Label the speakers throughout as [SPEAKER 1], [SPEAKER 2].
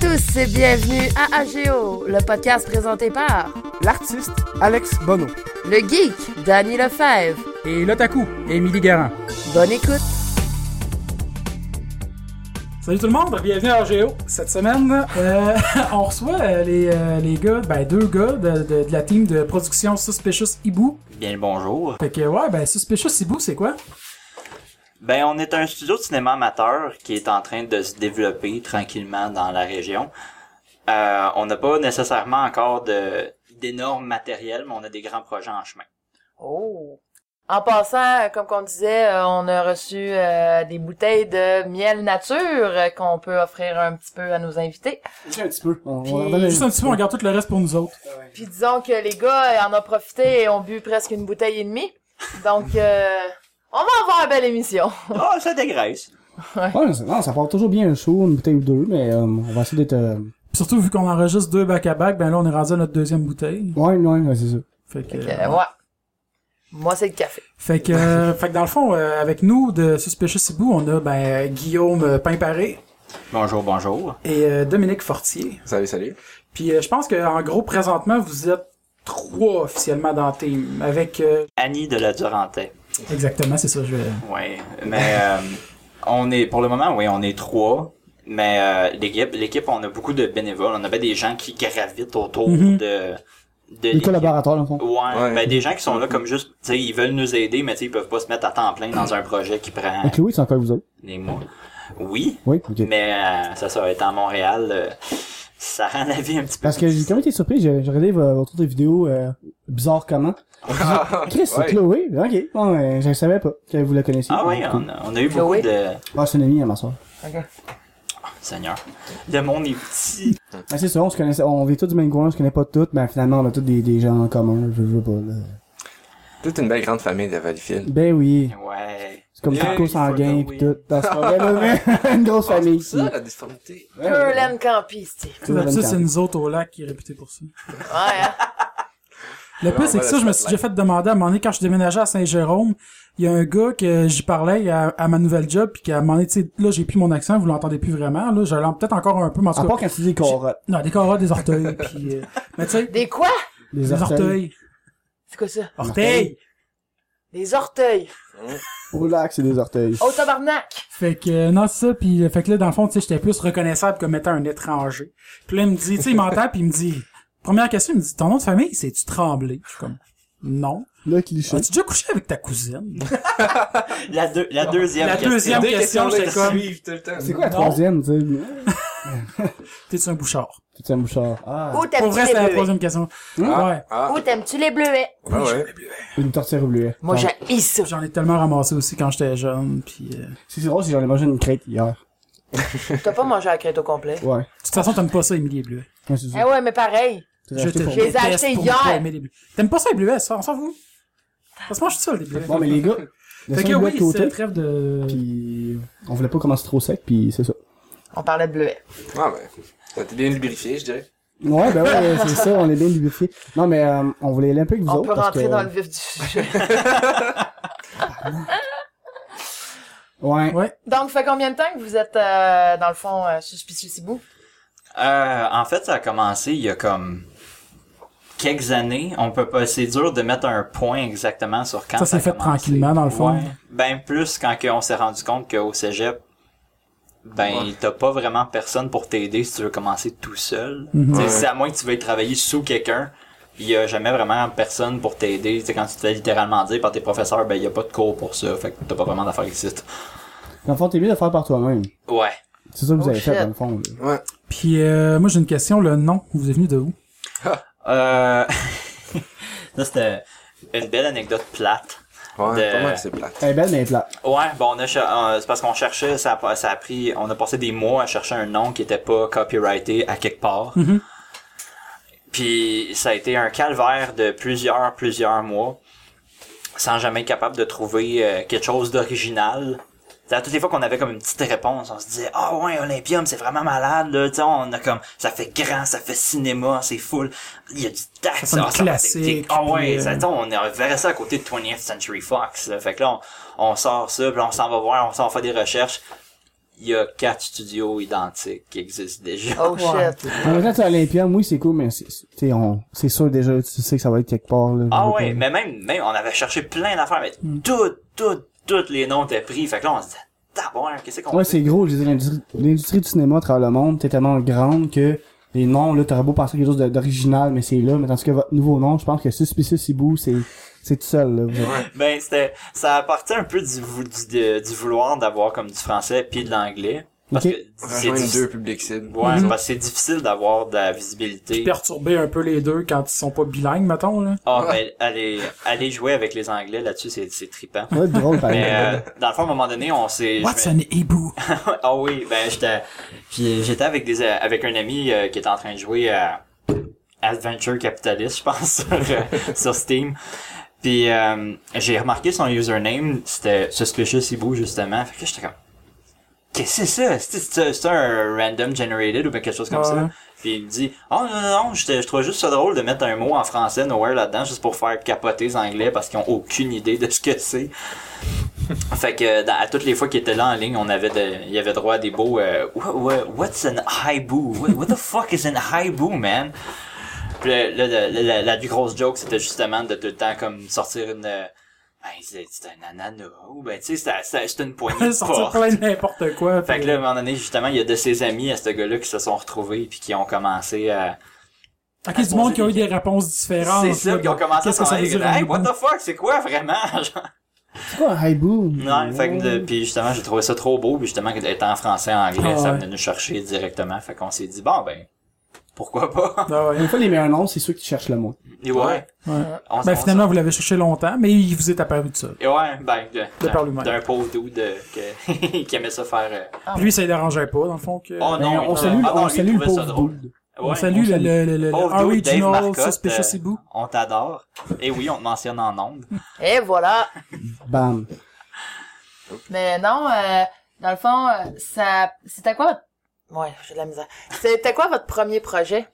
[SPEAKER 1] tous et bienvenue à AGO, le podcast présenté par
[SPEAKER 2] l'artiste Alex Bono
[SPEAKER 1] le geek Danny Lefebvre.
[SPEAKER 3] et l'otaku, Émilie Garin.
[SPEAKER 1] Bonne écoute.
[SPEAKER 3] Salut tout le monde, bienvenue à RGO. Cette semaine, euh, on reçoit euh, les, euh, les gars, ben deux gars de, de- de la team de production Suspicious Hibou.
[SPEAKER 4] Bien le bonjour.
[SPEAKER 3] Fait que ouais, ben Suspicious Hibou, c'est quoi?
[SPEAKER 4] Ben, on est un studio de cinéma amateur qui est en train de se développer tranquillement dans la région. Euh, on n'a pas nécessairement encore de d'énormes matériels, mais on a des grands projets en chemin.
[SPEAKER 1] Oh. En passant, euh, comme qu'on disait, euh, on a reçu euh, des bouteilles de miel nature euh, qu'on peut offrir un petit peu à nos invités.
[SPEAKER 2] un petit peu. On,
[SPEAKER 1] Puis-
[SPEAKER 2] on en donne
[SPEAKER 3] Juste un petit peu, on garde tout le reste pour nous autres.
[SPEAKER 1] Puis disons que les gars euh, en ont profité et ont bu presque une bouteille et demie. Donc, euh, on va avoir une belle émission.
[SPEAKER 4] Oh, ça dégraisse.
[SPEAKER 2] Ouais, c'est- non, ça part toujours bien un show, une bouteille ou deux, mais euh, on va essayer d'être... euh,
[SPEAKER 3] Puis surtout, vu qu'on enregistre deux back-à-back, ben là, on est rendu à notre deuxième bouteille.
[SPEAKER 2] Ouais, ouais, ouais, c'est ça.
[SPEAKER 3] Fait que,
[SPEAKER 1] Euh, ouais. Moi, c'est le café.
[SPEAKER 3] fait que, euh, fait que dans le fond, euh, avec nous de Suspicious Hibou, on a ben Guillaume Pimparé
[SPEAKER 4] Bonjour, bonjour.
[SPEAKER 3] et euh, Dominique Fortier.
[SPEAKER 5] Salut, salut.
[SPEAKER 3] Puis euh, je pense que en gros, présentement, vous êtes trois officiellement dans la team. Avec... euh,
[SPEAKER 4] Annie de la Durantais.
[SPEAKER 3] Exactement, c'est ça, je vais...
[SPEAKER 4] Ouais, mais euh, on est pour le moment, oui, on est trois. Mais euh, l'équipe, l'équipe, on a beaucoup de bénévoles. On avait des gens qui gravitent autour
[SPEAKER 3] Mhm.
[SPEAKER 4] de de
[SPEAKER 2] Les
[SPEAKER 4] l'équipe.
[SPEAKER 2] collaborateurs, dans le fond.
[SPEAKER 4] Ouais,
[SPEAKER 5] Ouais.
[SPEAKER 4] ben des gens qui sont là comme juste, tu sais, ils veulent nous aider, mais tu sais, ils peuvent pas se mettre à temps plein dans un projet qui prend
[SPEAKER 2] Et Chloé, c'est encore vous autres.
[SPEAKER 4] des mois. Oui,
[SPEAKER 2] Oui, ok.
[SPEAKER 4] mais euh, ça, ça va être en Montréal, euh, ça rend la vie un petit peu.
[SPEAKER 2] Parce que j'ai quand même été surpris, j'ai j'ai regardé vo- votre autre vidéo euh, Bizarre comment.
[SPEAKER 5] Ah.
[SPEAKER 4] Ah,
[SPEAKER 2] Chris, c'est
[SPEAKER 5] Ouais.
[SPEAKER 2] Chloé. Ok, bon, ben, je ne savais pas que vous la connaissiez.
[SPEAKER 4] Ah oui,
[SPEAKER 2] Cool.
[SPEAKER 4] on a, on a eu beaucoup
[SPEAKER 1] Chloé?
[SPEAKER 4] de.
[SPEAKER 2] Ah, c'est une amie à ma soeur.
[SPEAKER 4] Seigneur, le monde est petit.
[SPEAKER 2] Ah, c'est ça, on se connaissait, on vit tous du même coin, on se connaît pas toutes, mais finalement, on a tous des, des gens en commun, je veux pas, là.
[SPEAKER 5] Toute une belle grande famille de Valleyfield.
[SPEAKER 2] Ben oui.
[SPEAKER 4] Ouais.
[SPEAKER 2] C'est comme
[SPEAKER 5] Yeah,
[SPEAKER 2] Franco sanguin pis
[SPEAKER 4] fuck oui. Ah,
[SPEAKER 2] tout. Dans ce vrai, là, mais- une grosse famille ici.
[SPEAKER 5] Ça, la difformité.
[SPEAKER 2] Ouais, ouais.
[SPEAKER 1] Curland Campiste.
[SPEAKER 2] C'est une bonne
[SPEAKER 3] Ça, c'est
[SPEAKER 2] carte.
[SPEAKER 3] nous autres au lac qui est réputé pour ça.
[SPEAKER 1] Ouais, hein?
[SPEAKER 3] Le
[SPEAKER 5] Alors,
[SPEAKER 3] pire, c'est que
[SPEAKER 5] voilà,
[SPEAKER 3] ça, je me suis
[SPEAKER 5] spotlight.
[SPEAKER 3] déjà fait demander à un moment donné, quand je déménageais à Saint-Jérôme, il y a un gars que j'y parlais à, à ma nouvelle job, puis qu'à un moment donné, tu sais, là, j'ai plus mon accent, vous l'entendez plus vraiment, là, je l'entends peut-être encore un peu, mais en
[SPEAKER 2] À
[SPEAKER 3] tout
[SPEAKER 2] part
[SPEAKER 3] cas,
[SPEAKER 2] quand tu dis corotte,
[SPEAKER 3] non, des coraux, des orteils, puis... euh, mais tu sais,
[SPEAKER 1] Des quoi?
[SPEAKER 2] les
[SPEAKER 3] des
[SPEAKER 2] orteils.
[SPEAKER 3] orteils.
[SPEAKER 1] C'est quoi ça?
[SPEAKER 3] Orteils!
[SPEAKER 1] Des orteils.
[SPEAKER 2] Au lac, c'est des orteils.
[SPEAKER 1] Au Oh, tabarnak!
[SPEAKER 3] Fait que, euh, non, c'est ça, puis euh, fait que là, dans le fond, tu sais, j'étais plus reconnaissable comme étant un étranger. Puis là, il me dit, tu sais, il m'entend, puis il me dit... Première question, il me dit, ton nom de famille, c'est-tu Tremblay? Je suis comme, non.
[SPEAKER 2] Le cliché.
[SPEAKER 3] As-tu déjà couché avec ta cousine?
[SPEAKER 4] La, deux- la deuxième
[SPEAKER 3] La
[SPEAKER 4] question.
[SPEAKER 3] deuxième
[SPEAKER 5] Deux
[SPEAKER 3] question,
[SPEAKER 5] questions
[SPEAKER 3] j'étais
[SPEAKER 5] de
[SPEAKER 3] comme,
[SPEAKER 5] suivre tout le temps.
[SPEAKER 2] C'est quoi la
[SPEAKER 3] Non.
[SPEAKER 2] troisième, tu sais?
[SPEAKER 3] t'es-tu un bouchard?
[SPEAKER 2] Tu un bouchard. Ah.
[SPEAKER 1] Où
[SPEAKER 3] Pour
[SPEAKER 1] t'aimes-tu
[SPEAKER 3] vrai,
[SPEAKER 1] les
[SPEAKER 3] c'est la
[SPEAKER 1] bleuets?
[SPEAKER 3] troisième question.
[SPEAKER 2] Hein?
[SPEAKER 5] Ah,
[SPEAKER 3] Ouais.
[SPEAKER 5] Ah,
[SPEAKER 1] Où t'aimes-tu les bleuets?
[SPEAKER 4] Oh,
[SPEAKER 5] ouais, ouais.
[SPEAKER 2] Une tortillère au bleuet.
[SPEAKER 1] Moi,
[SPEAKER 2] Ah.
[SPEAKER 1] j'ai ça.
[SPEAKER 3] J'en ai tellement ramassé aussi quand j'étais jeune, puis... euh, De
[SPEAKER 2] C'est c'est drôle, c'est que j'en ai mangé une crête hier.
[SPEAKER 1] T'as pas mangé la crête au complet?
[SPEAKER 2] Ouais.
[SPEAKER 3] toute façon, t'aimes pas ça, Émilie et Bleuet.
[SPEAKER 2] Ouais, c'est ça.
[SPEAKER 1] Ah ouais, mais pareil.
[SPEAKER 2] T'as
[SPEAKER 3] Je
[SPEAKER 2] acheté
[SPEAKER 3] te
[SPEAKER 2] pour
[SPEAKER 1] J'ai
[SPEAKER 2] moi.
[SPEAKER 1] les ai
[SPEAKER 3] déteste
[SPEAKER 1] achetés
[SPEAKER 3] pour
[SPEAKER 1] hier.
[SPEAKER 3] pas aimer les Bleuets. T'aimes pas ça, les Bleuets, ça, on s'en fout. Parce que moi, je suis seul, les Bleuets.
[SPEAKER 2] Bon, mais les gars,
[SPEAKER 3] Fait
[SPEAKER 2] laissons
[SPEAKER 3] que
[SPEAKER 2] le gars de
[SPEAKER 3] oui, c'est
[SPEAKER 2] côté,
[SPEAKER 3] trêve de...
[SPEAKER 2] pis on voulait pas commencer trop sec, pis c'est ça.
[SPEAKER 1] On parlait de bleuets.
[SPEAKER 5] Ah, ben. Ça t'es bien lubrifié, je dirais.
[SPEAKER 2] Ouais, ben ouais, c'est ça, on est bien lubrifiés. Non, mais euh, on voulait aller un peu avec vous
[SPEAKER 1] On
[SPEAKER 2] autres.
[SPEAKER 1] peut
[SPEAKER 2] parce
[SPEAKER 1] rentrer
[SPEAKER 2] que-
[SPEAKER 1] dans le vif du sujet.
[SPEAKER 2] Ouais.
[SPEAKER 3] Ouais.
[SPEAKER 1] Donc, fait combien de temps que vous êtes, euh, dans le fond, euh, suspicieux Cibou?
[SPEAKER 4] Euh, en fait, ça a commencé il y a comme quelques années. On peut pas, c'est dur de mettre un point exactement sur quand.
[SPEAKER 3] Ça s'est
[SPEAKER 4] a
[SPEAKER 3] fait
[SPEAKER 4] commencé.
[SPEAKER 3] tranquillement, dans le fond.
[SPEAKER 4] Ouais. Ben plus quand que on s'est rendu compte qu'au cégep, ben t'as pas vraiment personne pour t'aider si tu veux commencer tout seul.
[SPEAKER 3] Mhm.
[SPEAKER 4] Tu sais,
[SPEAKER 5] Ouais.
[SPEAKER 4] C'est à moins que tu veuilles travailler sous quelqu'un. Il y a jamais vraiment personne pour t'aider. Tu sais, quand tu te fais littéralement dire par tes professeurs, ben il y a pas de cours pour ça. Fait que t'as pas vraiment d'affaires ici.
[SPEAKER 2] Dans le fond, t'es mieux de faire par toi-même.
[SPEAKER 4] Ouais.
[SPEAKER 2] C'est ça que vous
[SPEAKER 1] Oh,
[SPEAKER 2] avez fait,
[SPEAKER 1] shit.
[SPEAKER 2] dans le fond. là.
[SPEAKER 5] Ouais.
[SPEAKER 3] Puis euh, moi, j'ai une question, le nom, vous êtes venu de où?
[SPEAKER 4] Euh... ça c'était une belle anecdote plate.
[SPEAKER 5] Ouais,
[SPEAKER 4] De-
[SPEAKER 5] pas mal, c'est plate.
[SPEAKER 2] Elle est belle, mais elle est plate.
[SPEAKER 4] Ouais, bon, on a, cher- euh, c'est parce qu'on cherchait, ça a, pas- ça a pris, on a passé des mois à chercher un nom qui était pas copyrighté à quelque part.
[SPEAKER 3] Mm-hmm.
[SPEAKER 4] Puis ça a été un calvaire de plusieurs, plusieurs mois, sans jamais être capable de trouver euh, quelque chose d'original. Tu sais, À toutes les fois qu'on avait comme une petite réponse, on se disait ah ouais Olympium c'est vraiment malade là, Tu sais, on a comme ça fait grand, ça fait cinéma, c'est full, il y a du tax,
[SPEAKER 3] Ça sonne
[SPEAKER 4] ah, fait
[SPEAKER 3] classique,
[SPEAKER 4] Ah ouais,
[SPEAKER 3] puis,
[SPEAKER 4] ça-
[SPEAKER 3] euh,
[SPEAKER 4] tu sais, on on verrait ça à côté de 20th Century Fox. là. Fait que là, on, on sort ça, puis là, on s'en va voir, on s'en fait des recherches. il y a quatre studios identiques qui existent déjà.
[SPEAKER 1] Oh
[SPEAKER 3] Ouais.
[SPEAKER 1] shit.
[SPEAKER 2] En même temps, c'est Olympium, oui, c'est cool, mais c'est- c'est t'sais, on- c'est sûr déjà, tu sais que ça va être quelque part. Là,
[SPEAKER 4] Ah
[SPEAKER 2] Je veux
[SPEAKER 4] ouais,
[SPEAKER 2] pas-
[SPEAKER 4] mais même, même, on avait cherché plein d'affaires, mais
[SPEAKER 2] Mm.
[SPEAKER 4] toutes, toutes, toutes les noms étaient pris. Fait que là, on se disait, tabarnak, qu'est-ce qu'on
[SPEAKER 2] Ouais,
[SPEAKER 4] fait?
[SPEAKER 2] c'est gros, je veux dire, l'industrie- l'industrie du cinéma à travers le monde, t'es tellement grande que les noms, là, t'aurais beau penser à quelque chose de- d'original, mais c'est là, mais tandis que votre nouveau nom, je pense que Suspicious Hibou, c'est, c'est tout seul, là. Vous êtes-
[SPEAKER 4] Ben, c'était, ça appartient un peu du, vou- du, de- du vouloir d'avoir comme du français puis de l'anglais. Parce
[SPEAKER 2] Ok. Mhm.
[SPEAKER 4] que c'est
[SPEAKER 5] Rejoindre
[SPEAKER 4] difficile.
[SPEAKER 5] deux publics cibles.
[SPEAKER 4] Ouais, parce que c'est difficile d'avoir de la visibilité.
[SPEAKER 3] Perturber un peu les deux quand ils sont pas bilingues, mettons, là.
[SPEAKER 4] Ah, ben, aller, aller jouer avec les anglais là-dessus, c'est, c'est trippant.
[SPEAKER 2] Ça va être drôle, par
[SPEAKER 4] Mais,
[SPEAKER 2] exemple.
[SPEAKER 4] euh, dans le fond, à un moment donné, on s'est, je
[SPEAKER 3] What's
[SPEAKER 4] me-
[SPEAKER 3] an hibou?
[SPEAKER 4] Ah oui, ben j'étais puis j'étais avec des avec un ami euh, qui était en train de jouer euh, à Adventure Capitalist, je pense sur, euh, sur Steam. Puis euh, j'ai remarqué son username, c'était Suspicious Hibou justement. Fait que j'étais comme Qu'est-ce que c'est ça? C'est- C'est c'est un random generated ou bien quelque chose comme
[SPEAKER 3] Ouais.
[SPEAKER 4] ça? Puis il me dit Oh non non non, j'étais- je trouve juste ça drôle de mettre un mot en français nowhere là-dedans juste pour faire capoter les anglais parce qu'ils ont aucune idée de ce que c'est. Fait que dans- à toutes les fois qu'il était là en ligne, on avait de, il y avait droit à des beaux euh, Wha- wha- What's an highboo? What, what the fuck is an highboo, man? Puis le- le- le- la, la plus grosse joke, c'était justement de tout le temps comme sortir une euh, ben, c'est c'est un ananas ou ben tu sais c'était- c'était c'était une poignée de
[SPEAKER 3] Sortir
[SPEAKER 4] porte.
[SPEAKER 3] plein de n'importe quoi.
[SPEAKER 4] Fait que
[SPEAKER 3] puis-
[SPEAKER 4] là, à un moment donné, justement, il y a de ses amis à ce gars-là qui se sont retrouvés puis qui ont commencé à.
[SPEAKER 3] Ok, c'est du monde qui a eu des réponses différentes.
[SPEAKER 4] C'est ça,
[SPEAKER 3] là,
[SPEAKER 4] puis ils ont
[SPEAKER 3] donc,
[SPEAKER 4] commencé à
[SPEAKER 3] Qu'est-ce que ça
[SPEAKER 4] s'en
[SPEAKER 3] veut dire? un
[SPEAKER 4] Hey, what
[SPEAKER 3] hibou?
[SPEAKER 4] the fuck, c'est quoi vraiment? Genre,
[SPEAKER 2] C'est quoi un hibou?
[SPEAKER 4] Non, fait que
[SPEAKER 3] Mmh.
[SPEAKER 4] de- puis justement, j'ai trouvé ça trop beau, puis justement, étant en français, en anglais,
[SPEAKER 3] Ah
[SPEAKER 4] ça
[SPEAKER 3] ouais.
[SPEAKER 4] venait nous chercher directement, fait qu'on s'est dit, bon, ben, pourquoi pas?
[SPEAKER 3] Ah ouais.
[SPEAKER 2] Des fois, les meilleurs noms, c'est ceux qui cherchent le mot.
[SPEAKER 4] Et ouais.
[SPEAKER 5] Ouais.
[SPEAKER 3] Ouais.
[SPEAKER 4] On,
[SPEAKER 3] Ben
[SPEAKER 4] on-
[SPEAKER 3] finalement, vous l'avez cherché longtemps, mais il vous est apparu de ça.
[SPEAKER 4] Et ouais, ben, de,
[SPEAKER 3] De par lui-même.
[SPEAKER 4] d'un pauvre dude euh, que- qui aimait ça faire, euh,
[SPEAKER 1] Ah.
[SPEAKER 3] Puis Lui, ça ne dérangeait pas, dans le fond. Que...
[SPEAKER 4] oh
[SPEAKER 2] Ben,
[SPEAKER 4] non,
[SPEAKER 2] on
[SPEAKER 4] il-
[SPEAKER 2] salue,
[SPEAKER 4] ah non,
[SPEAKER 2] on
[SPEAKER 4] lui, il
[SPEAKER 2] salue le
[SPEAKER 4] trouvait ça
[SPEAKER 2] pauvre
[SPEAKER 4] drôle.
[SPEAKER 2] dude.
[SPEAKER 3] on
[SPEAKER 4] Ouais.
[SPEAKER 3] salue le, le, le, le
[SPEAKER 4] Pauvre dude, Dave
[SPEAKER 3] original
[SPEAKER 4] Marcotte,
[SPEAKER 3] Suspicious
[SPEAKER 4] euh,
[SPEAKER 3] Hibou.
[SPEAKER 4] On t'adore. Et oui, on te mentionne en nombre.
[SPEAKER 1] Et voilà.
[SPEAKER 2] Bam.
[SPEAKER 1] Mais non, euh, dans le fond, euh, ça, c'était quoi votre... Ouais, j'ai de la misère. C'était quoi votre premier projet?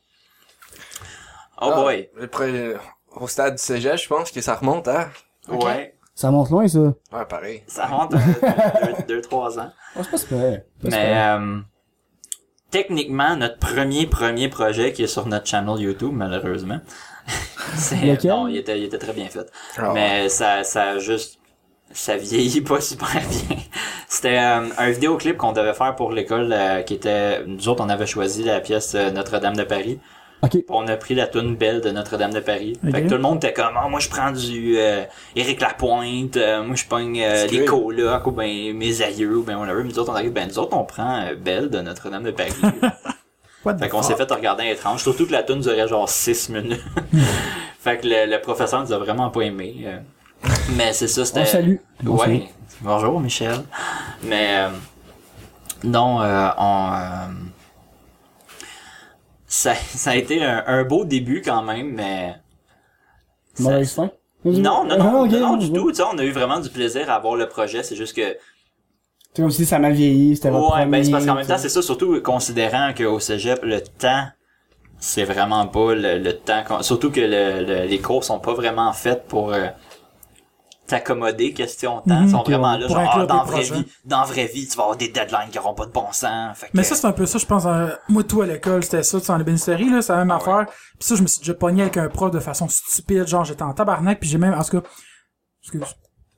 [SPEAKER 2] Ah.
[SPEAKER 4] Oh boy.
[SPEAKER 5] Ah, Le pre- Au stade du cégep, je pense que ça remonte à...
[SPEAKER 1] Ok.
[SPEAKER 4] Ouais.
[SPEAKER 2] Ça monte loin, ça.
[SPEAKER 5] Ouais, pareil.
[SPEAKER 4] Ça rentre euh, deux, deux, trois ans.
[SPEAKER 2] Oh, c'est pas super. C'est pas
[SPEAKER 4] Mais
[SPEAKER 2] super.
[SPEAKER 4] euh, techniquement, notre premier premier projet qui est sur notre channel YouTube, malheureusement, c'est
[SPEAKER 2] Lequel?
[SPEAKER 4] non, il était il était très bien fait.
[SPEAKER 5] Ah,
[SPEAKER 4] Mais ça ça a juste ça vieillit pas super bien. C'était euh, un vidéoclip qu'on devait faire pour l'école euh, qui était nous autres on avait choisi la pièce euh, Notre-Dame de Paris.
[SPEAKER 2] Ok.
[SPEAKER 4] On a pris la toune belle de Notre-Dame de Paris.
[SPEAKER 3] Ok.
[SPEAKER 4] Fait que tout le monde était comme, Ah, moi je prends du euh, Éric Lapointe, euh, moi je pogne euh,
[SPEAKER 5] C'est
[SPEAKER 4] les
[SPEAKER 5] cool.
[SPEAKER 4] colocs ou ben mes aïeux ou ben whatever. Nous autres on arrive, ben nous autres on prend euh, belle de Notre-Dame de Paris.
[SPEAKER 3] What the
[SPEAKER 4] fait qu'on s'est fait regarder étrange. Surtout que la toune durait genre 6 minutes. fait que le, le professeur nous a vraiment pas aimé. euh. Mais c'est ça, c'était.
[SPEAKER 2] On salue. On salue.
[SPEAKER 4] Ouais. Bonjour Michel. Mais euh, non, euh, on euh, ça, ça a été un, un beau début quand même, mais ça-
[SPEAKER 2] Mauvaise fin.
[SPEAKER 4] euh, non, non, non,
[SPEAKER 2] Ah, ok,
[SPEAKER 4] non, non, du
[SPEAKER 2] je vois.
[SPEAKER 4] tout. tu sais, on a eu vraiment du plaisir à voir le projet. C'est juste que
[SPEAKER 2] C'est comme si ça m'a vieilli, c'était votre
[SPEAKER 4] ouais, ben c'est parce
[SPEAKER 2] premier,
[SPEAKER 4] qu'en même temps,
[SPEAKER 2] tu sais.
[SPEAKER 4] c'est ça, surtout considérant qu'au cégep, le temps, c'est vraiment pas le, le temps. qu'on- Surtout que le- le- les cours sont pas vraiment faits pour euh, t'accommoder question temps.
[SPEAKER 3] Mhm,
[SPEAKER 4] Ils sont
[SPEAKER 3] puis
[SPEAKER 4] vraiment
[SPEAKER 3] on-
[SPEAKER 4] là,
[SPEAKER 3] pour
[SPEAKER 4] genre, ah,
[SPEAKER 3] inclure
[SPEAKER 4] dans
[SPEAKER 3] tes
[SPEAKER 4] vraie
[SPEAKER 3] projets.
[SPEAKER 4] vie, dans vraie vie, tu vas avoir des deadlines qui auront pas de bon sens. Fait
[SPEAKER 3] Mais
[SPEAKER 4] que-
[SPEAKER 3] ça, c'est un peu ça, je pense. euh, moi, tout à l'école, c'était ça, tu sais, en ébénisterie, là, c'est la même affaire. Puis ça, je me suis déjà pogné avec un prof de façon stupide, genre, j'étais en tabarnak, puis j'ai même, en tout cas, excuse.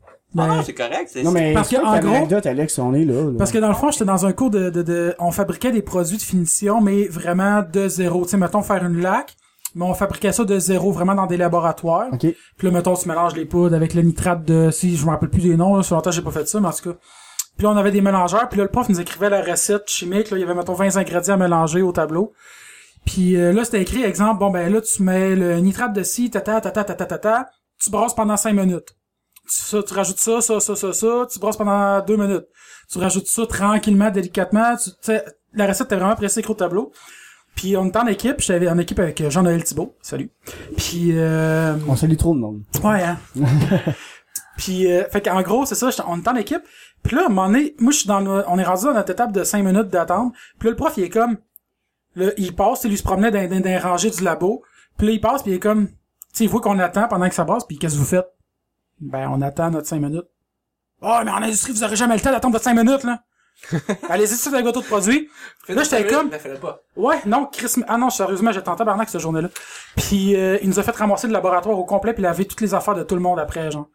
[SPEAKER 4] Ah non,
[SPEAKER 3] Ben,
[SPEAKER 4] c'est correct. c'est-
[SPEAKER 2] Non, mais
[SPEAKER 3] parce
[SPEAKER 2] parce
[SPEAKER 3] que,
[SPEAKER 2] que,
[SPEAKER 3] en gros-
[SPEAKER 2] anecdote, Alex, on est là. là.
[SPEAKER 3] parce que dans le fond, j'étais dans un cours de, de, de- on fabriquait des produits de finition, mais vraiment de zéro. Tu sais, mettons, faire une laque, mais on fabriquait ça de zéro, vraiment dans des laboratoires.
[SPEAKER 2] Ok.
[SPEAKER 3] Puis là, mettons, tu mélanges les poudres avec le nitrate de... Si, je me rappelle plus des noms, là, sur longtemps, j'ai pas fait ça, mais en tout cas... Puis là, on avait des mélangeurs, puis là, le prof nous écrivait la recette chimique, là, il y avait, mettons, 20 ingrédients à mélanger au tableau. Puis euh, là, c'était écrit, exemple, bon, ben là, tu mets le nitrate de ci, tata, tata, tata, tata, tu brasses pendant 5 minutes. Tu, ça, tu rajoutes ça, ça, ça, ça, ça, tu brasses pendant 2 minutes. Tu rajoutes ça tranquillement, délicatement, tu tu sais, la recette était vraiment pressée au tableau. Puis on était en équipe, j'étais en équipe avec Jean-Noël Thibault, salut. Puis... Euh,
[SPEAKER 2] On salue trop de monde.
[SPEAKER 3] Ouais, hein. puis, euh, fait qu'en gros, c'est ça, j'étais- on est en équipe. Puis là, à un moment donné, moi, je suis dans le- on est rendu dans notre étape de 5 minutes d'attente. Puis là, le prof, il est comme, là, il passe, il lui se promenait dans, dans, dans les rangées du labo. Puis là, il passe, puis il est comme, tu sais, il voit qu'on attend pendant que ça passe, puis qu'est-ce que vous faites? Ah, Ben, on attend notre 5 minutes. Oh, mais en industrie, vous aurez jamais le temps d'attendre votre 5 minutes, là. Allez-y, c'est un gâteau de produit. Là, j'étais comme-
[SPEAKER 5] Il fallait pas.
[SPEAKER 3] Ouais, non, Chris... Ah non, sérieusement, j'étais en tabarnak cette journée-là. Puis euh, il nous a fait ramasser le laboratoire au complet puis laver toutes les affaires de tout le monde après, genre.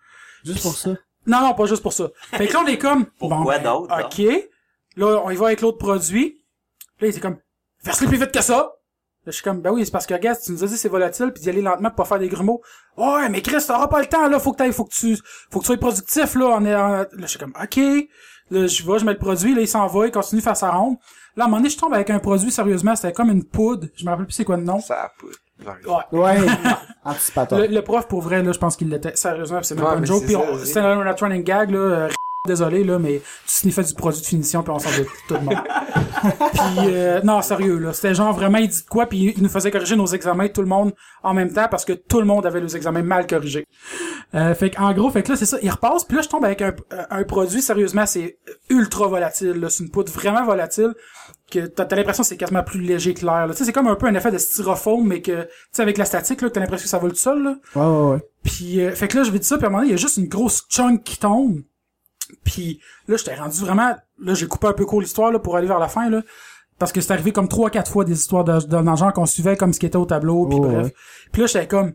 [SPEAKER 2] Juste pour ça.
[SPEAKER 3] Non, non, pas juste pour ça. Fait que là, on est comme...
[SPEAKER 4] Pourquoi
[SPEAKER 3] bon,
[SPEAKER 4] d'autre,
[SPEAKER 3] ben, OK. Là, on y va avec l'autre produit. Là, il était comme... Verse-le plus vite que ça! Là, je suis comme... Ben oui, c'est parce que, gaz, tu nous as dit c'est volatile, puis d'y aller lentement pour pas faire des grumeaux. Ouais, mais Chris, t'auras pas le temps, là. Faut que t'ailles... Faut que tu... Faut que tu sois productif, là. On est en- Là, je suis comme... OK. Là, je vais, je mets le produit. Là, il s'en va, il continue face à ronde. Là, à un moment donné, je tombe avec un produit, sérieusement, c'était comme une poudre. Je me rappelle plus c'est quoi le nom.
[SPEAKER 5] Ça a pousse. Genre,
[SPEAKER 3] Ouais.
[SPEAKER 2] Ouais. Anticipateur.
[SPEAKER 3] Le, le prof, pour vrai, là, je pense qu'il l'était. Sérieusement, c'est même
[SPEAKER 5] Ouais,
[SPEAKER 3] pas une
[SPEAKER 5] mais
[SPEAKER 3] joke.
[SPEAKER 5] c'est
[SPEAKER 3] Puis
[SPEAKER 5] ça,
[SPEAKER 3] on-
[SPEAKER 5] oui.
[SPEAKER 3] c'était un un running gag, là. euh, désolé, là, mais tu sniffais du produit de finition, puis on s'en doute tout le monde. puis, euh, non, sérieux, là. C'était genre vraiment, il dit de quoi, puis il nous faisait corriger nos examens, tout le monde, en même temps, parce que tout le monde avait les examens mal corrigés. Euh, fait qu'en gros, fait que là, c'est ça, il repasse, puis là, je tombe avec un, un produit, sérieusement, c'est ultra volatile, là. C'est une poudre vraiment volatile, que t'as t'as l'impression que c'est quasiment plus léger que l'air, là. Tu sais, c'est comme un peu un effet de styrofoam, mais que, tu sais, avec la statique, là, que t'as l'impression que ça vole tout seul, là.
[SPEAKER 2] Ouais, ouais, ouais.
[SPEAKER 3] Puis, euh, fait que là, je vais dire ça, puis à un moment donné, il y a juste une grosse chunk qui tombe. Puis là, j'étais rendu vraiment... Là, j'ai coupé un peu court l'histoire là, pour aller vers la fin, là. Parce que c'est arrivé comme trois, quatre fois des histoires de, de, dans le genre qu'on suivait comme ce qui était au tableau, puis
[SPEAKER 2] Oh,
[SPEAKER 3] bref.
[SPEAKER 2] ouais.
[SPEAKER 3] Puis là, j'étais comme...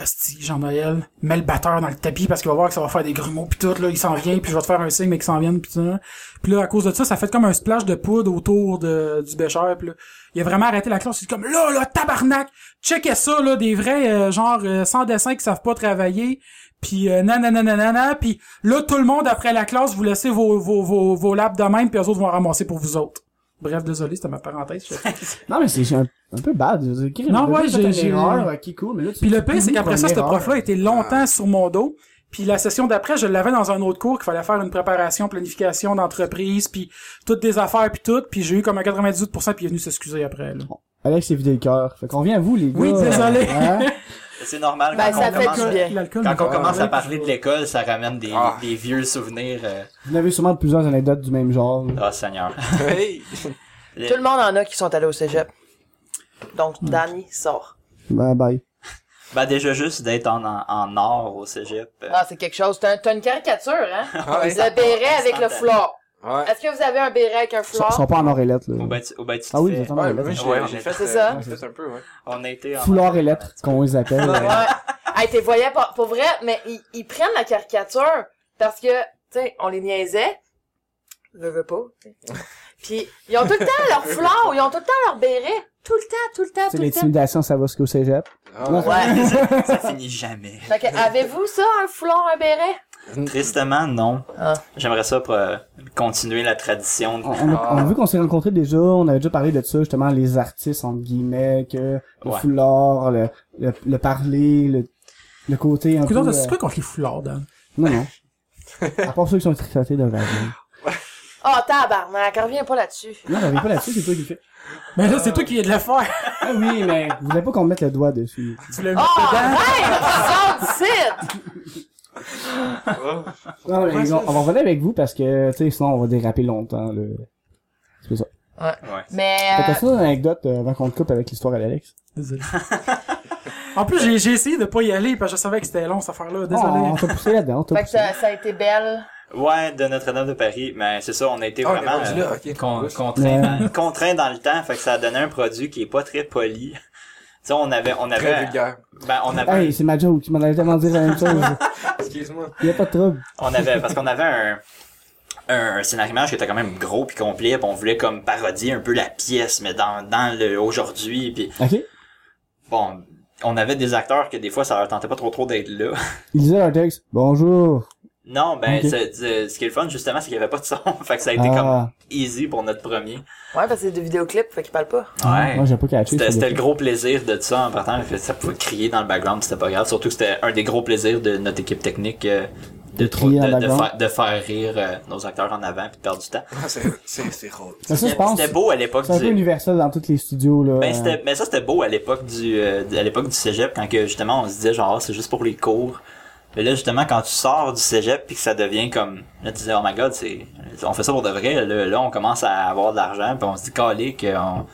[SPEAKER 3] Asti, Jean-Noël, mets le batteur dans le tapis parce qu'il va voir que ça va faire des grumeaux puis tout, là, il s'en vient, puis je vais te faire un signe, mais qu'il s'en vienne, puis tout. hein. Puis là, à cause de ça, ça fait comme un splash de poudre autour de, du bêcheur, puis là, il a vraiment arrêté la classe, il est comme, là, là, tabarnak, checkez ça, là, des vrais, euh, genre, euh, sans dessin qui savent pas travailler, puis euh, nanana, nanana, puis là, tout le monde, après la classe, vous laissez vos, vos, vos, vos laps de même, puis les autres vont ramasser pour vous autres. Bref, désolé, c'était ma parenthèse. je-
[SPEAKER 2] Non, mais c'est un, un peu bad. Je veux dire,
[SPEAKER 3] Non,
[SPEAKER 2] t'as
[SPEAKER 3] ouais,
[SPEAKER 2] fait
[SPEAKER 3] j'ai-
[SPEAKER 2] une
[SPEAKER 3] j'ai-
[SPEAKER 2] erreur, ok, cool, mais là, tu-
[SPEAKER 3] Puis le
[SPEAKER 2] tu
[SPEAKER 3] pire, c'est
[SPEAKER 2] oublies
[SPEAKER 3] qu'après ça,
[SPEAKER 2] ton
[SPEAKER 3] ce
[SPEAKER 2] erreur.
[SPEAKER 3] prof-là était longtemps sur mon dos. Puis la session d'après, je l'avais dans un autre cours qu'il fallait faire une préparation, planification d'entreprise, puis toutes des affaires, puis tout. Puis j'ai eu comme un 98%, puis il est venu s'excuser après. Là.
[SPEAKER 2] Alex s'est vidé le cœur. Fait qu'on vient à vous, les gars.
[SPEAKER 3] Oui, désolé.
[SPEAKER 2] Hein?
[SPEAKER 4] C'est normal.
[SPEAKER 1] Ben,
[SPEAKER 4] quand
[SPEAKER 1] ça
[SPEAKER 4] on
[SPEAKER 1] fait
[SPEAKER 4] commence,
[SPEAKER 1] du bien.
[SPEAKER 3] L'alcool,
[SPEAKER 4] quand on
[SPEAKER 3] l'alcool,
[SPEAKER 4] commence à
[SPEAKER 3] l'alcool.
[SPEAKER 4] parler de l'école, ça ramène des,
[SPEAKER 5] Ah.
[SPEAKER 4] des vieux souvenirs. euh.
[SPEAKER 2] Vous en avez sûrement plusieurs anecdotes du même genre.
[SPEAKER 4] Oh, Seigneur.
[SPEAKER 5] Hey!
[SPEAKER 1] Tout le monde en a qui sont allés au cégep. Donc, Danny sort.
[SPEAKER 2] Bye bye.
[SPEAKER 4] Ben, déjà, juste d'être en, en, en or au cégep. euh,
[SPEAKER 1] Ah, c'est quelque chose. T'as un- t'as une caricature, hein?
[SPEAKER 5] Ah ouais.
[SPEAKER 1] Le béret avec le foulard.
[SPEAKER 5] Ah, Ouais.
[SPEAKER 1] Est-ce que vous avez un béret avec un
[SPEAKER 2] Ils sont-
[SPEAKER 1] foulard?
[SPEAKER 2] sont pas en or et lettres,
[SPEAKER 4] au
[SPEAKER 2] là.
[SPEAKER 4] bas, au bas du
[SPEAKER 2] Ah oui,
[SPEAKER 4] fait.
[SPEAKER 2] vous êtes en or
[SPEAKER 5] Ouais,
[SPEAKER 2] et
[SPEAKER 5] moi,
[SPEAKER 2] lettres.
[SPEAKER 5] j'ai
[SPEAKER 4] ben, Ouais,
[SPEAKER 5] j'ai
[SPEAKER 4] on
[SPEAKER 5] fait,
[SPEAKER 1] fait
[SPEAKER 5] euh,
[SPEAKER 1] ça.
[SPEAKER 5] j'ai fait un peu, ouais.
[SPEAKER 4] On était en
[SPEAKER 2] Foulard et lettres, qu'on les appelle.
[SPEAKER 1] Ouais. Hey, t'es voyais pas, pour vrai, mais ils, ils prennent la caricature parce que, tu sais, on les niaisait. Veux, veux pas, tu sais. Puis, ils ont tout le temps leur foulard, ils ont tout le temps leur béret. Tout le temps, tout le temps,
[SPEAKER 2] C'est
[SPEAKER 1] tout le temps.
[SPEAKER 2] l'intimidation, ça va ce qu'au cégep.
[SPEAKER 5] Ah,
[SPEAKER 2] Ouais.
[SPEAKER 1] Ouais.
[SPEAKER 4] Ça finit jamais.
[SPEAKER 1] Fait que, avez-vous ça, un foulard, un béret?
[SPEAKER 4] Tristement, non.
[SPEAKER 1] Ah.
[SPEAKER 4] J'aimerais ça pour euh, continuer la tradition. de-
[SPEAKER 2] On, on a,
[SPEAKER 5] Ah.
[SPEAKER 2] on a vu qu'on s'est rencontrés déjà, on avait déjà parlé de ça, justement, les artistes, entre guillemets, que le
[SPEAKER 4] Ouais.
[SPEAKER 2] foulard, le, le, le parler, le, le côté un peu...
[SPEAKER 3] Écoute,
[SPEAKER 2] euh,
[SPEAKER 3] t'as-tu quoi contre les foulards, Dan?
[SPEAKER 2] Non, non. À part ceux qui sont tricotés de raven.
[SPEAKER 1] Oh, tabarnak, reviens pas là-dessus.
[SPEAKER 2] Non, j'avais pas là-dessus, c'est toi qui le fais.
[SPEAKER 3] Mais là, c'est toi qui viens de le faire.
[SPEAKER 2] Ah oui, mais... Vous voulez pas qu'on mette le doigt dessus.
[SPEAKER 3] tu l'as mis
[SPEAKER 1] Oh,
[SPEAKER 3] dedans.
[SPEAKER 1] arrête! Sors d'ici!
[SPEAKER 2] Non, mais
[SPEAKER 5] Ah, Ouais,
[SPEAKER 2] on,
[SPEAKER 5] ça-
[SPEAKER 2] on va revenir avec vous parce que, tu sais, sinon on va déraper longtemps, là. C'est ça.
[SPEAKER 4] Ouais.
[SPEAKER 1] Mais,
[SPEAKER 2] Fait que
[SPEAKER 1] euh,
[SPEAKER 2] ça, une anecdote euh, avant qu'on te coupe avec l'histoire à l'Alex.
[SPEAKER 3] Désolé. En plus, j'ai j'ai essayé de pas y aller parce que je savais que c'était long, cette affaire-là.
[SPEAKER 2] Oh, on
[SPEAKER 3] Désolé.
[SPEAKER 2] t'a poussé là-dedans, on t'a
[SPEAKER 1] euh, fait que
[SPEAKER 2] poussé.
[SPEAKER 1] ça, ça a été belle.
[SPEAKER 4] Ouais, de Notre-Dame de Paris. Mais c'est ça, on a été
[SPEAKER 5] Ah, on est
[SPEAKER 4] vraiment euh,
[SPEAKER 5] rendu là, ok.
[SPEAKER 4] con-
[SPEAKER 5] Ouais.
[SPEAKER 4] contraint,
[SPEAKER 2] Ouais.
[SPEAKER 4] dans, contraint dans le temps. Fait que ça a donné un produit qui est pas très poli. Tu sais, on avait, on
[SPEAKER 5] Très
[SPEAKER 4] avait,
[SPEAKER 5] vulgaire.
[SPEAKER 4] ben, on avait,
[SPEAKER 2] Hey, c'est ma joke, tu m'en avais tellement dit la même chose.
[SPEAKER 5] Excuse-moi.
[SPEAKER 2] Y a pas de trouble.
[SPEAKER 4] on avait, parce qu'on avait un, un, un scénarimage qui était quand même gros puis complet, puis on voulait comme parodier un peu la pièce, mais dans, dans le aujourd'hui, puis
[SPEAKER 2] Ok?
[SPEAKER 4] bon, on avait des acteurs que des fois ça leur tentait pas trop trop d'être là.
[SPEAKER 2] Ils disaient leur texte. Bonjour.
[SPEAKER 4] Non, ben
[SPEAKER 2] Ok.
[SPEAKER 4] c'est- c'est- ce qui est le fun justement, c'est qu'il y avait pas de son, fait que ça a été comme
[SPEAKER 2] Ah.
[SPEAKER 4] easy pour notre premier.
[SPEAKER 1] Ouais, parce que c'est des vidéoclips, fait qu'ils parlent pas.
[SPEAKER 4] Ouais.
[SPEAKER 2] Ah, Moi, j'ai pas catché.
[SPEAKER 4] C'était
[SPEAKER 2] ça,
[SPEAKER 4] c'était
[SPEAKER 2] des
[SPEAKER 4] le gros plaisir de ça en partant. fait que Ça pouvait crier dans le background, c'était pas grave. Surtout que c'était un des gros plaisirs de notre équipe technique euh, de,
[SPEAKER 2] De
[SPEAKER 4] trop-
[SPEAKER 2] crier dans le
[SPEAKER 4] de, de
[SPEAKER 2] background.
[SPEAKER 4] faire, de faire rire euh, nos acteurs en avant puis de perdre du temps.
[SPEAKER 5] Ah, c'est- C'est c'est rôle.
[SPEAKER 2] Mais ça, je pense.
[SPEAKER 4] C'était beau à l'époque
[SPEAKER 2] C'est un peu
[SPEAKER 4] du.
[SPEAKER 2] universel dans tous les studios, là.
[SPEAKER 4] Ben, c'était- mais ça c'était beau à l'époque du euh, à l'époque du cégep quand que justement on se disait genre Ah, c'est juste pour les cours. Mais là justement quand tu sors du cégep puis que ça devient comme là tu disais oh my god c'est on fait ça pour de vrai là, là, on commence à avoir de l'argent puis on se dit calé que on-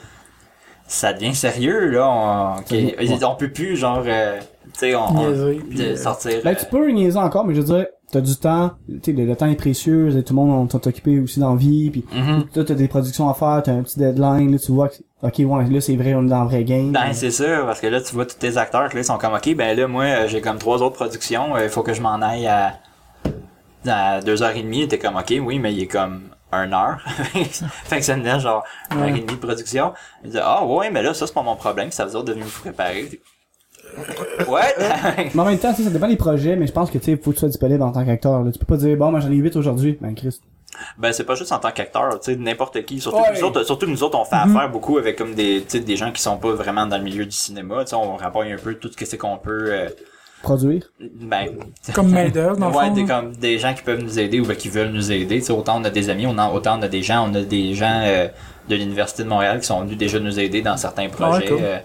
[SPEAKER 4] ça devient sérieux là on,
[SPEAKER 2] devient-
[SPEAKER 4] qu'on- on peut plus genre euh, Tu sais, on, on-
[SPEAKER 3] Niaiser, puis,
[SPEAKER 4] de
[SPEAKER 3] euh,
[SPEAKER 4] sortir.
[SPEAKER 2] Ben, tu peux niaiser encore, mais je veux dire, t'as du temps, tu sais, le, le temps est précieux, et tout le monde t'ont occupé aussi dans la vie, puis
[SPEAKER 4] euh, mhm.
[SPEAKER 2] là, t'as des productions à faire, t'as un petit deadline, là, tu vois que, ok, ouais, là, c'est vrai, on est dans le vrai game.
[SPEAKER 4] Ben, c'est sûr, parce que là, tu vois tous tes acteurs, que là, ils sont comme, OK, ben là, moi, euh, j'ai comme trois autres productions, euh, il faut que je m'en aille à, à deux heures et demie. T'es comme, OK, oui, mais il est comme un heure. fait que ça venait genre une heure et demie de production. Il dit, ah, ouais, mais là, ça, c'est pas mon problème, ça vous autres de venir vous préparer. ouais!
[SPEAKER 2] Mais en même temps, tu sais, ça dépend des projets, mais je pense que, tu sais, faut que tu sois disponible en tant qu'acteur, là. Tu peux pas dire, bon, moi, j'en ai 8 aujourd'hui. Ben, Chris.
[SPEAKER 4] ben, c'est pas juste en tant qu'acteur, tu sais, n'importe qui. Surtout,
[SPEAKER 2] Ouais.
[SPEAKER 4] que nous autres, surtout que nous autres, on fait affaire beaucoup avec comme des, tu sais, des gens qui sont pas vraiment dans le milieu du cinéma. Tu sais, on rapporte un peu tout ce que c'est qu'on peut, euh,
[SPEAKER 2] Produire.
[SPEAKER 4] ben,
[SPEAKER 3] Comme main-d'œuvre, dans le
[SPEAKER 4] ouais,
[SPEAKER 3] fond.
[SPEAKER 4] des,
[SPEAKER 3] là.
[SPEAKER 4] comme des gens qui peuvent nous aider ou ben, qui veulent nous aider. Tu sais, autant on a des amis, on a, autant on a des gens, on a des gens euh, de l'Université de Montréal qui sont venus déjà nous aider dans certains projets
[SPEAKER 3] cool.
[SPEAKER 4] euh,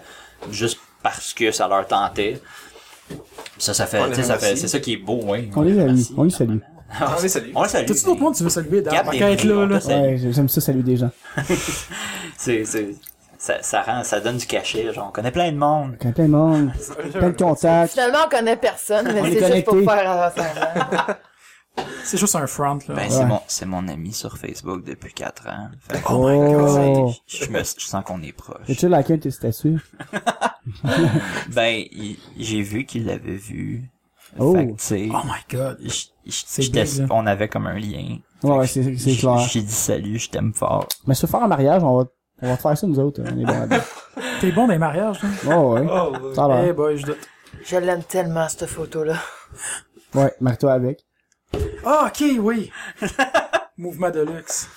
[SPEAKER 4] juste parce que ça leur tentait. Ça, ça fait,
[SPEAKER 5] On les
[SPEAKER 4] tu sais, ça fait,
[SPEAKER 5] remercie.
[SPEAKER 4] c'est ça qui est beau, oui.
[SPEAKER 2] On les salue.
[SPEAKER 4] Merci.
[SPEAKER 2] On les salue.
[SPEAKER 5] Ah, allez, salut.
[SPEAKER 4] On les salue.
[SPEAKER 3] T'as-tu d'autres monde que tu veux saluer, Dan?
[SPEAKER 4] Gap
[SPEAKER 3] Tant
[SPEAKER 4] et
[SPEAKER 3] qu'à être là,
[SPEAKER 4] Bruno,
[SPEAKER 3] là.
[SPEAKER 4] on salue.
[SPEAKER 2] Ouais, j'aime ça, saluer des gens.
[SPEAKER 4] C'est, c'est, ça, ça rend, ça donne du cachet. Genre, on connaît plein de monde.
[SPEAKER 2] Quand plein de monde, plein de contacts.
[SPEAKER 1] Finalement, on connaît personne, mais
[SPEAKER 2] On est
[SPEAKER 1] c'est juste pour
[SPEAKER 2] connectés.
[SPEAKER 1] faire euh, semblant.
[SPEAKER 3] C'est juste un front, là.
[SPEAKER 4] Ben,
[SPEAKER 2] Ouais.
[SPEAKER 4] c'est mon, c'est mon ami sur Facebook depuis 4 ans. Fait que
[SPEAKER 2] Oh
[SPEAKER 4] je me, je sens qu'on est proche.
[SPEAKER 2] Et tu laquelle tes statues?
[SPEAKER 4] Ben, il- j'ai vu qu'il l'avait vu.
[SPEAKER 2] Oh.
[SPEAKER 4] Fait que, tu sais,
[SPEAKER 3] Oh my god.
[SPEAKER 4] j- j-
[SPEAKER 3] C'est
[SPEAKER 4] j'étais-
[SPEAKER 3] big, là.
[SPEAKER 4] on avait comme un lien.
[SPEAKER 2] Ouais, ouais, c'est, c'est
[SPEAKER 4] J-
[SPEAKER 2] clair.
[SPEAKER 4] J'ai dit salut, je t'aime fort.
[SPEAKER 2] Mais se faire un mariage, on va, on va te faire ça, nous autres. On est bons là-dedans.
[SPEAKER 3] T'es bon dans les mariages, là.
[SPEAKER 2] Oh, ouais.
[SPEAKER 5] Oh,
[SPEAKER 2] Ça
[SPEAKER 3] Eh
[SPEAKER 2] va.
[SPEAKER 3] boy, je doute.
[SPEAKER 1] Je l'aime tellement, cette photo-là.
[SPEAKER 2] Ouais, marie-toi avec.
[SPEAKER 3] Ah, ok, oui. Mouvement de luxe.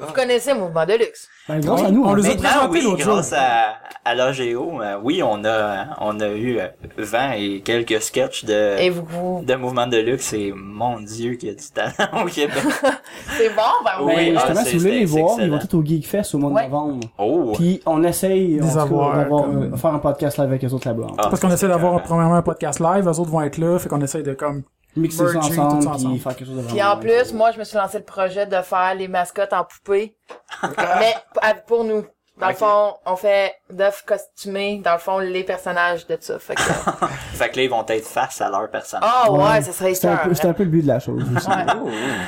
[SPEAKER 1] Vous connaissez le Mouvement de Luxe.
[SPEAKER 2] Ben, grâce à nous,
[SPEAKER 3] on
[SPEAKER 2] on
[SPEAKER 3] les a-
[SPEAKER 4] Maintenant,
[SPEAKER 3] présenté
[SPEAKER 4] oui,
[SPEAKER 3] l'autre jour.
[SPEAKER 4] grâce à, à l'AGO, euh, oui, on a, on a eu euh, 20 et quelques sketchs de,
[SPEAKER 1] Et vous, vous-
[SPEAKER 4] de mouvements de luxe et mon Dieu, qu'il y a du talent au Québec.
[SPEAKER 1] C'est bon, ben
[SPEAKER 4] Oui,
[SPEAKER 1] oui.
[SPEAKER 4] ah,
[SPEAKER 2] Justement,
[SPEAKER 4] c'est-
[SPEAKER 2] si vous voulez les
[SPEAKER 4] c'est
[SPEAKER 2] voir, ils vont
[SPEAKER 4] excellent.
[SPEAKER 2] tout au Geek Fest au mois de
[SPEAKER 1] Ouais.
[SPEAKER 2] novembre.
[SPEAKER 4] Oh!
[SPEAKER 2] Puis on essaye
[SPEAKER 3] Des
[SPEAKER 2] en tout cas,
[SPEAKER 3] avoir,
[SPEAKER 2] d'avoir,
[SPEAKER 3] comme-
[SPEAKER 2] euh, faire un podcast live avec eux autres là-bas.
[SPEAKER 4] Ah,
[SPEAKER 3] Parce qu'on
[SPEAKER 4] ça,
[SPEAKER 3] essaie
[SPEAKER 4] c'est
[SPEAKER 3] d'avoir
[SPEAKER 4] carré.
[SPEAKER 3] premièrement un podcast live, eux autres vont être là, fait qu'on essaie de comme.
[SPEAKER 2] Mixer ça
[SPEAKER 3] Merger tout
[SPEAKER 2] ensemble,
[SPEAKER 3] ça ensemble.
[SPEAKER 2] puis faire quelque chose de vraiment
[SPEAKER 1] Puis en
[SPEAKER 2] nice.
[SPEAKER 1] plus, moi, je me suis lancé le projet de faire les mascottes en poupée.
[SPEAKER 2] Ah.
[SPEAKER 1] mais à- pour nous. Dans le
[SPEAKER 5] Ok.
[SPEAKER 1] fond, on fait d'œufs costumés, dans le fond, les personnages de ça. Fait que...
[SPEAKER 4] Fait que là, ils vont être face à leur personne.
[SPEAKER 1] Ah ouais,
[SPEAKER 2] Ouais.
[SPEAKER 1] ça serait
[SPEAKER 2] C'était un,
[SPEAKER 1] écœurant.
[SPEAKER 2] peu, c'était un peu le but de la chose aussi.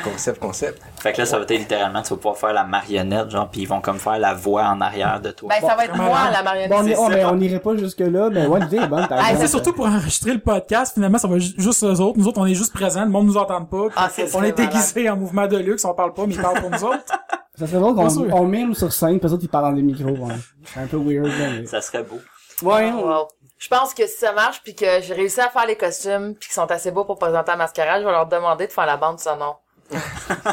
[SPEAKER 5] Concept, concept.
[SPEAKER 4] Fait que là, ça va être littéralement, tu vas pouvoir faire la marionnette, genre, puis ils vont comme faire la voix en arrière de toi.
[SPEAKER 1] Ben, ça va être
[SPEAKER 3] Vraiment,
[SPEAKER 1] moi,
[SPEAKER 3] hein.
[SPEAKER 1] la
[SPEAKER 2] Bon, on,
[SPEAKER 1] marionnette.
[SPEAKER 2] est-
[SPEAKER 4] c'est
[SPEAKER 2] oh,
[SPEAKER 4] ça.
[SPEAKER 2] mais on irait pas jusque-là, mais ouais, l'idée est bonne. t'as
[SPEAKER 1] Ah,
[SPEAKER 2] raison.
[SPEAKER 3] C'est surtout pour enregistrer le podcast, finalement, ça va ju- juste eux autres. Nous autres, on est juste présents, le monde nous entend pas.
[SPEAKER 1] Ah, c'est
[SPEAKER 3] on
[SPEAKER 1] malade.
[SPEAKER 3] est déguisés en mouvement de luxe, on parle pas, mais ils parlent pour nous autres.
[SPEAKER 2] Ça serait drôle qu'on
[SPEAKER 3] Pas sûr.
[SPEAKER 2] on mime sur scène, puis les autres, ils parlent dans des micros. ouais. C'est un peu weird. mais-
[SPEAKER 4] Ça serait beau.
[SPEAKER 2] Ouais, on-
[SPEAKER 1] Wow. Je pense que si ça marche, puis que j'ai réussi à faire les costumes, puis qu'ils sont assez beaux pour présenter la mascarade, je vais leur demander de faire la bande sonore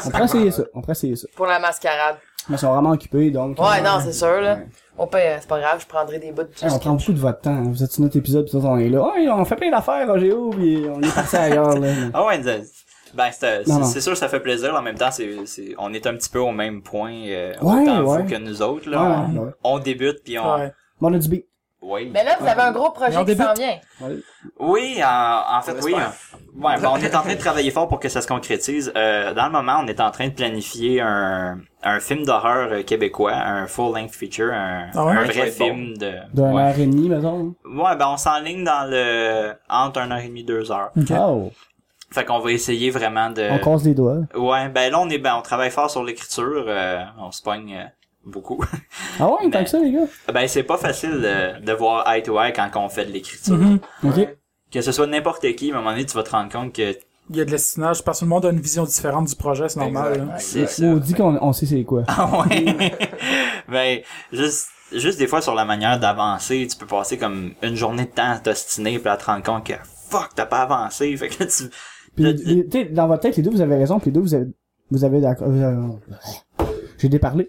[SPEAKER 2] on pourrait essayer ça. On pourrait essayer ça.
[SPEAKER 1] pour la mascarade.
[SPEAKER 2] Mais ils sont vraiment occupés, donc...
[SPEAKER 1] Ouais,
[SPEAKER 2] euh,
[SPEAKER 1] non, c'est sûr, là.
[SPEAKER 2] ouais.
[SPEAKER 1] Au pire, c'est pas grave, je prendrai des bouts de
[SPEAKER 2] Hey, Ah, on prend beaucoup de votre temps. hein. Vous êtes sur notre épisode, puis on est là. Ouais, on fait plein d'affaires, Rogéo, puis on est parti ailleurs, là. mais-
[SPEAKER 4] Ah ouais, c'est- ben c'est
[SPEAKER 2] Non, non.
[SPEAKER 4] c'est- c'est sûr que ça fait plaisir, en même temps, c'est c'est- on est un petit peu au même point, euh,
[SPEAKER 2] Ouais,
[SPEAKER 4] autant
[SPEAKER 2] ouais.
[SPEAKER 4] vous que nous autres. Là,
[SPEAKER 2] Ouais,
[SPEAKER 4] on,
[SPEAKER 2] ouais.
[SPEAKER 4] on débute, puis on...
[SPEAKER 3] Ouais.
[SPEAKER 2] Mais on a du beat.
[SPEAKER 4] Oui,
[SPEAKER 1] Mais Ben là, vous avez un gros
[SPEAKER 3] Mais on
[SPEAKER 1] projet qui
[SPEAKER 3] débute.
[SPEAKER 1] s'en vient.
[SPEAKER 4] oui en, en fait,
[SPEAKER 5] On
[SPEAKER 4] oui.
[SPEAKER 5] espère.
[SPEAKER 4] on- ouais, ben, on est en train de travailler fort pour que ça se concrétise. Euh, dans le moment, on est en train de planifier un, un film d'horreur euh, québécois, un full-length feature, un,
[SPEAKER 3] Ah ouais?
[SPEAKER 4] un
[SPEAKER 5] Ça va
[SPEAKER 4] vrai
[SPEAKER 5] être bon.
[SPEAKER 4] film de...
[SPEAKER 2] D'un
[SPEAKER 4] ouais.
[SPEAKER 2] heure et demie, mettons.
[SPEAKER 4] Ouais, ben on s'enligne dans le... entre 1 heure et demie, deux heures.
[SPEAKER 3] Ok.
[SPEAKER 2] Oh.
[SPEAKER 4] Fait qu'on va essayer vraiment de...
[SPEAKER 2] On casse les doigts.
[SPEAKER 4] Ouais, ben là, on est, ben, on travaille fort sur l'écriture, euh, on se pogne euh, beaucoup.
[SPEAKER 2] Ah ouais, tant
[SPEAKER 4] Ben-
[SPEAKER 2] que ça, les gars.
[SPEAKER 4] ben, c'est pas facile euh, de voir eye to eye quand on fait de l'écriture.
[SPEAKER 3] Mhm.
[SPEAKER 2] Ok.
[SPEAKER 4] Que ce soit n'importe qui, à un moment donné, tu vas te rendre compte que
[SPEAKER 3] Il y a de l'estinage, parce que tout le monde a une vision différente du projet, c'est normal.
[SPEAKER 5] Exact.
[SPEAKER 2] hein.
[SPEAKER 3] là.
[SPEAKER 4] c'est ça.
[SPEAKER 2] On dit qu'on on sait c'est quoi.
[SPEAKER 4] Ah ouais. ben, juste, juste des fois sur la manière d'avancer, tu peux passer comme une journée de temps à t'ostiner puis à te rendre compte que fuck, t'as pas avancé. Fait que tu,
[SPEAKER 2] Puis,
[SPEAKER 4] Le-
[SPEAKER 2] les- tu sais, dans votre tête, les deux, vous avez raison, puis les deux, vous avez, vous avez d'accord, vous avez- j'ai déparlé.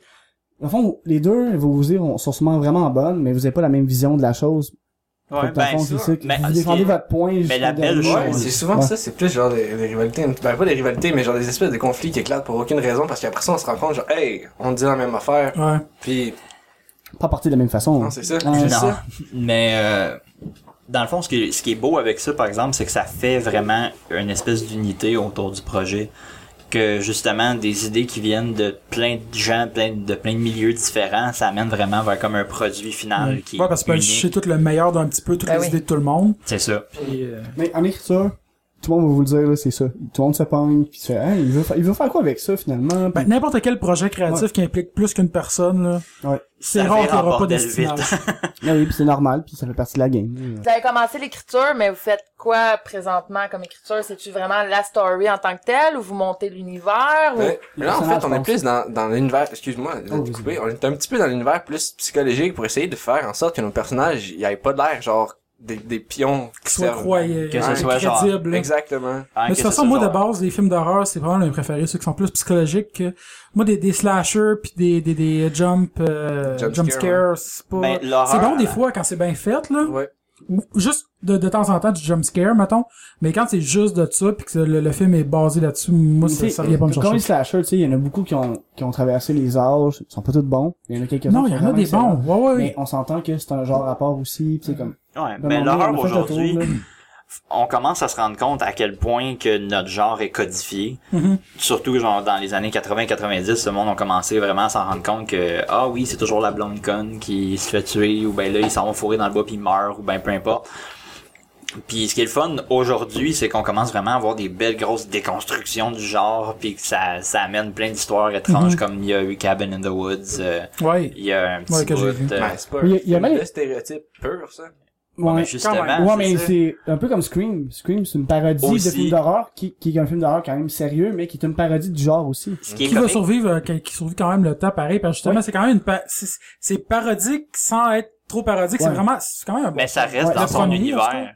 [SPEAKER 2] Dans le fond, les deux, vous vous dire, sont sûrement vraiment bonnes, mais vous n'avez pas la même vision de la chose. Fait
[SPEAKER 4] ouais,
[SPEAKER 2] que dans le
[SPEAKER 4] ben,
[SPEAKER 2] fond, c'est ça que
[SPEAKER 4] ben,
[SPEAKER 2] vous
[SPEAKER 4] ce qui
[SPEAKER 2] défendez
[SPEAKER 4] est-
[SPEAKER 2] votre point. jusqu'au
[SPEAKER 4] la belle
[SPEAKER 2] dernier.
[SPEAKER 5] Ouais,
[SPEAKER 4] chose.
[SPEAKER 5] c'est souvent
[SPEAKER 2] Ouais.
[SPEAKER 5] ça, c'est plus genre des, des rivalités, ben pas des rivalités, mais genre des espèces de conflits qui éclatent pour aucune raison, parce qu'après ça on se rend compte genre, hey, on dit la même affaire,
[SPEAKER 3] Ouais.
[SPEAKER 5] puis
[SPEAKER 2] Pas parti de la même façon.
[SPEAKER 5] non c'est ça,
[SPEAKER 2] Ah,
[SPEAKER 5] juste
[SPEAKER 4] Non,
[SPEAKER 5] ça.
[SPEAKER 4] mais euh, dans le fond, ce qui, est- ce qui est beau avec ça, par exemple, c'est que ça fait vraiment une espèce d'unité autour du projet. que justement des idées qui viennent de plein de gens, plein de plein de milieux différents, ça amène vraiment vers comme un produit final qui
[SPEAKER 3] Ouais, parce
[SPEAKER 4] est
[SPEAKER 3] que
[SPEAKER 4] Ah, unique.
[SPEAKER 3] c'est tout le meilleur d'un petit peu toutes
[SPEAKER 1] Ben
[SPEAKER 3] les
[SPEAKER 1] oui.
[SPEAKER 3] idées de tout le monde.
[SPEAKER 4] C'est ça.
[SPEAKER 3] Puis, euh,
[SPEAKER 2] Mais en écriture, tout le monde va vous le dire, là, c'est ça. Tout le monde se pogne, pis fait, Hein, il veut, fa- il veut faire quoi avec ça, finalement? Pis-
[SPEAKER 3] ben, n'importe quel projet créatif
[SPEAKER 2] Ouais.
[SPEAKER 3] qui implique plus qu'une personne, là,
[SPEAKER 2] ouais.
[SPEAKER 3] c'est
[SPEAKER 4] Ça
[SPEAKER 3] rare
[SPEAKER 4] verra
[SPEAKER 3] qu'il n'y
[SPEAKER 4] en
[SPEAKER 3] aura pas
[SPEAKER 4] bordel
[SPEAKER 3] d'estinage.
[SPEAKER 2] Ah oui, pis c'est normal, pis ça fait partie de la game.
[SPEAKER 1] Vous avez commencé l'écriture, mais vous faites quoi présentement comme écriture? C'est-tu vraiment la story en tant que telle ou vous montez l'univers? Ou...
[SPEAKER 5] Ouais. Mais là, en
[SPEAKER 2] personnage,
[SPEAKER 5] fait, on est
[SPEAKER 2] pense.
[SPEAKER 5] plus dans, dans l'univers, excuse-moi, de te
[SPEAKER 2] Oh, vas-y.
[SPEAKER 5] couper. on est un petit peu dans l'univers plus psychologique pour essayer de faire en sorte que nos personnages, il n'y ait pas de l'air, genre, des, des pions qui
[SPEAKER 3] Qui soit
[SPEAKER 5] servent.
[SPEAKER 3] croyable,
[SPEAKER 4] Que ce
[SPEAKER 3] hein,
[SPEAKER 4] soit genre-
[SPEAKER 3] crédible. là.
[SPEAKER 5] Exactement.
[SPEAKER 4] Hein,
[SPEAKER 3] Mais de
[SPEAKER 4] que
[SPEAKER 3] toute
[SPEAKER 4] ce
[SPEAKER 3] façon,
[SPEAKER 4] soit
[SPEAKER 3] moi, de
[SPEAKER 4] genre-
[SPEAKER 3] base, les films d'horreur, c'est vraiment mes préférés, ceux qui sont plus psychologiques. que- Moi, des, des slashers, puis des, des, des jump, euh,
[SPEAKER 5] Jump
[SPEAKER 3] jump, scares,
[SPEAKER 5] scare,
[SPEAKER 3] c'est pas...
[SPEAKER 4] Ben, l'horreur-
[SPEAKER 3] c'est bon des fois quand c'est bien fait, là.
[SPEAKER 5] Ouais.
[SPEAKER 3] Ou juste de, de temps en temps du jump scare, mettons. Mais quand c'est juste de ça, puis que le, le film est basé là-dessus, moi, ça, ça vient pas me
[SPEAKER 2] Comme les
[SPEAKER 3] chercher.
[SPEAKER 2] slashers, tu sais, il y en a beaucoup qui ont, qui ont traversé les âges, ils sont pas tous bons. Il y en a quelques-uns.
[SPEAKER 3] Non,
[SPEAKER 2] qui
[SPEAKER 3] il y
[SPEAKER 2] sont
[SPEAKER 3] en a des
[SPEAKER 2] vraiment
[SPEAKER 3] bons.
[SPEAKER 2] excellents.
[SPEAKER 3] Ouais, ouais.
[SPEAKER 2] Mais on s'entend que c'est un genre à part aussi, pis c'est comme...
[SPEAKER 4] Ouais,
[SPEAKER 2] Ben,
[SPEAKER 4] ben,
[SPEAKER 2] on
[SPEAKER 4] l'horreur
[SPEAKER 2] est- on a fait le tour,
[SPEAKER 4] aujourd'hui,
[SPEAKER 2] là.
[SPEAKER 4] on commence à se rendre compte à quel point que notre genre est codifié.
[SPEAKER 3] Mhm.
[SPEAKER 4] Surtout genre dans les années 80-90, le monde a commencé vraiment à s'en rendre compte que ah oui, c'est toujours la blonde conne qui se fait tuer ou ben là ils s'en vont fourrer dans le bois puis ils meurent ou ben peu importe. Puis ce qui est le fun aujourd'hui, c'est qu'on commence vraiment à avoir des belles grosses déconstructions du genre puis que ça ça amène plein d'histoires
[SPEAKER 3] Mhm.
[SPEAKER 4] étranges comme il y a eu Cabin in the Woods, euh,
[SPEAKER 3] Ouais.
[SPEAKER 4] il y a un petit
[SPEAKER 3] Ouais, que j'ai
[SPEAKER 4] bout,
[SPEAKER 3] vu.
[SPEAKER 4] euh,
[SPEAKER 5] Ben, c'est pas
[SPEAKER 2] Mais il y a- il y
[SPEAKER 5] un
[SPEAKER 2] avait-
[SPEAKER 5] le stéréotype pur, ça.
[SPEAKER 4] ben,
[SPEAKER 2] Ouais.
[SPEAKER 4] justement,
[SPEAKER 3] quand
[SPEAKER 2] Ouais,
[SPEAKER 5] c'est
[SPEAKER 2] mais
[SPEAKER 5] ça.
[SPEAKER 2] c'est un peu comme Scream. Scream, c'est une parodie
[SPEAKER 4] Aussi.
[SPEAKER 2] de film d'horreur qui, qui est un film d'horreur quand même sérieux, mais qui est une parodie du genre aussi.
[SPEAKER 4] ce qui est
[SPEAKER 3] qui va
[SPEAKER 4] correct,
[SPEAKER 3] survivre, euh, qui, qui survit quand même le temps pareil, parce que justement,
[SPEAKER 2] Ouais.
[SPEAKER 3] c'est quand même une, pa- c'est, c'est parodique sans être trop parodique,
[SPEAKER 2] Ouais.
[SPEAKER 3] c'est vraiment, c'est quand même un bon
[SPEAKER 4] mais ça reste
[SPEAKER 2] Ouais,
[SPEAKER 4] dans
[SPEAKER 2] le
[SPEAKER 4] son
[SPEAKER 3] premier,
[SPEAKER 4] univers.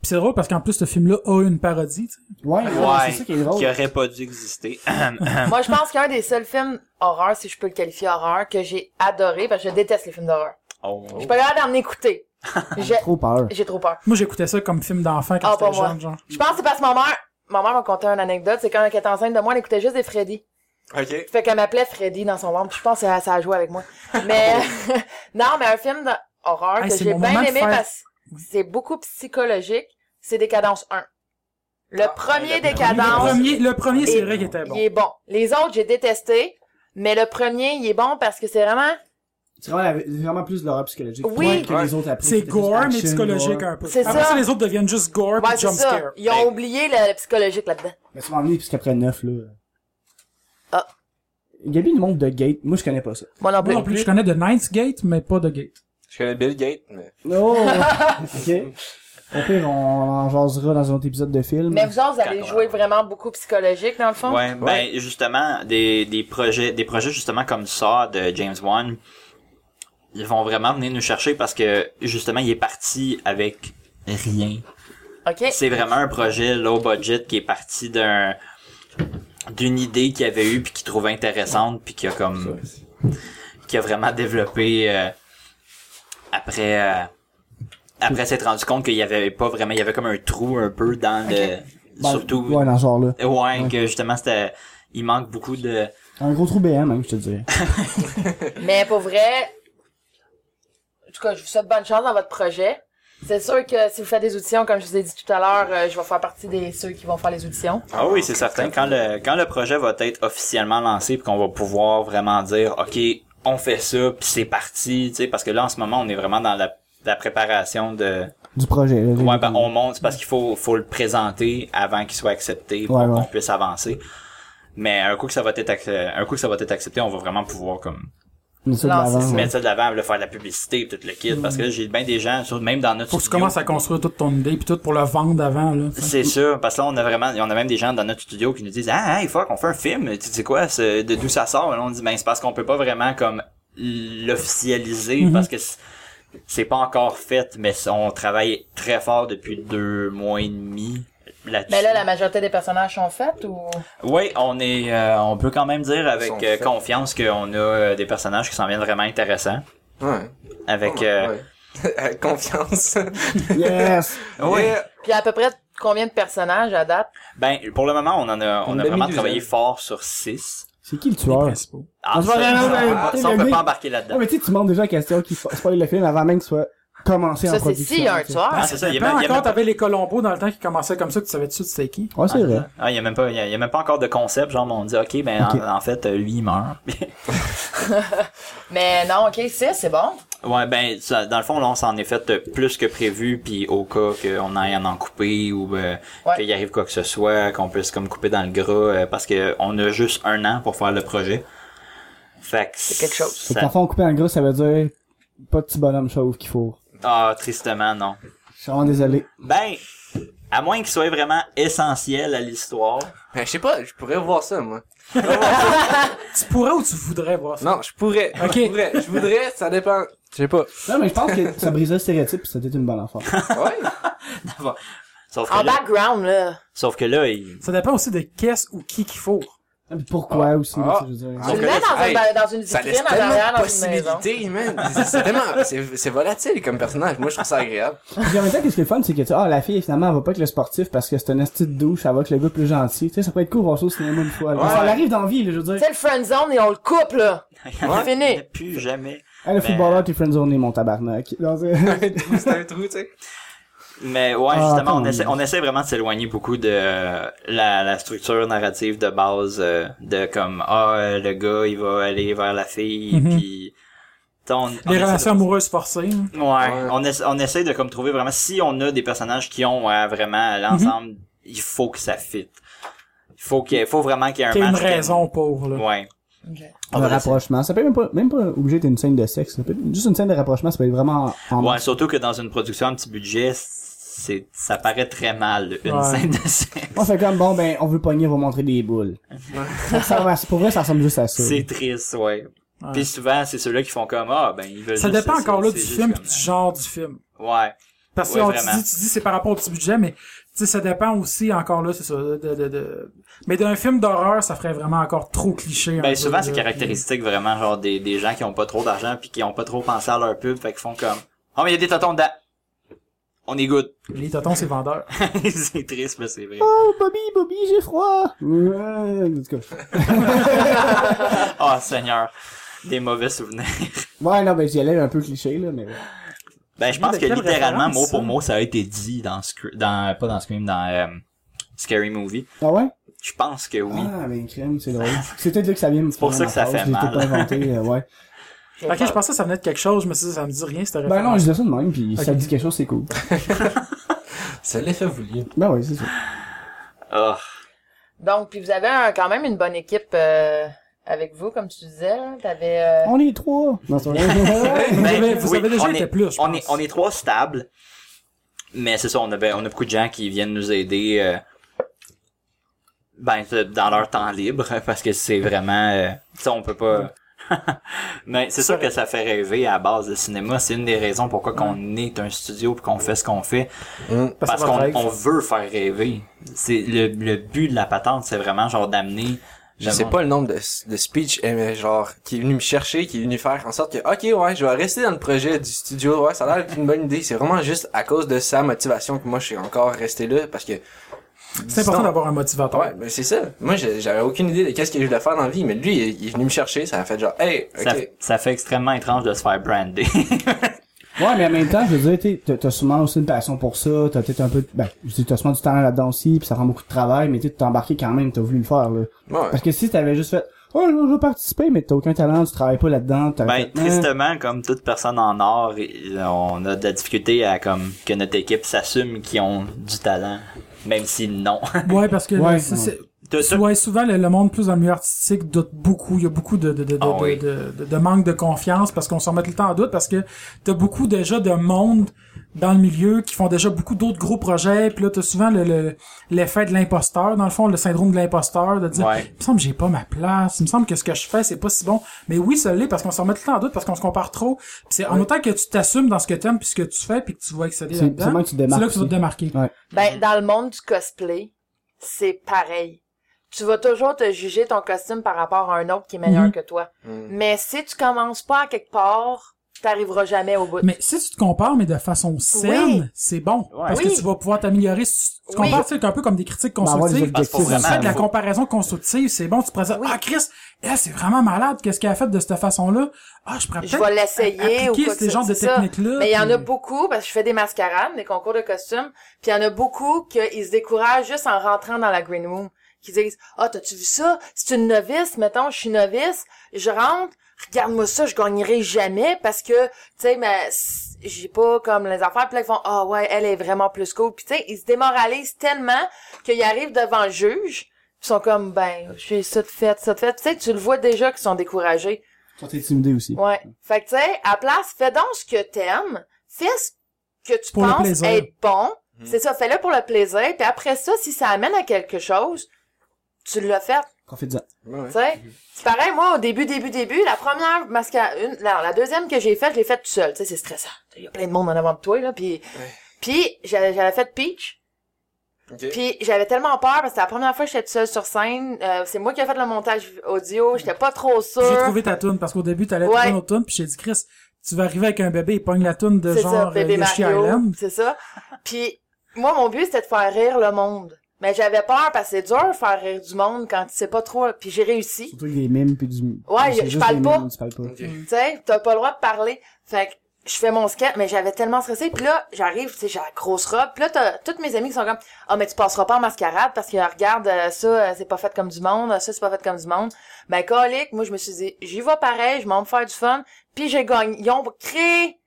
[SPEAKER 3] Pis c'est drôle parce qu'en plus, ce film-là a une parodie, tu sais.
[SPEAKER 2] Ouais, ouais,
[SPEAKER 4] Ouais,
[SPEAKER 2] c'est ça qui est drôle.
[SPEAKER 4] qui aurait pas dû exister.
[SPEAKER 1] Moi, je pense qu'un des seuls films horreur, si je peux le qualifier horreur, que j'ai adoré, parce que je déteste les films d'horreur.
[SPEAKER 4] Oh.
[SPEAKER 1] Je suis pas capable d'en écouter. J'ai
[SPEAKER 2] Trop peur.
[SPEAKER 1] j'ai trop peur.
[SPEAKER 3] Moi, j'écoutais ça comme film d'enfant quand
[SPEAKER 1] Ah,
[SPEAKER 3] j'étais
[SPEAKER 1] pas moi.
[SPEAKER 3] jeune, genre.
[SPEAKER 1] Je pense que c'est parce que ma mère, ma mère m'a conté une anecdote, c'est quand elle était enceinte de moi, elle écoutait juste des Freddy.
[SPEAKER 5] Ok.
[SPEAKER 1] Fait qu'elle m'appelait Freddy dans son ventre. puis Je pense que ça ça a joué avec moi. Mais non, mais un film d'horreur
[SPEAKER 3] Ah Hey,
[SPEAKER 1] que
[SPEAKER 3] c'est
[SPEAKER 1] j'ai
[SPEAKER 3] mon
[SPEAKER 1] bien
[SPEAKER 3] moment de
[SPEAKER 1] aimé
[SPEAKER 3] faire-
[SPEAKER 1] parce que c'est beaucoup psychologique, c'est Décadence 1. Le
[SPEAKER 4] Ah,
[SPEAKER 1] premier
[SPEAKER 4] ouais, le
[SPEAKER 1] Décadence,
[SPEAKER 3] Le premier, le premier, c'est
[SPEAKER 1] Et-
[SPEAKER 3] vrai qu'il était bon.
[SPEAKER 1] il est bon. Les autres, j'ai détesté, mais le premier, il est bon parce que c'est vraiment
[SPEAKER 2] C'est vraiment, la- c'est vraiment plus de l'horreur psychologique.
[SPEAKER 1] Oui.
[SPEAKER 2] Ouais, que
[SPEAKER 5] Ouais.
[SPEAKER 2] les autres après.
[SPEAKER 3] C'est
[SPEAKER 2] C'était plus
[SPEAKER 3] gore, mais
[SPEAKER 2] action,
[SPEAKER 3] psychologique
[SPEAKER 2] gore.
[SPEAKER 3] un peu.
[SPEAKER 1] C'est
[SPEAKER 3] Après
[SPEAKER 1] ça.
[SPEAKER 3] ça, les autres deviennent juste gore
[SPEAKER 1] Ouais,
[SPEAKER 3] pis
[SPEAKER 1] c'est
[SPEAKER 3] jump
[SPEAKER 1] ça.
[SPEAKER 3] scare.
[SPEAKER 1] Ils ont
[SPEAKER 4] Fait-
[SPEAKER 1] oublié le, le psychologique là-dedans.
[SPEAKER 2] Mais tu m'as emmené jusqu'après 9, là.
[SPEAKER 1] Ah.
[SPEAKER 2] Gabi nous montre de Gate. Moi, je connais pas ça.
[SPEAKER 1] Moi non
[SPEAKER 3] Moi
[SPEAKER 1] plus.
[SPEAKER 3] non plus, je connais de Ninth Gate, mais pas de Gate.
[SPEAKER 5] Je connais Bill Gates, mais.
[SPEAKER 2] Non!
[SPEAKER 1] Oh!
[SPEAKER 2] ok. Au pire, on en jasera dans un autre épisode de film.
[SPEAKER 1] Mais vous autres, vous avez
[SPEAKER 4] Quand on
[SPEAKER 1] joué
[SPEAKER 4] va-
[SPEAKER 1] vraiment beaucoup psychologique dans le fond.
[SPEAKER 4] Ouais, ben justement des, des projets des projets justement comme ça de James Wan ils vont vraiment venir nous chercher parce que justement il est parti avec rien.
[SPEAKER 1] Ok.
[SPEAKER 4] C'est vraiment un projet low budget qui est parti d'un d'une idée qu'il avait eue puis qu'il trouvait intéressante puis qui a comme qui a vraiment développé euh, après euh, après s'être rendu compte qu'il y avait pas vraiment il y avait comme un trou un peu dans le
[SPEAKER 2] Ben,
[SPEAKER 4] surtout
[SPEAKER 2] Ouais, dans ce genre-là.
[SPEAKER 4] Ouais, que justement, c'était, il manque beaucoup de,
[SPEAKER 2] Un gros trou BM, même, je te dirais.
[SPEAKER 1] Mais pour vrai, en tout cas, je vous souhaite bonne chance dans votre projet. C'est sûr que si vous faites des auditions, comme je vous ai dit tout à l'heure, euh, je vais faire partie des ceux qui vont faire les auditions.
[SPEAKER 4] Ah oui, c'est certain. Quand le, quand le projet va être officiellement lancé, puis qu'on va pouvoir vraiment dire, OK, on fait ça, puis c'est parti, tu sais, parce que là, en ce moment, on est vraiment dans la, la préparation de...
[SPEAKER 2] Du projet, là.
[SPEAKER 4] Ouais, ben, on monte, c'est parce qu'il faut, faut le présenter avant qu'il soit accepté, pour
[SPEAKER 2] Ouais, ouais.
[SPEAKER 4] qu'on puisse avancer. Mais un coup que ça va être, ac- un coup que ça va être accepté, on va vraiment pouvoir, comme,
[SPEAKER 2] Mais ça de l'avant,
[SPEAKER 1] Lancer,
[SPEAKER 2] ouais.
[SPEAKER 4] mettre ça de l'avant, le faire de la publicité, puis tout le kit, parce que là, j'ai bien des gens, sur- même dans notre
[SPEAKER 3] Faut que tu
[SPEAKER 4] studio-
[SPEAKER 3] commences à construire toute ton idée pis tout pour le vendre avant, là.
[SPEAKER 4] C'est sûr, parce que là, on a vraiment, on a même des gens dans notre studio qui nous disent, ah, hey, fuck, on fait un film, tu sais quoi, c'est- de d'où ça sort? Et là, on dit, ben, c'est parce qu'on peut pas vraiment, comme, l'officialiser, parce que c'est- c'est pas encore fait, mais c'est- on travaille très fort depuis deux mois et demi là-dessus.
[SPEAKER 1] Mais là, la majorité des personnages sont faits ou
[SPEAKER 4] Oui, on est, euh, on peut quand même dire avec
[SPEAKER 5] sont
[SPEAKER 4] euh,
[SPEAKER 5] faits.
[SPEAKER 4] confiance qu'on a euh, des personnages qui s'en viennent vraiment intéressants.
[SPEAKER 5] Ouais.
[SPEAKER 4] Avec, euh,
[SPEAKER 5] Oh, Ouais. Avec Confiance.
[SPEAKER 2] Yes!
[SPEAKER 4] Ouais.
[SPEAKER 5] Yeah.
[SPEAKER 1] puis à peu près combien de personnages à date
[SPEAKER 4] ben, pour le moment, on en a, on
[SPEAKER 5] Une
[SPEAKER 4] a vraiment
[SPEAKER 5] demi-douzaine.
[SPEAKER 4] travaillé fort sur six.
[SPEAKER 2] C'est qui le
[SPEAKER 3] Les
[SPEAKER 2] tueur?
[SPEAKER 3] principaux.
[SPEAKER 4] Ah,
[SPEAKER 2] On se
[SPEAKER 4] ça,
[SPEAKER 2] va rien-
[SPEAKER 4] ça,
[SPEAKER 2] on va-
[SPEAKER 4] ça, on peut
[SPEAKER 2] on va-
[SPEAKER 4] pas embarquer là-dedans.
[SPEAKER 2] Ah, mais tu sais, tu montres déjà la question qui spo- spoil le film avant même qu'il soit commencé en
[SPEAKER 1] Ça, c'est
[SPEAKER 2] production.
[SPEAKER 1] s'il y a un
[SPEAKER 2] tu sais.
[SPEAKER 1] tueur.
[SPEAKER 4] Ah, c'est ça, il y a
[SPEAKER 3] Quand
[SPEAKER 4] même- il y a
[SPEAKER 3] encore,
[SPEAKER 4] même pas-
[SPEAKER 3] t'avais les Colombos dans le temps qui commençaient comme ça, que tu savais dessus de c'était qui.
[SPEAKER 2] Ouais, c'est vrai.
[SPEAKER 4] Ah, il y a même pas, il y a, il y a même pas encore de concept, genre, mais on dit, ok, ben, en-
[SPEAKER 2] Ok.
[SPEAKER 4] En, fait, euh, lui, il meurt.
[SPEAKER 1] Mais non, ok, c'est c'est bon.
[SPEAKER 4] ouais, ben, ça- dans le fond, là, on s'en est fait euh, plus que prévu, puis au cas qu'on aille en en couper ou euh,
[SPEAKER 1] Ouais.
[SPEAKER 4] qu'il arrive quoi que ce soit, qu'on puisse comme couper dans le gras, euh, parce que on a juste un an pour faire le projet. Fait que c'est
[SPEAKER 1] quelque chose.
[SPEAKER 2] Fait que dans le fond, couper en gros, ça veut dire pas de petit bonhomme chauve qu'il faut.
[SPEAKER 4] Ah, tristement, non.
[SPEAKER 2] Je suis vraiment désolé.
[SPEAKER 4] Ben, à moins qu'il soit vraiment essentiel à l'histoire.
[SPEAKER 5] Ben, je sais pas, je pourrais voir ça, moi.
[SPEAKER 3] Tu pourrais ou tu voudrais voir ça?
[SPEAKER 5] Non, je pourrais.
[SPEAKER 3] Ok.
[SPEAKER 5] Je pourrais, je voudrais, ça dépend. Je sais pas.
[SPEAKER 2] Non, mais je pense que ça brisait le stéréotype pis c'était une bonne affaire.
[SPEAKER 5] Ouais.
[SPEAKER 4] Sauf que,
[SPEAKER 1] En
[SPEAKER 4] là,
[SPEAKER 1] background, là.
[SPEAKER 4] sauf que là, il...
[SPEAKER 3] Ça dépend aussi de qu'est-ce ou qui qu'il faut.
[SPEAKER 2] Ah, pis pourquoi aussi, là,
[SPEAKER 5] Ah.
[SPEAKER 2] tu sais, je veux dire.
[SPEAKER 1] Tu
[SPEAKER 5] Donc,
[SPEAKER 1] le mets dans,
[SPEAKER 5] hey,
[SPEAKER 1] un- dans une
[SPEAKER 5] Ça laisse
[SPEAKER 1] vitrine en
[SPEAKER 5] tellement
[SPEAKER 1] arrière,
[SPEAKER 5] de
[SPEAKER 1] dans une maison.
[SPEAKER 5] possibilités, man. C'est- C'est vraiment, c'est c'est volatile comme personnage. Moi, je trouve ça agréable.
[SPEAKER 2] Puis en même temps, qu'est-ce qui est le fun, c'est que, tu sais, ah, la fille, finalement, elle va pas avec le sportif parce que c'est une astuce de douche, elle va avec le gars plus gentil. Tu sais, ça peut être cool voir ça au cinéma une fois. là.
[SPEAKER 5] Ouais.
[SPEAKER 2] Ça arrive dans la vie, là, je veux
[SPEAKER 1] Tu
[SPEAKER 2] dire.
[SPEAKER 1] sais, le friend zone et on le coupe, là.
[SPEAKER 4] il en
[SPEAKER 1] Fini.
[SPEAKER 4] a plus jamais.
[SPEAKER 2] Hey, le
[SPEAKER 4] Ben-
[SPEAKER 2] footballeur, t'es friendzoné, mon tabarnak. Non,
[SPEAKER 5] Ah,
[SPEAKER 2] c'est-
[SPEAKER 5] c'est un trou, tu sais.
[SPEAKER 4] Mais ouais,
[SPEAKER 2] Ah,
[SPEAKER 4] justement, on
[SPEAKER 2] attends,
[SPEAKER 4] essaie,
[SPEAKER 2] oui.
[SPEAKER 4] on essaie vraiment de s'éloigner beaucoup de euh, la, la structure narrative de base euh, de comme ah euh, le gars il va aller vers la fille
[SPEAKER 3] Mhm.
[SPEAKER 4] puis T'sais, on, on
[SPEAKER 3] Les
[SPEAKER 4] essaie
[SPEAKER 3] relations
[SPEAKER 4] de-
[SPEAKER 3] amoureuses forcées. hein.
[SPEAKER 4] Ouais, on essaie, on essaie de comme trouver vraiment si on a des personnages qui ont ouais, vraiment
[SPEAKER 3] Mhm.
[SPEAKER 4] l'ensemble, il faut que ça fit. Il faut qu'il y ait- faut vraiment qu'il y ait un
[SPEAKER 3] T'as une
[SPEAKER 4] match qui-
[SPEAKER 3] raison pour, là.
[SPEAKER 4] Ouais. On
[SPEAKER 2] Le
[SPEAKER 4] va essayer.
[SPEAKER 2] rapprochement. Ça peut même pas, même pas obligé d'être une scène de sexe. Ça peut- juste une scène de rapprochement, ça peut être vraiment en
[SPEAKER 4] Ouais, surtout que dans une production à petit budget, c'est ça paraît très mal une
[SPEAKER 3] Ouais.
[SPEAKER 4] scène de sexe.
[SPEAKER 2] On fait comme, bon, ben, on veut pogner, on va montrer des boules. Ça ressemble à- pour vrai, ça ressemble juste à ça.
[SPEAKER 4] C'est triste, ouais.
[SPEAKER 3] Ouais.
[SPEAKER 4] Puis souvent, c'est ceux-là qui font comme ah ben ils veulent.
[SPEAKER 3] Ça
[SPEAKER 4] juste-
[SPEAKER 3] dépend
[SPEAKER 4] c'est-
[SPEAKER 3] encore là
[SPEAKER 4] c'est
[SPEAKER 3] du
[SPEAKER 4] juste
[SPEAKER 3] film
[SPEAKER 4] comme-
[SPEAKER 3] pis du genre du film.
[SPEAKER 4] Ouais.
[SPEAKER 3] Parce que
[SPEAKER 4] Ouais,
[SPEAKER 3] on te
[SPEAKER 4] vraiment.
[SPEAKER 3] dit, tu dis c'est par rapport au petit budget, mais tu sais, ça dépend aussi encore là, c'est ça. De, de, de... Mais d'un film d'horreur, ça ferait vraiment encore trop cliché. hein, un
[SPEAKER 4] Ben
[SPEAKER 3] peu,
[SPEAKER 4] souvent c'est
[SPEAKER 3] là.
[SPEAKER 4] caractéristique vraiment genre des, des gens qui ont pas trop d'argent puis qui ont pas trop pensé à leur pub, fait qu'ils font comme oh mais il y a des tontons dedans. On est good.
[SPEAKER 3] Les totons, c'est vendeur.
[SPEAKER 4] c'est triste mais c'est vrai.
[SPEAKER 2] Oh, Bobby, Bobby, j'ai froid! Ouais, en tout cas.
[SPEAKER 4] Ah Seigneur, des mauvais souvenirs.
[SPEAKER 2] Ouais, non, ben, j'y allais un peu cliché, là, mais ouais.
[SPEAKER 4] Ben je pense
[SPEAKER 3] de
[SPEAKER 4] que
[SPEAKER 3] quelle
[SPEAKER 4] littéralement
[SPEAKER 3] référence,
[SPEAKER 4] mot pour
[SPEAKER 3] ça?
[SPEAKER 4] mot ça a été dit dans Scr- dans pas dans Scream dans euh, Scary Movie.
[SPEAKER 2] Ah ouais?
[SPEAKER 4] Je pense que oui.
[SPEAKER 2] Ah, ben, crème, c'est drôle. C'est peut-être là que ça vient me
[SPEAKER 4] pour ça que ça fait mal.
[SPEAKER 2] pas inventé, euh, ouais.
[SPEAKER 3] ok, je pensais que ça venait de quelque chose, mais ça, ça me dit rien, c'était
[SPEAKER 2] Ben non, je disais ça de même, puis ça
[SPEAKER 3] Ok.
[SPEAKER 2] dit quelque chose, c'est cool.
[SPEAKER 5] C'est l'effet voulu.
[SPEAKER 2] Ben ouais, c'est ça.
[SPEAKER 4] Ah.
[SPEAKER 1] Donc, puis vous avez un- quand même une bonne équipe euh, avec vous, comme tu disais. là. T'avais... euh,
[SPEAKER 2] On est trois! Non, c'est vrai.
[SPEAKER 3] Vous avez- vous
[SPEAKER 4] Ben, oui,
[SPEAKER 3] avez déjà
[SPEAKER 4] on
[SPEAKER 3] été
[SPEAKER 4] est-
[SPEAKER 3] plus, je
[SPEAKER 4] on
[SPEAKER 3] pense.
[SPEAKER 4] est, on est trois stables. Mais c'est ça, on, avait, on a beaucoup de gens qui viennent nous aider euh, ben, de- dans leur temps libre parce que c'est vraiment. euh, tu sais, on peut pas. Mais c'est sûr que ça fait rêver à la base de cinéma. C'est une des raisons pourquoi qu'on est un studio et qu'on fait ce qu'on fait.
[SPEAKER 5] Mm.
[SPEAKER 4] Parce
[SPEAKER 3] que votre
[SPEAKER 4] qu'on
[SPEAKER 3] rêve.
[SPEAKER 4] on veut faire rêver. C'est le, le but de la patente, c'est vraiment genre d'amener.
[SPEAKER 5] Je sais pas le nombre de, de speech, eh, mais genre, qui est venu me chercher, qui est venu faire en sorte que, ok, ouais, je vais rester dans le projet du studio, ouais, ça a l'air d'être une bonne idée. C'est vraiment juste à cause de sa motivation que moi, je suis encore resté là, parce que...
[SPEAKER 3] C'est important
[SPEAKER 5] Sinon-
[SPEAKER 3] d'avoir un motivateur.
[SPEAKER 5] Ouais, mais c'est ça. Moi, j'ai- j'avais aucune idée de qu'est-ce que je voulais faire dans la vie, mais lui, il, il est venu me chercher, ça a fait genre, hey, ok.
[SPEAKER 4] Ça, ça fait extrêmement étrange de se faire brander.
[SPEAKER 2] Ouais, mais en même temps, je veux dire, t'sais, t'as- t'as souvent aussi une passion pour ça, t'as peut-être un peu, de- ben, je dis, t'as souvent du talent là-dedans aussi, pis ça prend beaucoup de travail, mais tu t'es embarqué quand même, t'as voulu le faire, là.
[SPEAKER 5] Ouais.
[SPEAKER 2] Parce que si t'avais juste fait, oh, je veux participer, mais t'as aucun talent, tu travailles pas là-dedans, t'as
[SPEAKER 4] Ben,
[SPEAKER 2] fait, Hein.
[SPEAKER 4] tristement, comme toute personne en or, il- on a de la difficulté à comme que notre équipe s'assume qu'ils ont du talent, même si non.
[SPEAKER 3] Ouais, parce que là,
[SPEAKER 2] Ouais,
[SPEAKER 3] c'est-
[SPEAKER 2] ouais.
[SPEAKER 3] c'est-
[SPEAKER 4] T'as- t'as-
[SPEAKER 3] Ouais, souvent le, le monde plus dans le milieu artistique doute beaucoup. Il y a beaucoup de, de, de, de,
[SPEAKER 4] Ah oui.
[SPEAKER 3] de, de- de manque de confiance parce qu'on se remet tout le temps en doute parce que t'as beaucoup déjà de monde dans le milieu qui font déjà beaucoup d'autres gros projets. Puis là, t'as souvent le- le l'effet de l'imposteur, dans le fond, le syndrome de l'imposteur, de dire
[SPEAKER 4] Ouais.
[SPEAKER 3] Il me semble que j'ai pas ma place, il me semble que ce que je fais, c'est pas si bon. Mais oui, ça l'est parce qu'on se remet tout le temps en doute, parce qu'on se compare trop. Puis c'est en autant que tu t'assumes dans ce que t'aimes puis ce que tu fais, puis que tu vas exceller
[SPEAKER 2] C'est- c'est
[SPEAKER 3] là-dedans,
[SPEAKER 2] moi que tu te
[SPEAKER 3] c'est là
[SPEAKER 2] démarques
[SPEAKER 3] que tu vas te
[SPEAKER 2] aussi.
[SPEAKER 3] démarquer.
[SPEAKER 2] Ouais.
[SPEAKER 3] Mhm.
[SPEAKER 1] Ben, dans le monde du cosplay, c'est pareil. Tu vas toujours te juger ton costume par rapport à un autre qui est meilleur
[SPEAKER 3] Mhm.
[SPEAKER 1] que toi.
[SPEAKER 5] Mhm.
[SPEAKER 1] Mais si tu commences pas à quelque part, t'arriveras jamais au bout.
[SPEAKER 3] Mais si tu te compares, mais de façon saine,
[SPEAKER 1] Oui.
[SPEAKER 3] c'est bon.
[SPEAKER 4] Ouais.
[SPEAKER 3] Parce
[SPEAKER 1] Oui.
[SPEAKER 3] que tu vas pouvoir t'améliorer. Si tu te
[SPEAKER 1] Oui.
[SPEAKER 3] compares, tu sais, un peu comme des critiques
[SPEAKER 2] avoir des
[SPEAKER 3] constructives.
[SPEAKER 4] Parce qu'il faut
[SPEAKER 2] objectifs.
[SPEAKER 3] Si tu fais de la
[SPEAKER 4] Faut-
[SPEAKER 3] comparaison constructive, c'est bon, tu te présentes. Ah, Chris, elle, c'est vraiment malade. Qu'est-ce qu'elle a fait de cette façon-là? Ah, je pourrais
[SPEAKER 1] Je vais
[SPEAKER 3] peut-être
[SPEAKER 1] l'essayer ou
[SPEAKER 3] appliquer
[SPEAKER 1] quoi que
[SPEAKER 3] ces
[SPEAKER 1] ce
[SPEAKER 3] genres de
[SPEAKER 1] c'est ça.
[SPEAKER 3] techniques-là.
[SPEAKER 1] Mais il y en
[SPEAKER 3] puis-
[SPEAKER 1] a beaucoup, parce que je fais des mascarades, des concours de costumes, puis il y en a beaucoup qu'ils se découragent juste en rentrant dans la green room. Qui disent, ah, t'as-tu vu ça? C'est une novice, mettons, je suis novice, je rentre, regarde-moi ça, je gagnerai jamais parce que, tu sais, mais s- j'ai pas comme les affaires. Puis là, ils font, ah ouais, elle est vraiment plus cool. Puis tu sais, ils se démoralisent tellement qu'ils arrivent devant le juge, ils sont comme, ben, je suis ça de fait, ça de fait. Tu sais, tu le vois déjà qu'ils sont découragés.
[SPEAKER 2] Toi, t'es intimidé aussi.
[SPEAKER 1] Ouais. Fait que, tu sais, à place, fais donc ce que t'aimes, fais ce que tu
[SPEAKER 3] Pour le
[SPEAKER 1] penses
[SPEAKER 3] plaisir.
[SPEAKER 1] être bon.
[SPEAKER 5] Mhm.
[SPEAKER 1] C'est ça, fais-le pour le plaisir. Puis après ça, si ça amène à quelque chose, tu l'as fait,
[SPEAKER 2] Profite-en.
[SPEAKER 5] Ouais, ouais.
[SPEAKER 1] tu sais. C'est pareil, moi, au début, début, début, la première mascara... Une... non, la deuxième que j'ai faite, je l'ai faite tout seul. Tu sais, c'est stressant. Il y a plein de monde en avant de toi, là. Puis,
[SPEAKER 5] Ouais.
[SPEAKER 1] puis j'avais j'avais fait Peach.
[SPEAKER 5] Ok.
[SPEAKER 1] Puis j'avais tellement peur parce que la première fois que j'étais toute seule sur scène, euh, c'est moi qui ai fait le montage audio, j'étais pas trop sûre.
[SPEAKER 3] J'ai trouvé ta toune parce qu'au début, t'allais
[SPEAKER 1] Ouais.
[SPEAKER 3] trouver une autre toune, puis j'ai dit, Chris, tu vas arriver avec un bébé, il pogne la toune de
[SPEAKER 1] C'est
[SPEAKER 3] genre
[SPEAKER 1] ça, bébé
[SPEAKER 3] euh, Yoshi
[SPEAKER 1] Mario,
[SPEAKER 3] Island.
[SPEAKER 1] C'est ça. Puis moi, mon but, c'était de faire rire le monde. Mais j'avais peur parce que c'est dur de faire rire du monde quand tu sais pas trop. Puis j'ai réussi.
[SPEAKER 2] Surtout avec des mimes puis du.
[SPEAKER 1] Ouais,
[SPEAKER 2] c'est
[SPEAKER 1] je
[SPEAKER 2] juste
[SPEAKER 1] parle
[SPEAKER 2] des
[SPEAKER 1] pas.
[SPEAKER 2] mimes, Tu parles pas.
[SPEAKER 5] Ok.
[SPEAKER 1] Tu sais, t'as pas le droit de parler. Fait que je fais mon skate, mais j'avais tellement stressé. Puis là, j'arrive, tu sais, j'ai la grosse robe. Puis là, t'as toutes mes amies qui sont comme « Ah, mais tu passeras pas en mascarade parce que regarde, euh, ça, euh, c'est pas fait comme du monde. Ça, c'est pas fait comme du monde. » Ben, colique, moi, je me suis dit « J'y vais pareil, je m'en vais faire du fun. » Puis j'ai gagné. Ils ont créé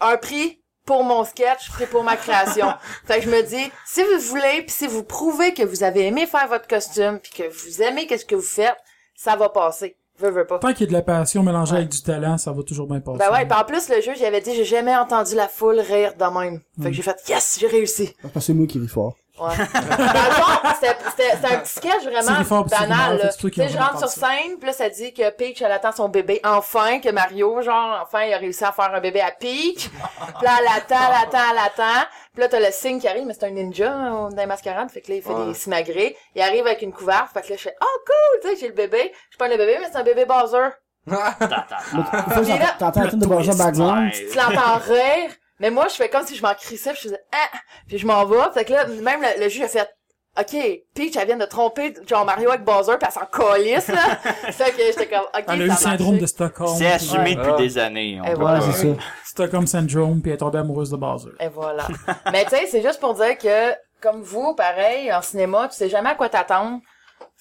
[SPEAKER 1] un prix pour mon sketch et pour ma création. fait que je me dis, si vous voulez, puis si vous prouvez que vous avez aimé faire votre costume, puis que vous aimez qu'est-ce que vous faites, ça va passer. Veux, veux pas.
[SPEAKER 3] Tant qu'il y a de la passion mélangée
[SPEAKER 1] Ouais.
[SPEAKER 3] avec du talent, ça va toujours bien passer.
[SPEAKER 1] Ben ouais, pis en plus, le jeu, j'avais dit, j'ai jamais entendu la foule rire de même. Fait
[SPEAKER 3] Mm.
[SPEAKER 1] que j'ai fait, yes, j'ai réussi.
[SPEAKER 2] Parce que c'est moi qui ris fort.
[SPEAKER 1] Ouais. Dans le fond, c'était- c'était c'était un petit sketch
[SPEAKER 3] C'est
[SPEAKER 1] vraiment
[SPEAKER 3] des forts petits
[SPEAKER 1] banal,
[SPEAKER 3] rumeurs,
[SPEAKER 1] là.
[SPEAKER 3] c'est
[SPEAKER 1] Tu
[SPEAKER 3] toi qui
[SPEAKER 1] sais,
[SPEAKER 3] en
[SPEAKER 1] je rentre sur
[SPEAKER 3] entends ça.
[SPEAKER 1] scène, pis là, ça dit que Peach, elle attend son bébé. Enfin, que Mario, genre, enfin, il a réussi à faire un bébé à Peach. Pis là, elle attend, elle attend, elle attend. Pis là, t'as le signe qui arrive, mais c'est un ninja, hein, dans les mascarades. Fait que là, il fait
[SPEAKER 5] Ouais.
[SPEAKER 1] des simagrées. Il arrive avec une couverte. Fait que là, je fais, oh, cool, tu sais, j'ai le bébé. Je prends le bébé, mais c'est un bébé Bowser.
[SPEAKER 2] Des fois,
[SPEAKER 4] Attends, attends, attends.
[SPEAKER 1] Mais Ah, là-
[SPEAKER 2] j'entends- T'entends la tune de
[SPEAKER 3] Le
[SPEAKER 2] Borja
[SPEAKER 3] twist.
[SPEAKER 2] Background.
[SPEAKER 4] Ouais.
[SPEAKER 1] tu l'entends rire, mais moi, je fais comme si je m'en crissais, puis je faisais « Ah! » Puis je m'en vais. Fait que là, même le, le juge a fait « OK, Peach, elle vient de tromper genre Mario avec Bowser, puis elle s'en colisse, là! » Fait que j'étais comme « OK,
[SPEAKER 3] Elle a eu le
[SPEAKER 1] ça a
[SPEAKER 3] syndrome
[SPEAKER 1] marché.
[SPEAKER 3] de Stockholm.
[SPEAKER 4] C'est assumé
[SPEAKER 1] Ouais.
[SPEAKER 4] depuis
[SPEAKER 5] Ah.
[SPEAKER 4] des années. on
[SPEAKER 1] Et
[SPEAKER 4] peut
[SPEAKER 1] voilà.
[SPEAKER 4] pas-
[SPEAKER 2] Ouais, c'est ça.
[SPEAKER 3] Stockholm Syndrome, puis elle est tombée amoureuse de Bowser. »
[SPEAKER 1] Et voilà. mais tu sais, c'est juste pour dire que, comme vous, pareil, en cinéma, tu sais jamais à quoi t'attendre.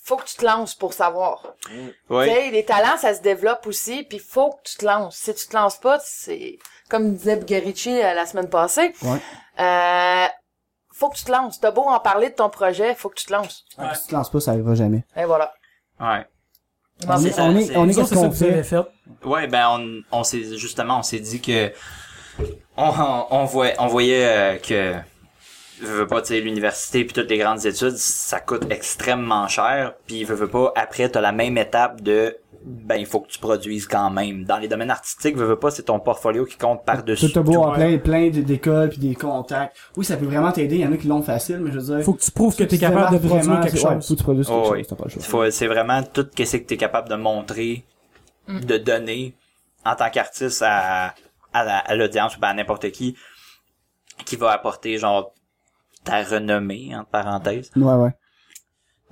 [SPEAKER 1] Faut que tu te lances pour savoir.
[SPEAKER 4] Oui.
[SPEAKER 1] Tu sais, les talents, ça se développe aussi, puis faut que tu te lances. Si tu te lances pas, c'est comme disait Bugarici euh, la semaine passée.
[SPEAKER 2] Ouais.
[SPEAKER 1] Euh, faut que tu te lances. T'as beau en parler de ton projet, faut que tu te lances.
[SPEAKER 2] Ah, puis Si tu te lances pas, ça arrivera jamais.
[SPEAKER 1] Et voilà.
[SPEAKER 4] Ouais.
[SPEAKER 1] Bon,
[SPEAKER 2] on
[SPEAKER 1] c'est
[SPEAKER 2] est,
[SPEAKER 1] ça.
[SPEAKER 2] on est,
[SPEAKER 4] c'est-
[SPEAKER 2] on est
[SPEAKER 3] Nous
[SPEAKER 2] qu'est-ce
[SPEAKER 3] autres, c'est ça
[SPEAKER 2] qu'on
[SPEAKER 3] que vous avez
[SPEAKER 2] fait.
[SPEAKER 3] fait.
[SPEAKER 4] Ouais, ben on, on s'est justement, on s'est dit que on, on, on voyait, on voyait euh, que je veux pas, tu sais, l'université puis toutes les grandes études, ça coûte extrêmement cher. Puis veux, veux pas, après t'as la même étape de ben il faut que tu produises quand même. Dans les domaines artistiques, veux, veux pas, c'est ton portfolio qui compte par dessus.
[SPEAKER 2] Tout est beau en plein,
[SPEAKER 3] ouais.
[SPEAKER 2] plein d- d'écoles puis des contacts. Oui, ça peut vraiment t'aider. Il y en a qui l'ont facile, mais je veux dire.
[SPEAKER 3] Faut que tu prouves que
[SPEAKER 2] si
[SPEAKER 3] t'es
[SPEAKER 2] tu te
[SPEAKER 3] capable de
[SPEAKER 2] démarques
[SPEAKER 3] produire
[SPEAKER 2] vraiment,
[SPEAKER 3] quelque
[SPEAKER 2] c'est- ouais, faut
[SPEAKER 3] chose.
[SPEAKER 2] que tu produises quelque
[SPEAKER 4] Oh,
[SPEAKER 2] chose.
[SPEAKER 4] oui.
[SPEAKER 2] T'as pas le choix.
[SPEAKER 4] Faut- C'est vraiment tout ce que t'es capable de montrer, de donner en tant qu'artiste à, à, la- à l'audience ou ben, à n'importe qui qui va apporter genre ta renommée entre parenthèses.
[SPEAKER 2] Ouais, ouais.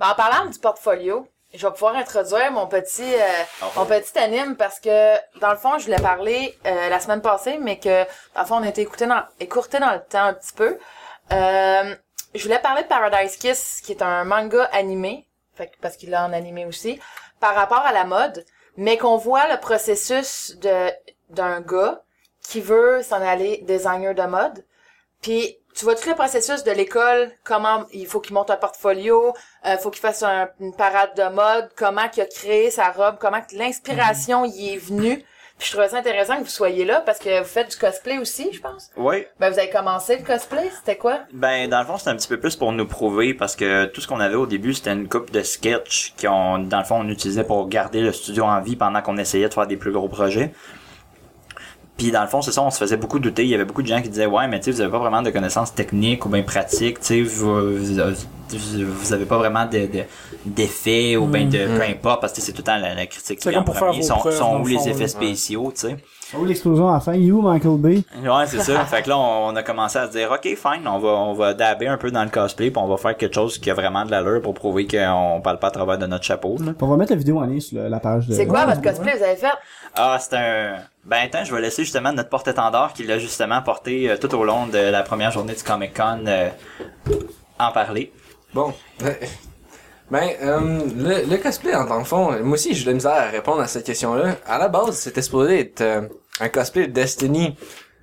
[SPEAKER 1] Ben, en parlant du portfolio, je vais pouvoir introduire mon petit euh, mon petit anime parce que dans le fond, je voulais parler euh, la semaine passée, mais que dans le fond, on a été écouté dans, écourté dans le temps un petit peu. Euh, je voulais parler de Paradise Kiss, qui est un manga animé, fait, que- parce qu'il l'a en animé aussi, par rapport à la mode, mais qu'on voit le processus de d'un gars qui veut s'en aller designer de mode. Puis tu vois tout le processus de l'école, comment il faut qu'il monte un portfolio, euh, faut qu'il fasse un- une parade de mode, comment qu'il a créé sa robe, comment que l'inspiration y est venue. Puis je trouvais ça intéressant que vous soyez là parce que vous faites du cosplay aussi, je pense.
[SPEAKER 4] Oui.
[SPEAKER 1] Ben vous avez commencé le cosplay, c'était quoi
[SPEAKER 4] Ben dans le fond c'est un petit peu plus pour nous prouver parce que tout ce qu'on avait au début c'était une coupe de sketch qu'on dans le fond on utilisait pour garder le studio en vie pendant qu'on essayait de faire des plus gros projets. Puis dans le fond, c'est ça, on se faisait beaucoup douter. Il y avait beaucoup de gens qui disaient ouais, mais tu sais, vous avez pas vraiment de connaissances techniques ou bien pratiques. Tu sais, vous, vous- vous vous avez pas vraiment de- de- d'effets ou ben de peu importe parce que c'est tout le temps la, la critique
[SPEAKER 3] C'est
[SPEAKER 4] qui vient en
[SPEAKER 3] comme pour faire
[SPEAKER 4] premier
[SPEAKER 3] vos
[SPEAKER 4] sont,
[SPEAKER 3] preuves,
[SPEAKER 4] sont
[SPEAKER 3] dans
[SPEAKER 4] où
[SPEAKER 3] le
[SPEAKER 4] les
[SPEAKER 3] fond,
[SPEAKER 4] effets
[SPEAKER 3] là.
[SPEAKER 4] spéciaux tu sais
[SPEAKER 2] Oh, l'explosion à la fin. You, Michael Bay.
[SPEAKER 4] Ouais, c'est ça. Fait que là, on a commencé à se dire, OK, fine, on va, on va dabber un peu dans le cosplay, puis on va faire quelque chose qui a vraiment de l'allure pour prouver qu'on parle pas à travers de notre chapeau. là.
[SPEAKER 2] On va mettre la vidéo en ligne sur le- la page de...
[SPEAKER 1] C'est quoi
[SPEAKER 3] Ouais,
[SPEAKER 1] votre cosplay vous avez fait?
[SPEAKER 4] Ah, c'est un... Ben, attends, je vais laisser justement notre porte-étendard qui l'a justement porté euh, tout au long de la première journée du Comic-Con euh, en parler.
[SPEAKER 5] Bon. Ben, euh, le, le cosplay, en tant que fond, moi aussi, j'ai de la misère à répondre à cette question-là. À la base, c'était supposé être euh, un cosplay de Destiny.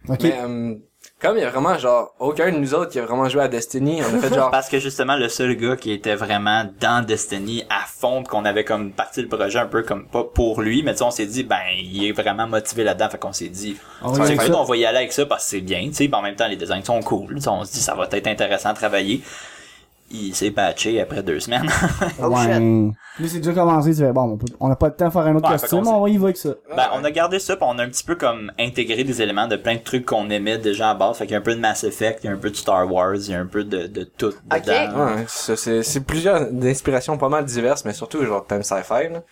[SPEAKER 2] Ok.
[SPEAKER 5] Mais, euh, comme il y a vraiment, genre, aucun de nous autres qui a vraiment joué à Destiny, on a fait genre...
[SPEAKER 4] Parce que justement, le seul gars qui était vraiment dans Destiny à fond, puis qu'on avait comme parti le projet un peu comme pas pour lui, mais tu sais, on s'est dit, ben, il est vraiment motivé là-dedans, fait qu'on s'est dit,
[SPEAKER 2] On
[SPEAKER 4] tu
[SPEAKER 2] va y aller
[SPEAKER 4] sais, écoute,
[SPEAKER 2] avec ça.
[SPEAKER 4] on va y aller avec ça parce que c'est bien, tu sais, puis en même temps, les designs sont cool, tu sais, on se dit, ça va être intéressant à travailler. Il s'est patché après deux semaines.
[SPEAKER 1] Oh, shit.
[SPEAKER 2] Ouais. Là, c'est déjà commencé. Tu fais, bon, on peut- on n'a pas le temps de faire un autre
[SPEAKER 4] Ouais, fait
[SPEAKER 2] costume,
[SPEAKER 4] qu'on
[SPEAKER 2] on va y va avec ça.
[SPEAKER 4] Ben, on a gardé ça, puis on a un petit peu comme intégré des éléments de plein de trucs qu'on aimait déjà à base. Fait qu'il y a un peu de Mass Effect, il y a un peu de Star Wars, il y a un peu de, de tout
[SPEAKER 1] Ok.
[SPEAKER 4] dedans.
[SPEAKER 5] Ouais, ça, c'est c'est plusieurs inspirations pas mal diverses, mais surtout genre thème sci-fi. là.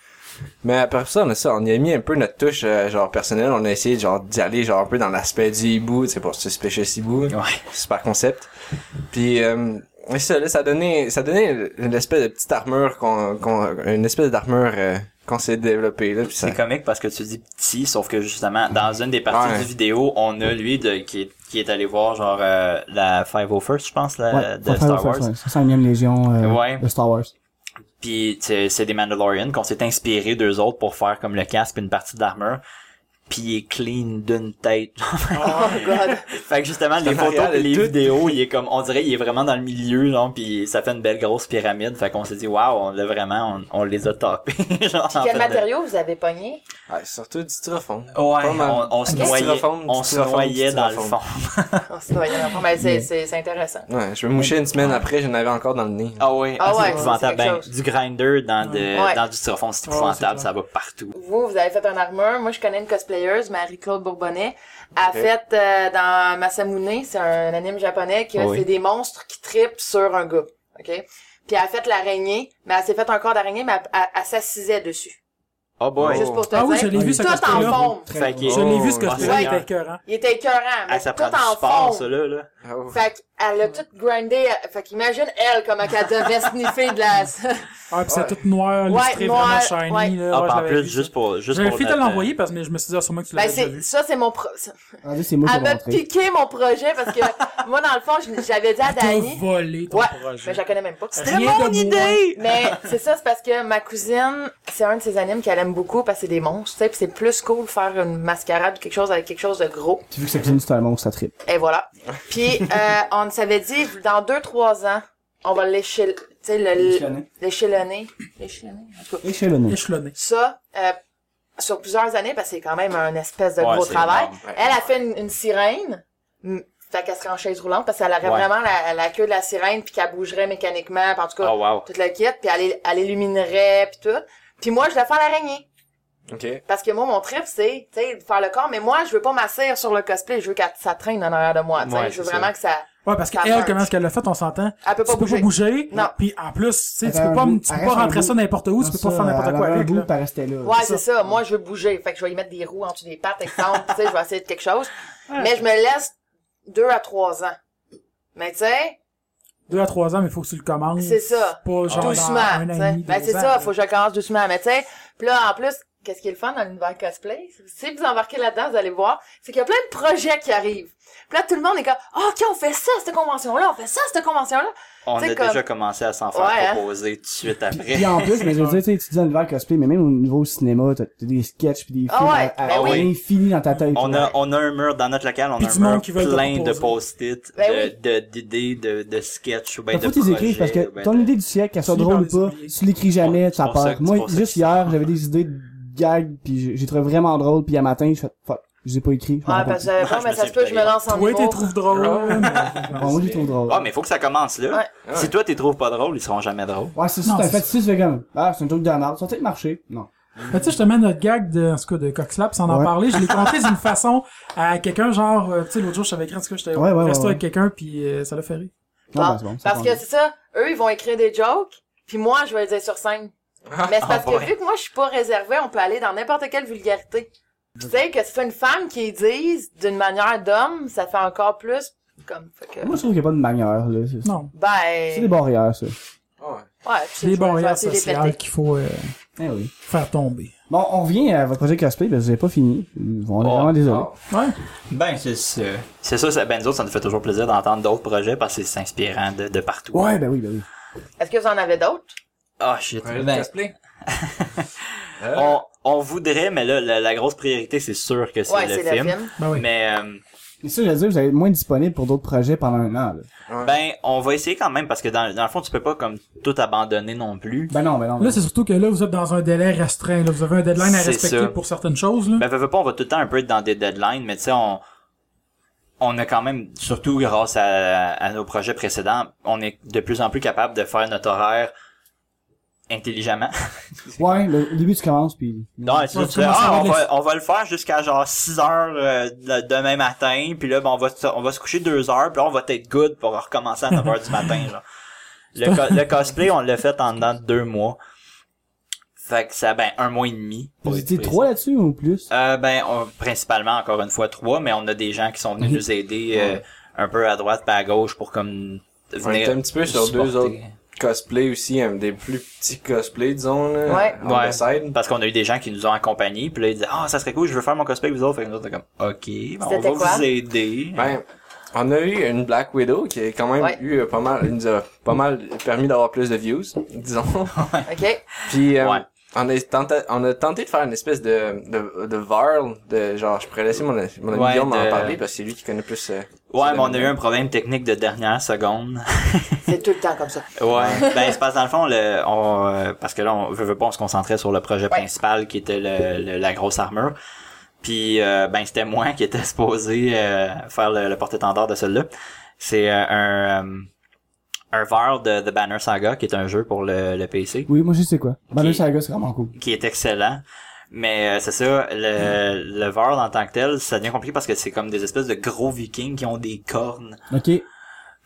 [SPEAKER 5] Mais après ça, on a ça, on y a mis un peu notre touche euh, genre personnelle, on a essayé genre d'y aller genre un peu dans l'aspect du hibou, c'est pour ce Spacious hibou,
[SPEAKER 4] Ouais.
[SPEAKER 5] super concept. Puis euh, ouais, ça, là, ça donnait ça donnait une espèce de petite armure qu'on qu'on- une espèce d'armure euh, qu'on s'est développée là, puis ça-
[SPEAKER 4] C'est comique parce que tu dis petit, sauf que justement, dans une des parties
[SPEAKER 5] Ouais.
[SPEAKER 4] du vidéo, on a lui de, qui, est, qui est allé voir genre euh, la 501st, je pense, la,
[SPEAKER 2] Ouais,
[SPEAKER 4] euh, de
[SPEAKER 2] faut faire-
[SPEAKER 4] Star
[SPEAKER 2] faut
[SPEAKER 4] Wars.
[SPEAKER 2] faire ça. 5e Légion euh,
[SPEAKER 4] Ouais.
[SPEAKER 2] de Star Wars.
[SPEAKER 4] Puis c'est c'est des Mandalorian qu'on s'est inspiré d'eux autres pour faire comme le casque puis une partie d'armure. Puis il est clean d'une tête.
[SPEAKER 1] Oh god.
[SPEAKER 4] fait que justement, les
[SPEAKER 5] un
[SPEAKER 4] photos
[SPEAKER 5] mariage
[SPEAKER 4] pis les
[SPEAKER 5] et tout.
[SPEAKER 4] vidéos, il est comme, on dirait, il est vraiment dans le milieu, genre, puis ça fait une belle grosse pyramide. Fait qu'on s'est dit, waouh, on l'a vraiment, on, on les a tapés. genre, en fait,
[SPEAKER 1] Quel
[SPEAKER 4] de-
[SPEAKER 1] matériau vous avez pogné?
[SPEAKER 5] Ouais, surtout du styrofoam.
[SPEAKER 4] Ouais,
[SPEAKER 5] Pas mal.
[SPEAKER 4] on, on se
[SPEAKER 5] Du
[SPEAKER 4] noyait,
[SPEAKER 5] styrofoam, du
[SPEAKER 4] on se
[SPEAKER 5] styrofoam, du
[SPEAKER 4] noyait dans le
[SPEAKER 5] styrofoam.
[SPEAKER 4] fond.
[SPEAKER 1] Oh, c'est pas grave. Mais c'est- c'est c'est intéressant.
[SPEAKER 5] Ouais, je me mouchais une semaine après, j'en avais encore dans le nez.
[SPEAKER 4] Ah ouais,
[SPEAKER 1] Ah
[SPEAKER 4] ah,
[SPEAKER 1] ouais,
[SPEAKER 4] c'est épouvantable.
[SPEAKER 1] c'est quelque
[SPEAKER 4] Ben,
[SPEAKER 1] chose.
[SPEAKER 4] du grinder dans, de,
[SPEAKER 1] Ouais.
[SPEAKER 4] dans du styrofoam, c'est
[SPEAKER 3] Ouais,
[SPEAKER 4] épouvantable,
[SPEAKER 3] c'est
[SPEAKER 4] ça va partout.
[SPEAKER 1] Vous, vous avez fait un armure. Moi, je connais une cosplayeuse, Marie-Claude Bourbonnais. A
[SPEAKER 5] Ok.
[SPEAKER 1] fait euh, dans Masamune, c'est un anime japonais que
[SPEAKER 4] Oui.
[SPEAKER 1] c'est des monstres qui tripent sur un gars. OK? Puis elle a fait l'araignée, mais elle s'est fait un corps d'araignée, mais elle, elle- elle s'assisait dessus.
[SPEAKER 4] Oh boy.
[SPEAKER 1] Juste pour te
[SPEAKER 3] Ah oui, je
[SPEAKER 1] dire.
[SPEAKER 3] l'ai vu, ce
[SPEAKER 1] tout en
[SPEAKER 3] cosplay-là.
[SPEAKER 1] forme.
[SPEAKER 4] Fait que-
[SPEAKER 3] Je l'ai vu, ce
[SPEAKER 5] Oh,
[SPEAKER 3] cosplay-là, il
[SPEAKER 1] ouais.
[SPEAKER 3] était écœurant.
[SPEAKER 1] Il était écœurant, mais
[SPEAKER 4] Ah, ça
[SPEAKER 1] tout
[SPEAKER 4] prend du
[SPEAKER 1] en
[SPEAKER 4] sport,
[SPEAKER 1] forme.
[SPEAKER 4] ça, là, là.
[SPEAKER 5] Ah, ouf.
[SPEAKER 1] Fait qu'elle a tout grindé. Fait qu'imagine elle, comment qu'elle devait sniffer de la...
[SPEAKER 3] Ah, pis
[SPEAKER 5] Ouais.
[SPEAKER 3] c'est tout noir, illustré,
[SPEAKER 1] Ouais, noir,
[SPEAKER 3] vraiment shiny,
[SPEAKER 1] ouais.
[SPEAKER 3] là. ouais,
[SPEAKER 4] Ah, puis
[SPEAKER 3] je
[SPEAKER 4] en
[SPEAKER 3] l'avais
[SPEAKER 4] plus,
[SPEAKER 3] vu,
[SPEAKER 4] juste
[SPEAKER 3] ça.
[SPEAKER 4] pour, juste
[SPEAKER 3] J'avais
[SPEAKER 4] pour.
[SPEAKER 3] le fait de
[SPEAKER 4] notre, euh,
[SPEAKER 3] l'envoyer parce que je me suis dit, ah, sûrement que tu l'avais
[SPEAKER 1] ben,
[SPEAKER 3] déjà vu.
[SPEAKER 1] c'est, ça, c'est mon pro... ça-
[SPEAKER 2] Ah, c'est moi qui
[SPEAKER 1] Elle
[SPEAKER 2] l'ai
[SPEAKER 1] m'a
[SPEAKER 2] montré.
[SPEAKER 1] piqué mon projet parce que moi, dans le fond, je- j'avais dit à
[SPEAKER 3] T'as
[SPEAKER 1] Dani.
[SPEAKER 3] volé ton
[SPEAKER 1] Ouais,
[SPEAKER 3] projet.
[SPEAKER 1] mais je la connais même pas.
[SPEAKER 3] C'était Rien mon de idée!
[SPEAKER 1] Mais c'est ça, c'est parce que ma cousine, c'est un de ses animes qu'elle aime beaucoup parce que c'est des monstres, tu sais, puis c'est plus cool de faire une mascarade ou quelque chose avec quelque chose de gros.
[SPEAKER 2] Tu veux que ça finisse c'est un monstre, ça trip.
[SPEAKER 1] Et voilà. Puis euh, on s'avait dit, dans deux, trois ans, on va l'échel... Tu sais, le...
[SPEAKER 2] Échelonné.
[SPEAKER 1] l'échelonner. L'échelonner, en tout cas.
[SPEAKER 2] Échelonné.
[SPEAKER 3] Échelonné.
[SPEAKER 1] Ça, euh, sur plusieurs années, parce que c'est quand même un espèce de
[SPEAKER 4] Ouais,
[SPEAKER 1] gros
[SPEAKER 4] c'est
[SPEAKER 1] travail.
[SPEAKER 4] énorme.
[SPEAKER 1] Elle a fait une, une sirène. Mm. Fait qu'elle serait en chaise roulante parce qu'elle aurait
[SPEAKER 4] Ouais.
[SPEAKER 1] vraiment la, la queue de la sirène puis qu'elle bougerait mécaniquement, puis en tout cas,
[SPEAKER 4] Oh wow.
[SPEAKER 1] toute la kit, puis elle, é- elle illuminerait puis tout. Puis moi, je la fais à l'araignée.
[SPEAKER 5] Ok.
[SPEAKER 1] Parce que moi, mon trip, c'est, tu sais, de faire le corps, mais moi, je veux pas m'asseoir sur le cosplay, je veux que ça traîne en arrière de moi, tu sais.
[SPEAKER 4] Ouais,
[SPEAKER 1] je veux
[SPEAKER 4] c'est
[SPEAKER 1] vraiment
[SPEAKER 4] ça.
[SPEAKER 1] que ça,
[SPEAKER 3] Ouais, parce
[SPEAKER 1] Ça
[SPEAKER 3] qu'elle,
[SPEAKER 1] marche.
[SPEAKER 3] comment est-ce qu'elle l'a fait, on s'entend.
[SPEAKER 1] elle peut
[SPEAKER 3] Tu
[SPEAKER 1] pas
[SPEAKER 3] peux pas
[SPEAKER 1] bouger.
[SPEAKER 3] bouger.
[SPEAKER 1] Non.
[SPEAKER 3] Puis en plus, tu sais, tu
[SPEAKER 2] Arrête
[SPEAKER 3] peux pas,
[SPEAKER 2] un
[SPEAKER 3] tu
[SPEAKER 2] bout,
[SPEAKER 3] peux pas
[SPEAKER 2] arrête un
[SPEAKER 3] rentrer ça
[SPEAKER 2] bout.
[SPEAKER 3] n'importe où, tu peux pas faire n'importe quoi
[SPEAKER 2] Elle avait un
[SPEAKER 3] avec,
[SPEAKER 2] bout,
[SPEAKER 3] là.
[SPEAKER 2] puis elle restait là.
[SPEAKER 1] Ouais, c'est ça. Moi, je veux bouger. Fait que je vais y mettre des roues en dessous des pattes, exemple. tu sais, je vais essayer de quelque chose. Mais je me laisse deux à trois ans. Mais tu sais,
[SPEAKER 3] Deux à trois ans, mais faut que tu le commandes.
[SPEAKER 1] C'est ça.
[SPEAKER 3] Pas genre dans
[SPEAKER 1] doucement.
[SPEAKER 3] Ah, un
[SPEAKER 1] tu
[SPEAKER 3] an et
[SPEAKER 1] sais.
[SPEAKER 3] demi,
[SPEAKER 1] Ben,
[SPEAKER 3] deux
[SPEAKER 1] c'est
[SPEAKER 3] ans,
[SPEAKER 1] ça,
[SPEAKER 3] là.
[SPEAKER 1] faut que je commence doucement. Mais tu sais, pis là, en plus, qu'est-ce qui est le fun dans l'univers cosplay? Si vous embarquez là-dedans, vous allez voir, c'est qu'il y a plein de projets qui arrivent. Puis là, tout le monde est comme, Ah, OK, on fait ça, cette convention-là, on fait ça, cette convention-là.
[SPEAKER 4] On
[SPEAKER 1] Tu
[SPEAKER 4] a
[SPEAKER 1] sais, comme-
[SPEAKER 4] déjà commencé à s'en faire
[SPEAKER 1] Ouais, hein.
[SPEAKER 4] proposer tout de suite après.
[SPEAKER 2] Puis en plus, mais je veux dire, tu sais, tu dis dans l'univers cosplay, mais même au niveau cinéma, t'as t'as des sketchs pis des films
[SPEAKER 1] Ah ouais,
[SPEAKER 2] à, à
[SPEAKER 1] ben
[SPEAKER 4] oui.
[SPEAKER 2] l'infini dans ta tête.
[SPEAKER 4] On
[SPEAKER 2] là.
[SPEAKER 4] a, on a un mur dans notre local, on
[SPEAKER 3] Puis
[SPEAKER 4] a
[SPEAKER 3] du
[SPEAKER 4] un mur
[SPEAKER 3] monde qui veut te
[SPEAKER 4] plein de
[SPEAKER 3] proposer.
[SPEAKER 4] post-it,
[SPEAKER 1] Ben
[SPEAKER 4] de-
[SPEAKER 1] oui.
[SPEAKER 4] de- d'idées, de, de sketchs ou ben
[SPEAKER 2] T'as
[SPEAKER 4] de
[SPEAKER 2] pas tes écrits
[SPEAKER 4] projets,
[SPEAKER 2] parce que
[SPEAKER 4] ben
[SPEAKER 2] ton
[SPEAKER 4] de-
[SPEAKER 2] idée du siècle, qu'elle soit
[SPEAKER 3] Fini
[SPEAKER 2] drôle
[SPEAKER 3] par
[SPEAKER 2] ou pas,
[SPEAKER 3] les oublier.
[SPEAKER 2] tu l'écris jamais,
[SPEAKER 4] C'est
[SPEAKER 2] ça
[SPEAKER 4] pour ça
[SPEAKER 2] part.
[SPEAKER 4] que-
[SPEAKER 2] Moi,
[SPEAKER 4] c'est pour ça
[SPEAKER 2] juste
[SPEAKER 4] que-
[SPEAKER 2] hier, j'avais des idées de gags pis j'ai- j'ai trouvé vraiment drôle pis à matin, je fais, fuck, je les ai pas écrits. je m'en
[SPEAKER 1] Ouais,
[SPEAKER 2] rappelle
[SPEAKER 1] parce que, euh,
[SPEAKER 4] Ah,
[SPEAKER 1] bon,
[SPEAKER 4] je
[SPEAKER 1] mais
[SPEAKER 4] me
[SPEAKER 1] ça se
[SPEAKER 4] suis
[SPEAKER 1] peut, que je me
[SPEAKER 4] payé.
[SPEAKER 1] lance en
[SPEAKER 3] Toi, t'es
[SPEAKER 1] humour.
[SPEAKER 3] trouve drôle.
[SPEAKER 2] plus. Bon, moi, je les trouve drôles.
[SPEAKER 4] Ah, mais faut que ça commence là.
[SPEAKER 1] Ouais.
[SPEAKER 4] Si toi t'es trouves pas drôle, ils seront jamais drôles.
[SPEAKER 2] Ouais, c'est
[SPEAKER 3] Non,
[SPEAKER 2] ça, t'as
[SPEAKER 3] c'est-
[SPEAKER 2] fait six vegan. Ah, c'est une joke de la merde. Ça va peut-être marcher. Non.
[SPEAKER 3] Mais tu sais, justement, notre gag de, en tout cas, de Coxlap, sans en
[SPEAKER 2] Ouais.
[SPEAKER 3] parler, je l'ai compté d'une façon à quelqu'un, genre, euh, tu sais, l'autre jour, je t'avais écrit, en tout cas, j'étais
[SPEAKER 2] Ouais, ouais,
[SPEAKER 3] au resto
[SPEAKER 2] ouais, ouais.
[SPEAKER 3] avec quelqu'un, puis euh, ça l'a fait rire.
[SPEAKER 1] Bon,
[SPEAKER 4] Ah,
[SPEAKER 2] ben, c'est bon, ça
[SPEAKER 1] parce
[SPEAKER 2] prend
[SPEAKER 1] que
[SPEAKER 2] bien.
[SPEAKER 1] c'est ça, eux, ils vont écrire des jokes, puis moi, je vais les dire sur scène. Mais c'est
[SPEAKER 4] Ah,
[SPEAKER 1] parce que
[SPEAKER 4] ouais.
[SPEAKER 1] vu que moi, je suis pas réservée, on peut aller dans n'importe quelle vulgarité. Puis Tu sais, que ce soit une femme qui les dise d'une manière d'homme, ça fait encore plus comme... Fait que,
[SPEAKER 2] Moi, je trouve qu'il n'y a pas de manière, là. C'est-
[SPEAKER 3] Non.
[SPEAKER 2] C'est
[SPEAKER 1] ben...
[SPEAKER 2] des barrières, ça.
[SPEAKER 5] Ah Ouais.
[SPEAKER 1] Ouais, puis je
[SPEAKER 3] C'est
[SPEAKER 1] vais-
[SPEAKER 3] les
[SPEAKER 1] je vais
[SPEAKER 3] barrières
[SPEAKER 1] essayer de les
[SPEAKER 3] sociales
[SPEAKER 1] péter.
[SPEAKER 3] qu'il faut euh,
[SPEAKER 2] Eh oui.
[SPEAKER 3] faire tomber.
[SPEAKER 2] Bon, on revient à votre projet cosplay, parce que vous n'avez pas fini. On est
[SPEAKER 4] Oh.
[SPEAKER 2] vraiment désolé.
[SPEAKER 5] Oh.
[SPEAKER 3] Ouais.
[SPEAKER 4] Ben, c'est ça. C'est ça, ça- ben, nous autres, ça nous fait toujours plaisir d'entendre d'autres projets parce que c'est inspirant de, de partout.
[SPEAKER 2] Ouais, ben oui, ben oui.
[SPEAKER 1] Est-ce que vous en avez d'autres?
[SPEAKER 4] Ah, shit.
[SPEAKER 5] Ouais,
[SPEAKER 4] Ben,
[SPEAKER 5] cosplay. Euh,
[SPEAKER 4] on, on voudrait, mais là, la, la grosse priorité, c'est sûr que c'est
[SPEAKER 1] Ouais,
[SPEAKER 4] le,
[SPEAKER 1] c'est
[SPEAKER 4] film.
[SPEAKER 1] le film.
[SPEAKER 3] Ben oui.
[SPEAKER 4] Mais, euh,
[SPEAKER 2] Mais ça, je veux dire, vous allez être moins disponible pour d'autres projets pendant un an, là.
[SPEAKER 4] ben, on va essayer quand même parce que dans, dans le fond, tu peux pas comme tout abandonner non plus.
[SPEAKER 2] Ben non, ben non.
[SPEAKER 3] Là, c'est surtout que là, vous êtes dans un délai restreint. Là. Vous avez un deadline à
[SPEAKER 4] C'est
[SPEAKER 3] respecter
[SPEAKER 4] ça.
[SPEAKER 3] pour certaines choses. Là.
[SPEAKER 4] Ben, veux, veux pas, on va tout le temps un peu être dans des deadlines, mais tu sais, on, on a quand même, surtout grâce à, à nos projets précédents, on est de plus en plus capable de faire notre horaire intelligemment.
[SPEAKER 2] Ouais, le au début, tu commences, puis...
[SPEAKER 4] Non, tu
[SPEAKER 3] Ouais,
[SPEAKER 4] tu
[SPEAKER 3] tu
[SPEAKER 4] fais,
[SPEAKER 3] commences
[SPEAKER 4] Ah,
[SPEAKER 3] à
[SPEAKER 4] on,
[SPEAKER 3] avoir
[SPEAKER 4] va, on va le faire jusqu'à genre 6 heures euh, le- demain matin, puis là, ben, on, va, se- on va se coucher 2 heures, puis là, on va être good pour recommencer à 9 heures du matin. Genre. Le, co- le cosplay, on l'a fait en dedans de 2 mois. Fait que ça, ben, un mois et demi. pour
[SPEAKER 2] Vous
[SPEAKER 4] être
[SPEAKER 2] étiez
[SPEAKER 4] précis.
[SPEAKER 2] trois là-dessus, ou plus?
[SPEAKER 4] Euh, ben, on- principalement, encore une fois, trois, mais on a des gens qui sont venus
[SPEAKER 2] Mhm.
[SPEAKER 4] nous aider euh, un peu à droite, pas à gauche pour comme venir.
[SPEAKER 5] On était un petit peu sur
[SPEAKER 4] supporter.
[SPEAKER 5] deux autres cosplays aussi, hein, des plus petits cosplays, disons, là.
[SPEAKER 1] Ouais.
[SPEAKER 5] On
[SPEAKER 4] Ouais.
[SPEAKER 5] décide.
[SPEAKER 4] Parce qu'on a eu des gens qui nous ont accompagnés, puis là, ils disaient, ah, ça serait cool, je veux faire mon cosplay avec vous autres. Fait que nous autres, on était comme, ok, ben, on
[SPEAKER 1] C'était
[SPEAKER 4] va
[SPEAKER 1] quoi?
[SPEAKER 4] vous aider.
[SPEAKER 5] Ben, on a eu une Black Widow qui a quand même
[SPEAKER 1] Ouais.
[SPEAKER 5] eu euh, pas mal, nous a pas mal permis d'avoir plus de views, disons.
[SPEAKER 1] OK.
[SPEAKER 5] Puis, euh,
[SPEAKER 4] Ouais.
[SPEAKER 5] on, a tenté, on a tenté de faire une espèce de, de, de varl, de genre, je pourrais laisser mon, mon ami
[SPEAKER 4] Ouais,
[SPEAKER 5] Guillaume
[SPEAKER 4] de-
[SPEAKER 5] en parler parce que c'est lui qui connaît plus. euh,
[SPEAKER 4] ouais,
[SPEAKER 5] ce
[SPEAKER 4] mais on a eu
[SPEAKER 5] domaine-là.
[SPEAKER 4] un problème technique de dernière seconde.
[SPEAKER 1] C'est tout le temps comme ça.
[SPEAKER 4] Ouais. ben, c'est parce que dans le fond, le, on, euh, parce que là, on veut, veut pas, on se concentrait sur le projet
[SPEAKER 1] Ouais.
[SPEAKER 4] principal qui était le, le- la grosse armure. Puis, euh, ben, c'était moi qui était supposé euh, faire le, le porte-étendard de celui-là. C'est euh, un, euh, un verre de The Banner Saga, qui est un jeu pour le, le PC,
[SPEAKER 2] Oui, moi, je sais quoi. Ben,
[SPEAKER 4] Ok.
[SPEAKER 2] le saga, c'est vraiment cool.
[SPEAKER 4] qui est excellent. Mais euh, c'est ça, le, le verre en tant que tel, ça devient compliqué parce que c'est comme des espèces de gros vikings qui ont des cornes.
[SPEAKER 2] OK.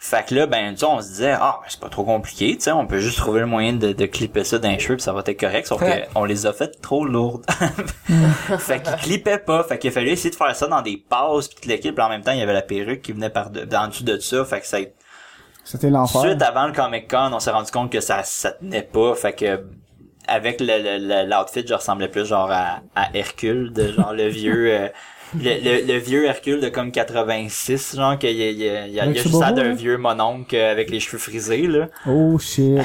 [SPEAKER 4] Fait que là, ben, tu sais, on se disait, ah, c'est pas trop compliqué, tu sais, on peut juste trouver le moyen de, de clipper ça d'un cheveu pis ça va être correct, sauf que
[SPEAKER 5] Ouais.
[SPEAKER 4] on les a faites trop lourdes. fait qu'ils clippaient pas, fait qu'il a fallu essayer de faire ça dans des passes pis toute l'équipe, pis en même temps, il y avait la perruque qui venait par de, en dessous de ça, fait que ça,
[SPEAKER 2] C'était
[SPEAKER 4] tout de
[SPEAKER 2] l'enfer.
[SPEAKER 4] suite avant le Comic Con, on s'est rendu compte que ça, ça tenait pas, fait que, avec l'outfit, le, le- l'outfit, je ressemblais plus genre à, à Hercule, de genre le vieux, euh, le, le, le vieux Hercule de comme 86, genre qu'il y a, il y a, il y a, il
[SPEAKER 2] Avec
[SPEAKER 4] y a
[SPEAKER 2] ses
[SPEAKER 4] juste ça
[SPEAKER 2] bobos, hein?
[SPEAKER 4] d'un
[SPEAKER 2] là.
[SPEAKER 4] vieux mononcle euh, avec les cheveux frisés, là.
[SPEAKER 2] Oh, shit.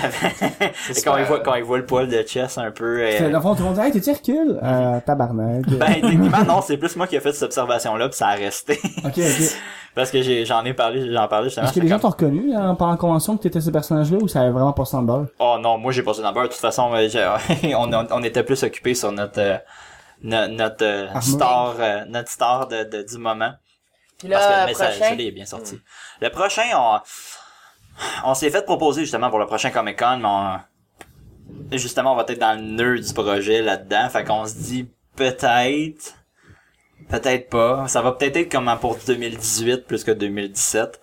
[SPEAKER 4] Et quand, il voit, quand il voit le poil de chess un peu... euh,
[SPEAKER 2] Dans le fond, tout le monde dit, hey, t'es Hercule? Euh, tabarnak.
[SPEAKER 4] ben, techniquement, non, c'est plus moi qui ai fait cette observation-là, puis ça a resté.
[SPEAKER 2] OK, OK.
[SPEAKER 4] Parce que j'ai- j'en ai parlé, j'en parlais justement.
[SPEAKER 2] Est-ce que
[SPEAKER 4] j'étais
[SPEAKER 2] les gens
[SPEAKER 4] comme,
[SPEAKER 2] t'ont reconnu hein, pendant la convention que t'étais ce personnage-là ou ça avait vraiment pas semblé?
[SPEAKER 4] Oh non, moi j'ai passé dans le beurre. De toute façon, euh, j'ai- on, on, on était plus occupés sur notre... euh, no- notre euh,
[SPEAKER 2] Armure.
[SPEAKER 4] star euh, notre star de, de- du moment
[SPEAKER 1] Puis
[SPEAKER 4] parce que
[SPEAKER 1] là,
[SPEAKER 4] le message
[SPEAKER 1] prochain...
[SPEAKER 4] il est bien sorti le prochain on, on s'est fait proposer justement pour le prochain Comic Con mais on- justement on va être dans le nœud du projet là-dedans fait qu'on se dit peut-être Peut-être pas. Ça va peut-être être comme pour 2018 plus que 2017.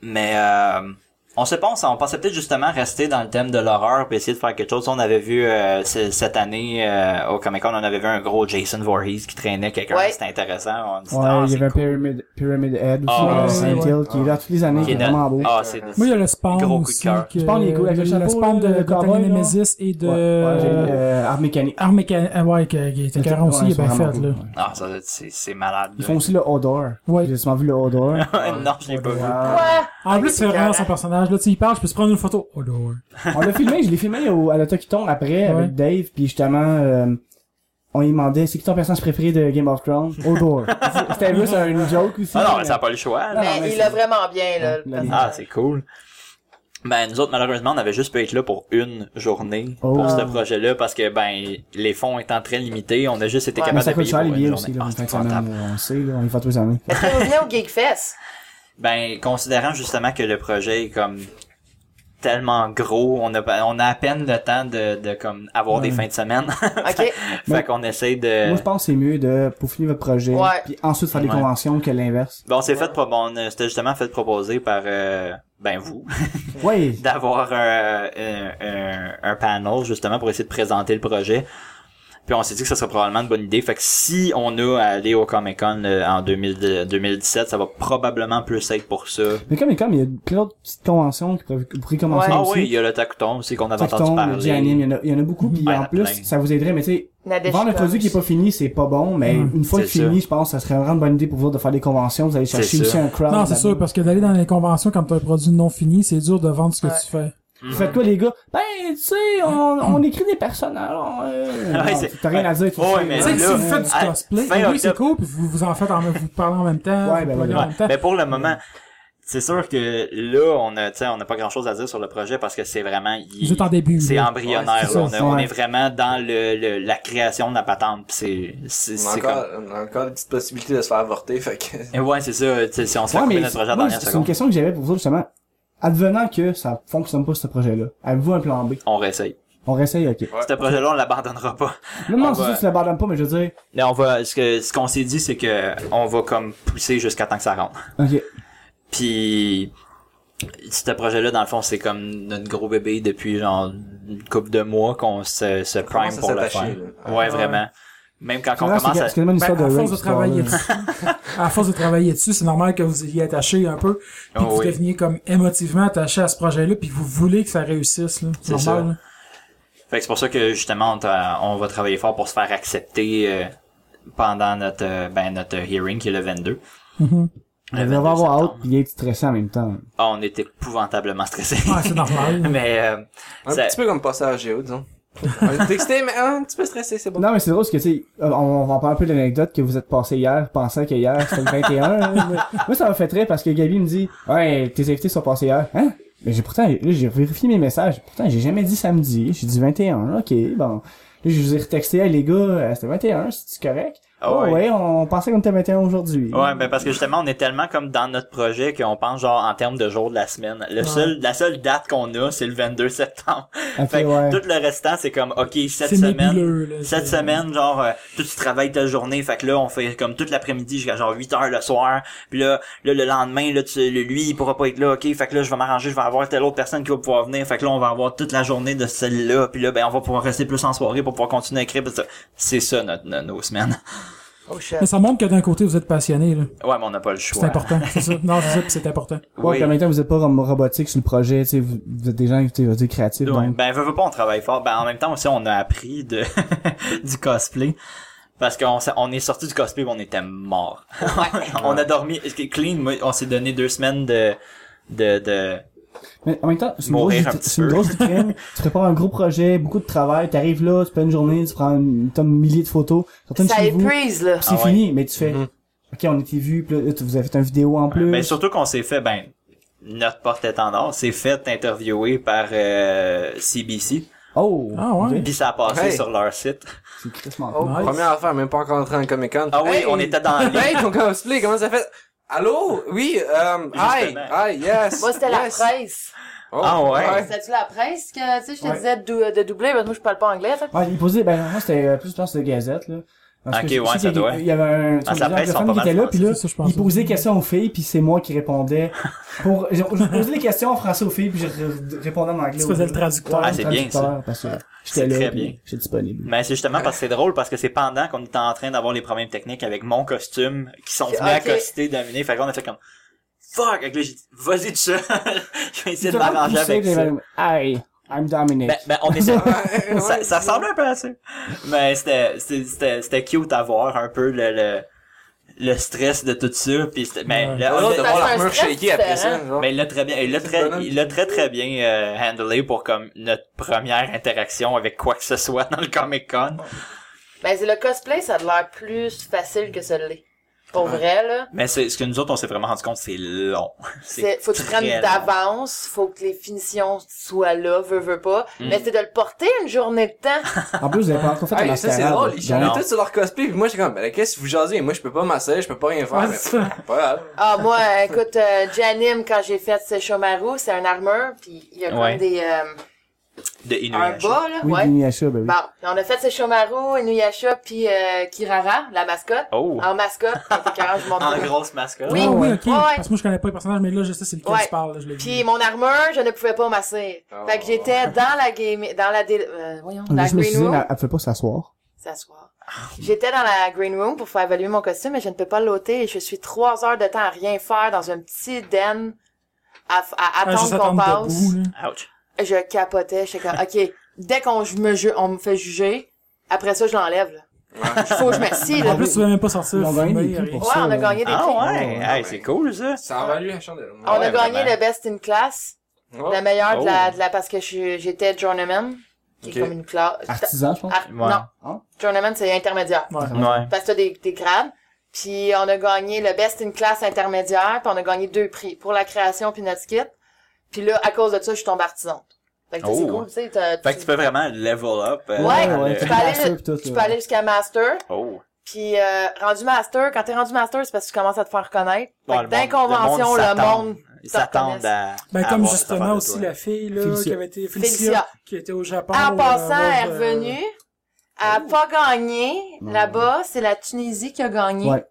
[SPEAKER 4] Mais euh, on se pense, on pensait peut-être justement rester dans le thème de l'horreur puis essayer de faire quelque chose. On avait vu euh, c- cette année euh, au Comic Con, on avait vu un gros Jason Voorhees qui traînait quelqu'un.
[SPEAKER 1] Ouais.
[SPEAKER 4] C'était intéressant. On dit,
[SPEAKER 2] Ouais,
[SPEAKER 4] ah,
[SPEAKER 2] il y
[SPEAKER 4] c'est
[SPEAKER 2] avait un
[SPEAKER 4] cool.
[SPEAKER 2] Pyramid, Pyramid Head aussi,
[SPEAKER 4] Ah,
[SPEAKER 2] dans
[SPEAKER 3] ouais,
[SPEAKER 2] Silent
[SPEAKER 3] ouais.
[SPEAKER 2] Hill, qui est là toutes les années, qui est
[SPEAKER 4] Qui est
[SPEAKER 2] vraiment beau.
[SPEAKER 4] notre- Ah, c'est
[SPEAKER 3] Moi, il y a le spawn
[SPEAKER 4] Gros coup de
[SPEAKER 3] aussi.
[SPEAKER 4] cœur.
[SPEAKER 3] que-
[SPEAKER 2] Le spawn, il est cool, avec le
[SPEAKER 3] le
[SPEAKER 2] chapeau,
[SPEAKER 3] spawn de,
[SPEAKER 2] là, le
[SPEAKER 3] de Tony
[SPEAKER 2] cowboy, là.
[SPEAKER 3] Nemesis et de...
[SPEAKER 2] Ouais, ouais, j'ai, euh, Art Mécanique.
[SPEAKER 3] Arme mécanique. Ah ouais, qui qui était carré aussi, il est bien fait, là.
[SPEAKER 4] Ah, ça, c'est, c'est malade.
[SPEAKER 2] Ils
[SPEAKER 4] là.
[SPEAKER 2] font aussi le Odor.
[SPEAKER 3] Ouais.
[SPEAKER 2] J'ai souvent vu le Euh, Odor.
[SPEAKER 4] non, je l'ai pas vu.
[SPEAKER 1] Quoi?
[SPEAKER 3] En plus,
[SPEAKER 1] c'est
[SPEAKER 3] c'est vraiment
[SPEAKER 1] carré.
[SPEAKER 3] son personnage. Là, tu sais, il parle, je peux se prendre une photo. Oh, là, ouais.
[SPEAKER 2] On l'a filmé, je l'ai filmé au, à l'Autocuton après
[SPEAKER 3] Ouais.
[SPEAKER 2] avec Dave, puis justement, euh, on lui demandait c'est qui ton personnage préféré de Game of Thrones? Odor. C'était juste une joke aussi.
[SPEAKER 4] Ah non, mais ça n'a pas le choix. là.
[SPEAKER 2] Non,
[SPEAKER 1] Mais
[SPEAKER 2] mais
[SPEAKER 1] il
[SPEAKER 2] c'est-
[SPEAKER 1] l'a vraiment bien, là. le
[SPEAKER 2] Il l'a bien.
[SPEAKER 1] personnage.
[SPEAKER 4] Ah, c'est cool. Ben, nous autres, malheureusement, on avait juste pu être là pour une journée
[SPEAKER 2] Oh.
[SPEAKER 4] pour ce
[SPEAKER 1] Ah.
[SPEAKER 4] projet-là parce que, ben, les fonds étant très limités, on a juste été
[SPEAKER 1] Ouais.
[SPEAKER 2] Mais
[SPEAKER 4] capable
[SPEAKER 2] ça
[SPEAKER 4] de
[SPEAKER 2] coûte
[SPEAKER 4] payer pour
[SPEAKER 2] cher les
[SPEAKER 4] une
[SPEAKER 2] billets
[SPEAKER 4] journée.
[SPEAKER 2] aussi, là,
[SPEAKER 4] Ah,
[SPEAKER 2] une
[SPEAKER 4] c'est
[SPEAKER 2] fin de semaine,
[SPEAKER 4] épouvantable.
[SPEAKER 2] euh, on sait, là, on les fait tous les années.
[SPEAKER 1] Est-ce que vous venez au Geek Fest?
[SPEAKER 4] Ben, considérant justement que le projet est comme tellement gros, on a, on a à peine le temps de, de comme avoir des
[SPEAKER 2] Ouais.
[SPEAKER 4] fins de semaine.
[SPEAKER 1] OK?
[SPEAKER 4] fait qu'on essaye de.
[SPEAKER 2] Moi, je pense que c'est mieux de peaufiner votre projet,
[SPEAKER 1] Ouais.
[SPEAKER 2] puis ensuite faire des
[SPEAKER 4] Euh, Ouais.
[SPEAKER 2] conventions que l'inverse.
[SPEAKER 4] Bon, c'est fait pro- bon, euh, c'était justement fait proposer par euh, ben vous
[SPEAKER 2] Ouais.
[SPEAKER 4] d'avoir un, un, un, un panel justement pour essayer de présenter le projet. Puis on s'est dit que ça serait probablement une bonne idée. Fait que si on a à aller au Comic Con en euh, 2000 de- 2017, ça va probablement plus être pour ça.
[SPEAKER 2] Mais comme, comme il y a plein d'autres petites conventions qui pourraient pourraient commencer
[SPEAKER 1] Ouais.
[SPEAKER 4] Ah
[SPEAKER 2] aussi.
[SPEAKER 4] oui, il y a le Takuton aussi qu'on avait entendu
[SPEAKER 2] Tacton, le
[SPEAKER 4] parler.
[SPEAKER 2] Giannim, il y en a- il y en a beaucoup, puis
[SPEAKER 4] Ouais, il y en
[SPEAKER 2] en
[SPEAKER 4] a
[SPEAKER 2] plus,
[SPEAKER 4] plein.
[SPEAKER 2] ça vous aiderait, mais tu sais,
[SPEAKER 1] Nadeshiko.
[SPEAKER 2] Vendre un produit qui est pas fini, c'est pas bon, mais
[SPEAKER 3] Mm.
[SPEAKER 2] une fois que
[SPEAKER 4] C'est
[SPEAKER 2] fini, je pense que ça serait vraiment une bonne idée pour vous autres de faire des conventions. Vous allez
[SPEAKER 4] C'est
[SPEAKER 2] chercher aussi
[SPEAKER 4] sûr.
[SPEAKER 2] un crowd.
[SPEAKER 3] Non, c'est
[SPEAKER 2] là-dedans.
[SPEAKER 3] sûr, parce que d'aller dans les conventions quand t'as un produit non fini, c'est dur de vendre ce que
[SPEAKER 1] Ouais.
[SPEAKER 3] tu fais.
[SPEAKER 2] Vous faites quoi, les gars? Ben, tu sais, on, on écrit des personnages. on, euh,
[SPEAKER 4] Mm. Ouais,
[SPEAKER 2] non,
[SPEAKER 4] c'est-
[SPEAKER 2] T'as rien à dire, tu
[SPEAKER 4] Ouais,
[SPEAKER 2] sais.
[SPEAKER 4] mais
[SPEAKER 3] Tu sais que
[SPEAKER 4] là,
[SPEAKER 3] si vous faites du
[SPEAKER 4] à-
[SPEAKER 3] cosplay,
[SPEAKER 4] fin
[SPEAKER 3] oui, c'est cool,
[SPEAKER 4] octobre-
[SPEAKER 3] puis vous vous en faites en même vous parlez en même temps,
[SPEAKER 2] Ouais,
[SPEAKER 3] vous
[SPEAKER 2] ben
[SPEAKER 3] parlez
[SPEAKER 2] oui.
[SPEAKER 3] en même temps.
[SPEAKER 4] Mais pour le moment, c'est sûr que là, on a, tu sais, on n'a pas grand chose à dire sur le projet parce que c'est vraiment, il-
[SPEAKER 3] Vous êtes en début,
[SPEAKER 4] c'est
[SPEAKER 3] là.
[SPEAKER 4] embryonnaire.
[SPEAKER 2] Ouais, c'est
[SPEAKER 4] là.
[SPEAKER 2] ça,
[SPEAKER 4] on, a- on
[SPEAKER 2] ouais.
[SPEAKER 4] est vraiment dans le, le- la création de la patente. pis C'est, c'est,
[SPEAKER 5] On a
[SPEAKER 4] c'est
[SPEAKER 5] encore, on a encore une petite possibilité de se faire avorter, fait que...
[SPEAKER 4] comme. Et ouais, c'est ça. tu sais, Si on se fait
[SPEAKER 2] Ouais,
[SPEAKER 4] couper
[SPEAKER 2] mais
[SPEAKER 4] notre projet à la
[SPEAKER 2] moi,
[SPEAKER 4] dernière
[SPEAKER 2] c'est une
[SPEAKER 4] seconde,
[SPEAKER 2] question que j'avais pour vous autres, justement. Advenant que ça fonctionne pas, ce projet-là. Avez-vous un plan B?
[SPEAKER 4] on réessaye.
[SPEAKER 2] On réessaye, ok.
[SPEAKER 5] Ouais.
[SPEAKER 4] Ce projet-là, on l'abandonnera pas.
[SPEAKER 2] Non, non,
[SPEAKER 4] On
[SPEAKER 2] c'est
[SPEAKER 4] va-
[SPEAKER 2] sûr, tu l'abandonnes pas, mais je veux dire,
[SPEAKER 4] Mais on va, ce que, ce qu'on s'est dit, c'est que on va comme pousser jusqu'à temps que ça rentre.
[SPEAKER 2] ok.
[SPEAKER 4] Puis ce projet-là, dans le fond, c'est comme notre gros bébé depuis genre une couple de mois qu'on se, se prime
[SPEAKER 5] commence à
[SPEAKER 4] pour le faire.
[SPEAKER 5] s'attacher, là.
[SPEAKER 4] Ouais, vraiment. Même quand on
[SPEAKER 2] Là,
[SPEAKER 4] commence
[SPEAKER 2] Ah, c'est
[SPEAKER 4] à...
[SPEAKER 2] c'est tellement une
[SPEAKER 3] Ben,
[SPEAKER 2] histoire
[SPEAKER 3] à
[SPEAKER 2] de
[SPEAKER 3] force
[SPEAKER 2] rape,
[SPEAKER 3] de
[SPEAKER 2] cette
[SPEAKER 3] travailler
[SPEAKER 2] histoire-là.
[SPEAKER 3] dessus, à force de travailler dessus, c'est normal que vous y attaché un peu, puis
[SPEAKER 4] Oh
[SPEAKER 3] que vous
[SPEAKER 4] oui.
[SPEAKER 3] deveniez comme émotivement attaché à ce projet-là, puis vous voulez que ça réussisse. là. C'est
[SPEAKER 4] C'est ça.
[SPEAKER 3] normal.
[SPEAKER 4] Fait que c'est pour ça que justement, on, t'a- on va travailler fort pour se faire accepter euh, pendant notre euh, ben notre hearing qui est le 22.
[SPEAKER 3] là. Mhm.
[SPEAKER 4] Le
[SPEAKER 2] Vous devez
[SPEAKER 4] 22
[SPEAKER 2] avoir hâte
[SPEAKER 4] septembre.
[SPEAKER 2] pis être stressé en même temps.
[SPEAKER 4] Ah, on est épouvantablement stressé.
[SPEAKER 3] Ouais, Ah, c'est normal.
[SPEAKER 4] Mais euh,
[SPEAKER 5] Un
[SPEAKER 4] Ça-
[SPEAKER 5] petit peu comme passer à Géo, disons. On est excité, mais un petit peu stressé, c'est bon.
[SPEAKER 2] Non, mais c'est drôle, parce que, tu sais, on, on va en parler un peu de l'anecdote que vous êtes passé hier, pensant que hier, c'était le 21. hein. Moi, ça m'a fait très parce que Gabi me dit, ouais, tes invités sont passés hier. Hein? Mais j'ai pourtant, là, j'ai vérifié mes messages. Pourtant, j'ai jamais dit samedi. J'ai dit 21. OK, bon. Là, je vous ai retexté, hey, les gars, euh, c'était 21, c'est correct?
[SPEAKER 4] Ah
[SPEAKER 2] Oh,
[SPEAKER 4] ouais.
[SPEAKER 2] ouais, on pensait qu'on était 21 aujourd'hui.
[SPEAKER 4] ouais, ben parce que justement, on est tellement comme dans notre projet qu'on pense genre en termes de jours de la semaine. Le seul, la seule date qu'on a, c'est le 22 septembre.
[SPEAKER 2] OK,
[SPEAKER 4] Fait que
[SPEAKER 2] ouais.
[SPEAKER 4] tout le restant, c'est comme ok cette
[SPEAKER 3] C'est
[SPEAKER 4] semaine.
[SPEAKER 3] nébuleux. là.
[SPEAKER 4] Cette
[SPEAKER 3] C'est-
[SPEAKER 4] semaine, genre, euh, toi, tu travailles ta journée, fait que là, on fait comme toute l'après-midi jusqu'à genre 8 heures le soir, puis là, là, le lendemain, là, tu, le- lui, il pourra pas être là, ok, fait que là, je vais m'arranger, je vais avoir telle autre personne qui va pouvoir venir, fait que là, on va avoir toute la journée de celle-là, puis là, ben, on va pouvoir rester plus en soirée pour pouvoir continuer à écrire, parce que c'est ça, notre, notre- nos semaines.
[SPEAKER 1] Oh, shit.
[SPEAKER 3] Mais ça montre que d'un côté, vous êtes passionné. là.
[SPEAKER 4] Ouais, mais on n'a pas le choix.
[SPEAKER 3] C'est important. C'est ça. Non, c'est ça, puis c'est important.
[SPEAKER 2] Ouais,
[SPEAKER 4] Oui.
[SPEAKER 2] puis en même temps, vous êtes pas rom- robotique sur le projet, tu sais, vous, vous êtes des gens, tu sais, vous êtes créatifs,
[SPEAKER 4] Ouais.
[SPEAKER 2] donc.
[SPEAKER 4] Ben, veux, veux pas, on travaille fort. Ben, en même temps, aussi, on a appris de, du cosplay. Parce qu'on s'est- on est sorti du cosplay, mais on était mort. on a dormi, clean, moi, on s'est donné deux semaines de, de, de,
[SPEAKER 2] Mais en même temps, c'est une, grosse,
[SPEAKER 4] Mourir un petit
[SPEAKER 2] c'est une
[SPEAKER 4] peu.
[SPEAKER 2] grosse vitrine. tu prépares un gros projet, beaucoup de travail, t'arrives là, tu prends une journée, tu prends une tonne milliers de photos, tu retournes
[SPEAKER 1] Ça
[SPEAKER 2] chez vous, puis
[SPEAKER 1] épuise, là.
[SPEAKER 2] c'est
[SPEAKER 4] Ah ouais.
[SPEAKER 2] fini, mais tu fais, ok, on était vus, puis là, tu- vous avez fait une vidéo en plus.
[SPEAKER 4] mais ben, surtout qu'on s'est fait, ben, notre porte-étendard s'est fait interviewer par, euh, CBC.
[SPEAKER 2] Oh!
[SPEAKER 3] Ah ouais.
[SPEAKER 2] ok,
[SPEAKER 4] Puis ça a passé
[SPEAKER 5] Hey.
[SPEAKER 4] sur leur site.
[SPEAKER 2] C'est crissement
[SPEAKER 1] Oh.
[SPEAKER 2] cool.
[SPEAKER 3] Nice.
[SPEAKER 5] Première affaire, même pas encore entré en Comic Con.
[SPEAKER 4] Ah oui,
[SPEAKER 5] Hey!
[SPEAKER 4] on était dans le
[SPEAKER 5] Hey, ton cosplay, comment ça fait? Allô? Oui, euh, hi,
[SPEAKER 4] Justement.
[SPEAKER 5] hi, yes.
[SPEAKER 1] Moi, c'était
[SPEAKER 5] yes.
[SPEAKER 1] la presse.
[SPEAKER 5] Oh,
[SPEAKER 4] Ah ouais.
[SPEAKER 1] C'était-tu la presse que, tu sais, je te
[SPEAKER 2] Ouais.
[SPEAKER 1] disais de, dou- de doubler, parce que moi, je parle pas anglais, fait. que-
[SPEAKER 2] Ouais, il posait, ben, moi, c'était euh, plus, je pense, de Gazette, là. Parce
[SPEAKER 4] Ok,
[SPEAKER 2] que je
[SPEAKER 4] ouais,
[SPEAKER 2] sais
[SPEAKER 4] ça
[SPEAKER 2] qu'il y a-
[SPEAKER 4] doit.
[SPEAKER 2] Il y avait un,
[SPEAKER 4] Ah, ça
[SPEAKER 2] un
[SPEAKER 4] pèse, ils sont
[SPEAKER 2] anglophone
[SPEAKER 4] pas
[SPEAKER 2] qui était
[SPEAKER 4] mal
[SPEAKER 2] là, puis là,
[SPEAKER 3] français, ça, je pense. hein.
[SPEAKER 2] il posait des questions aux filles, puis c'est moi qui répondais. Pour, je, je posais les questions en français aux filles, puis je re- répondais en anglais.
[SPEAKER 3] Tu
[SPEAKER 2] aux-
[SPEAKER 3] faisais le traducteur.
[SPEAKER 4] Ah, c'est bien, ça.
[SPEAKER 2] traducteur, Parce que
[SPEAKER 4] C'est
[SPEAKER 2] j'étais là,
[SPEAKER 4] très
[SPEAKER 2] puis
[SPEAKER 4] bien.
[SPEAKER 2] j'étais disponible.
[SPEAKER 4] Mais Ben, c'est justement parce que c'est drôle parce que c'est pendant qu'on était en train d'avoir les problèmes techniques avec mon costume qui sont venus
[SPEAKER 1] Ok.
[SPEAKER 4] accoster Dominique. Fait qu'on a fait comme Fuck! Fait que là, j'ai dit, vas-y tout seul. Je vais essayer de
[SPEAKER 2] Comment
[SPEAKER 4] m'arranger
[SPEAKER 2] pousser
[SPEAKER 4] avec
[SPEAKER 2] des
[SPEAKER 4] ça.
[SPEAKER 2] valeurs? Hey, I'm Dominic.
[SPEAKER 4] Ben, ben, on était...
[SPEAKER 5] Ouais,
[SPEAKER 4] ça,
[SPEAKER 5] ouais,
[SPEAKER 4] ça ressemble un peu à ça. Mais c'était, c'était, c'était- c'était cute à voir un peu le, le, le stress de tout ça. Puis c'était, mais,
[SPEAKER 3] Ouais.
[SPEAKER 4] le-
[SPEAKER 5] Ah, C'est drôle de
[SPEAKER 4] le-
[SPEAKER 5] voir
[SPEAKER 1] un
[SPEAKER 5] l'armure
[SPEAKER 1] stress
[SPEAKER 5] shaky après
[SPEAKER 1] différent.
[SPEAKER 5] ça. genre.
[SPEAKER 4] mais il l'a très bien, il l'a très,
[SPEAKER 5] bonhomme.
[SPEAKER 4] il l'a très très bien euh, handlé pour comme notre première interaction avec quoi que ce soit dans le Comic Con.
[SPEAKER 1] Ben, c'est le cosplay, ça a l'air plus facile que celui-là. Pour vrai, là.
[SPEAKER 4] Mais c'est ce que nous autres, on s'est vraiment rendu compte, c'est long.
[SPEAKER 1] C'est, faut que tu
[SPEAKER 4] très
[SPEAKER 1] prennes
[SPEAKER 4] long.
[SPEAKER 1] d'avance, faut que les finitions soient là, veux, veux pas.
[SPEAKER 4] Mm.
[SPEAKER 1] Mais c'est de le porter une journée de temps.
[SPEAKER 2] En plus, vous avez pas encore fait un
[SPEAKER 5] Hey, ça c'est
[SPEAKER 2] mascarade.
[SPEAKER 5] drôle, ils
[SPEAKER 2] Donc,
[SPEAKER 5] sont
[SPEAKER 4] Non.
[SPEAKER 5] tous sur leur cosplay, puis moi j'étais comme, ben là, qu'est-ce que vous jasez? Moi je peux pas masser, je peux pas rien faire.
[SPEAKER 3] Ouais,
[SPEAKER 5] mais
[SPEAKER 3] c'est ça.
[SPEAKER 5] pas grave.
[SPEAKER 1] Ah, moi, euh, écoute, euh, j'anime quand j'ai fait ce Shomaru, c'est un armure, puis il y a comme
[SPEAKER 4] Ouais.
[SPEAKER 1] des, euh,
[SPEAKER 4] De
[SPEAKER 1] un
[SPEAKER 4] Inuyasha.
[SPEAKER 1] bas, là,
[SPEAKER 2] Oui,
[SPEAKER 1] ouais. Bah,
[SPEAKER 2] Inuyasha, ben oui.
[SPEAKER 1] Bon, on a fait ce Shomaru, Inuyasha, puis euh, Kirara, la mascotte.
[SPEAKER 4] Oh.
[SPEAKER 1] En mascotte, elle était carrément, je m'en
[SPEAKER 4] En
[SPEAKER 1] souviens.
[SPEAKER 4] grosse mascotte.
[SPEAKER 1] Ah, Oui.
[SPEAKER 3] Ah ouais,
[SPEAKER 2] Ouais.
[SPEAKER 3] ok.
[SPEAKER 1] Ouais.
[SPEAKER 3] Parce que moi, je connais pas le personnage, mais là, je sais c'est lequel
[SPEAKER 1] Ouais.
[SPEAKER 3] tu parles, là, je l'ai vu.
[SPEAKER 1] Puis mon armure, je ne pouvais pas masser.
[SPEAKER 5] Oh.
[SPEAKER 1] Fait que j'étais dans la game, dans la dé- euh, voyons,
[SPEAKER 2] Mais
[SPEAKER 1] la
[SPEAKER 2] je me suis
[SPEAKER 1] green
[SPEAKER 2] dit, mais
[SPEAKER 1] room.
[SPEAKER 2] elle- elle peut pas s'asseoir.
[SPEAKER 1] S'asseoir. J'étais dans la green room pour faire évaluer mon costume, mais je ne peux pas l'ôter et je suis trois heures de temps à rien faire dans un petit den à, f- à
[SPEAKER 3] Ah, juste
[SPEAKER 1] attendre qu'on
[SPEAKER 3] attendre
[SPEAKER 1] passe.
[SPEAKER 3] debout, là.
[SPEAKER 4] Ouch.
[SPEAKER 1] Je capotais, j'étais comme, ok, dès qu'on ju- me ju- on me fait juger, après ça, je l'enlève, là. Il faut que je m'assieds, là.
[SPEAKER 3] En plus, tu vas même pas sortir.
[SPEAKER 2] Ils ont gagné
[SPEAKER 3] fumer,
[SPEAKER 2] des prix
[SPEAKER 3] rien.
[SPEAKER 2] pour
[SPEAKER 1] Ouais, on a gagné des
[SPEAKER 4] Ah
[SPEAKER 1] prix.
[SPEAKER 4] ouais,
[SPEAKER 5] Ouais,
[SPEAKER 4] Hey,
[SPEAKER 5] ouais.
[SPEAKER 4] c'est cool ça.
[SPEAKER 5] Ça a valu la chandelle.
[SPEAKER 1] On a
[SPEAKER 4] ouais,
[SPEAKER 1] gagné
[SPEAKER 4] vraiment.
[SPEAKER 1] le best in class,
[SPEAKER 5] Ouais.
[SPEAKER 1] la meilleure de la,
[SPEAKER 4] Oh.
[SPEAKER 1] de la, parce que je- j'étais journeyman, qui est
[SPEAKER 5] Ok.
[SPEAKER 1] comme une classe.
[SPEAKER 4] Ah,
[SPEAKER 2] Artisan, je pense.
[SPEAKER 1] Ar- Non,
[SPEAKER 2] Hein?
[SPEAKER 1] journeyman, c'est intermédiaire.
[SPEAKER 3] Ouais.
[SPEAKER 4] Ouais.
[SPEAKER 1] Parce que t'as des, des grades. Puis on a gagné le best in class intermédiaire, puis on a gagné deux prix pour la création puis notre kit. Puis là, à cause de ça, je suis tombée artisante. Fait que tu sais, c'est
[SPEAKER 4] Oh.
[SPEAKER 1] cool, tu sais. t'as-
[SPEAKER 4] Fait que tu peux vraiment level up. euh,
[SPEAKER 1] Ouais,
[SPEAKER 4] dans
[SPEAKER 1] ouais,
[SPEAKER 4] le-
[SPEAKER 1] tu peux
[SPEAKER 2] le
[SPEAKER 1] aller-
[SPEAKER 2] master puis tout,
[SPEAKER 1] tu
[SPEAKER 2] là.
[SPEAKER 1] peux aller jusqu'à master.
[SPEAKER 4] Oh.
[SPEAKER 1] Puis euh, rendu master, quand t'es rendu master, c'est parce que tu commences à te faire reconnaître. Fait
[SPEAKER 4] Bon,
[SPEAKER 1] que
[SPEAKER 4] le
[SPEAKER 1] dans les
[SPEAKER 4] monde- le monde
[SPEAKER 1] conventions, le
[SPEAKER 4] s'attend.
[SPEAKER 1] monde...
[SPEAKER 4] Ils s'attendent à.
[SPEAKER 3] Ben,
[SPEAKER 4] à
[SPEAKER 3] comme
[SPEAKER 4] avoir cette Ah, affaire
[SPEAKER 3] justement
[SPEAKER 4] de
[SPEAKER 3] aussi
[SPEAKER 4] toi.
[SPEAKER 3] la fille, là,
[SPEAKER 2] Félicia.
[SPEAKER 3] qui avait été, Félicia,
[SPEAKER 1] Félicia.
[SPEAKER 3] qui était au Japon.
[SPEAKER 1] En
[SPEAKER 3] euh,
[SPEAKER 1] passant, elle est
[SPEAKER 3] euh,
[SPEAKER 1] revenue. Elle a
[SPEAKER 4] Oh.
[SPEAKER 1] pas gagné. Là-bas, c'est la Tunisie qui a gagné.
[SPEAKER 2] Ouais.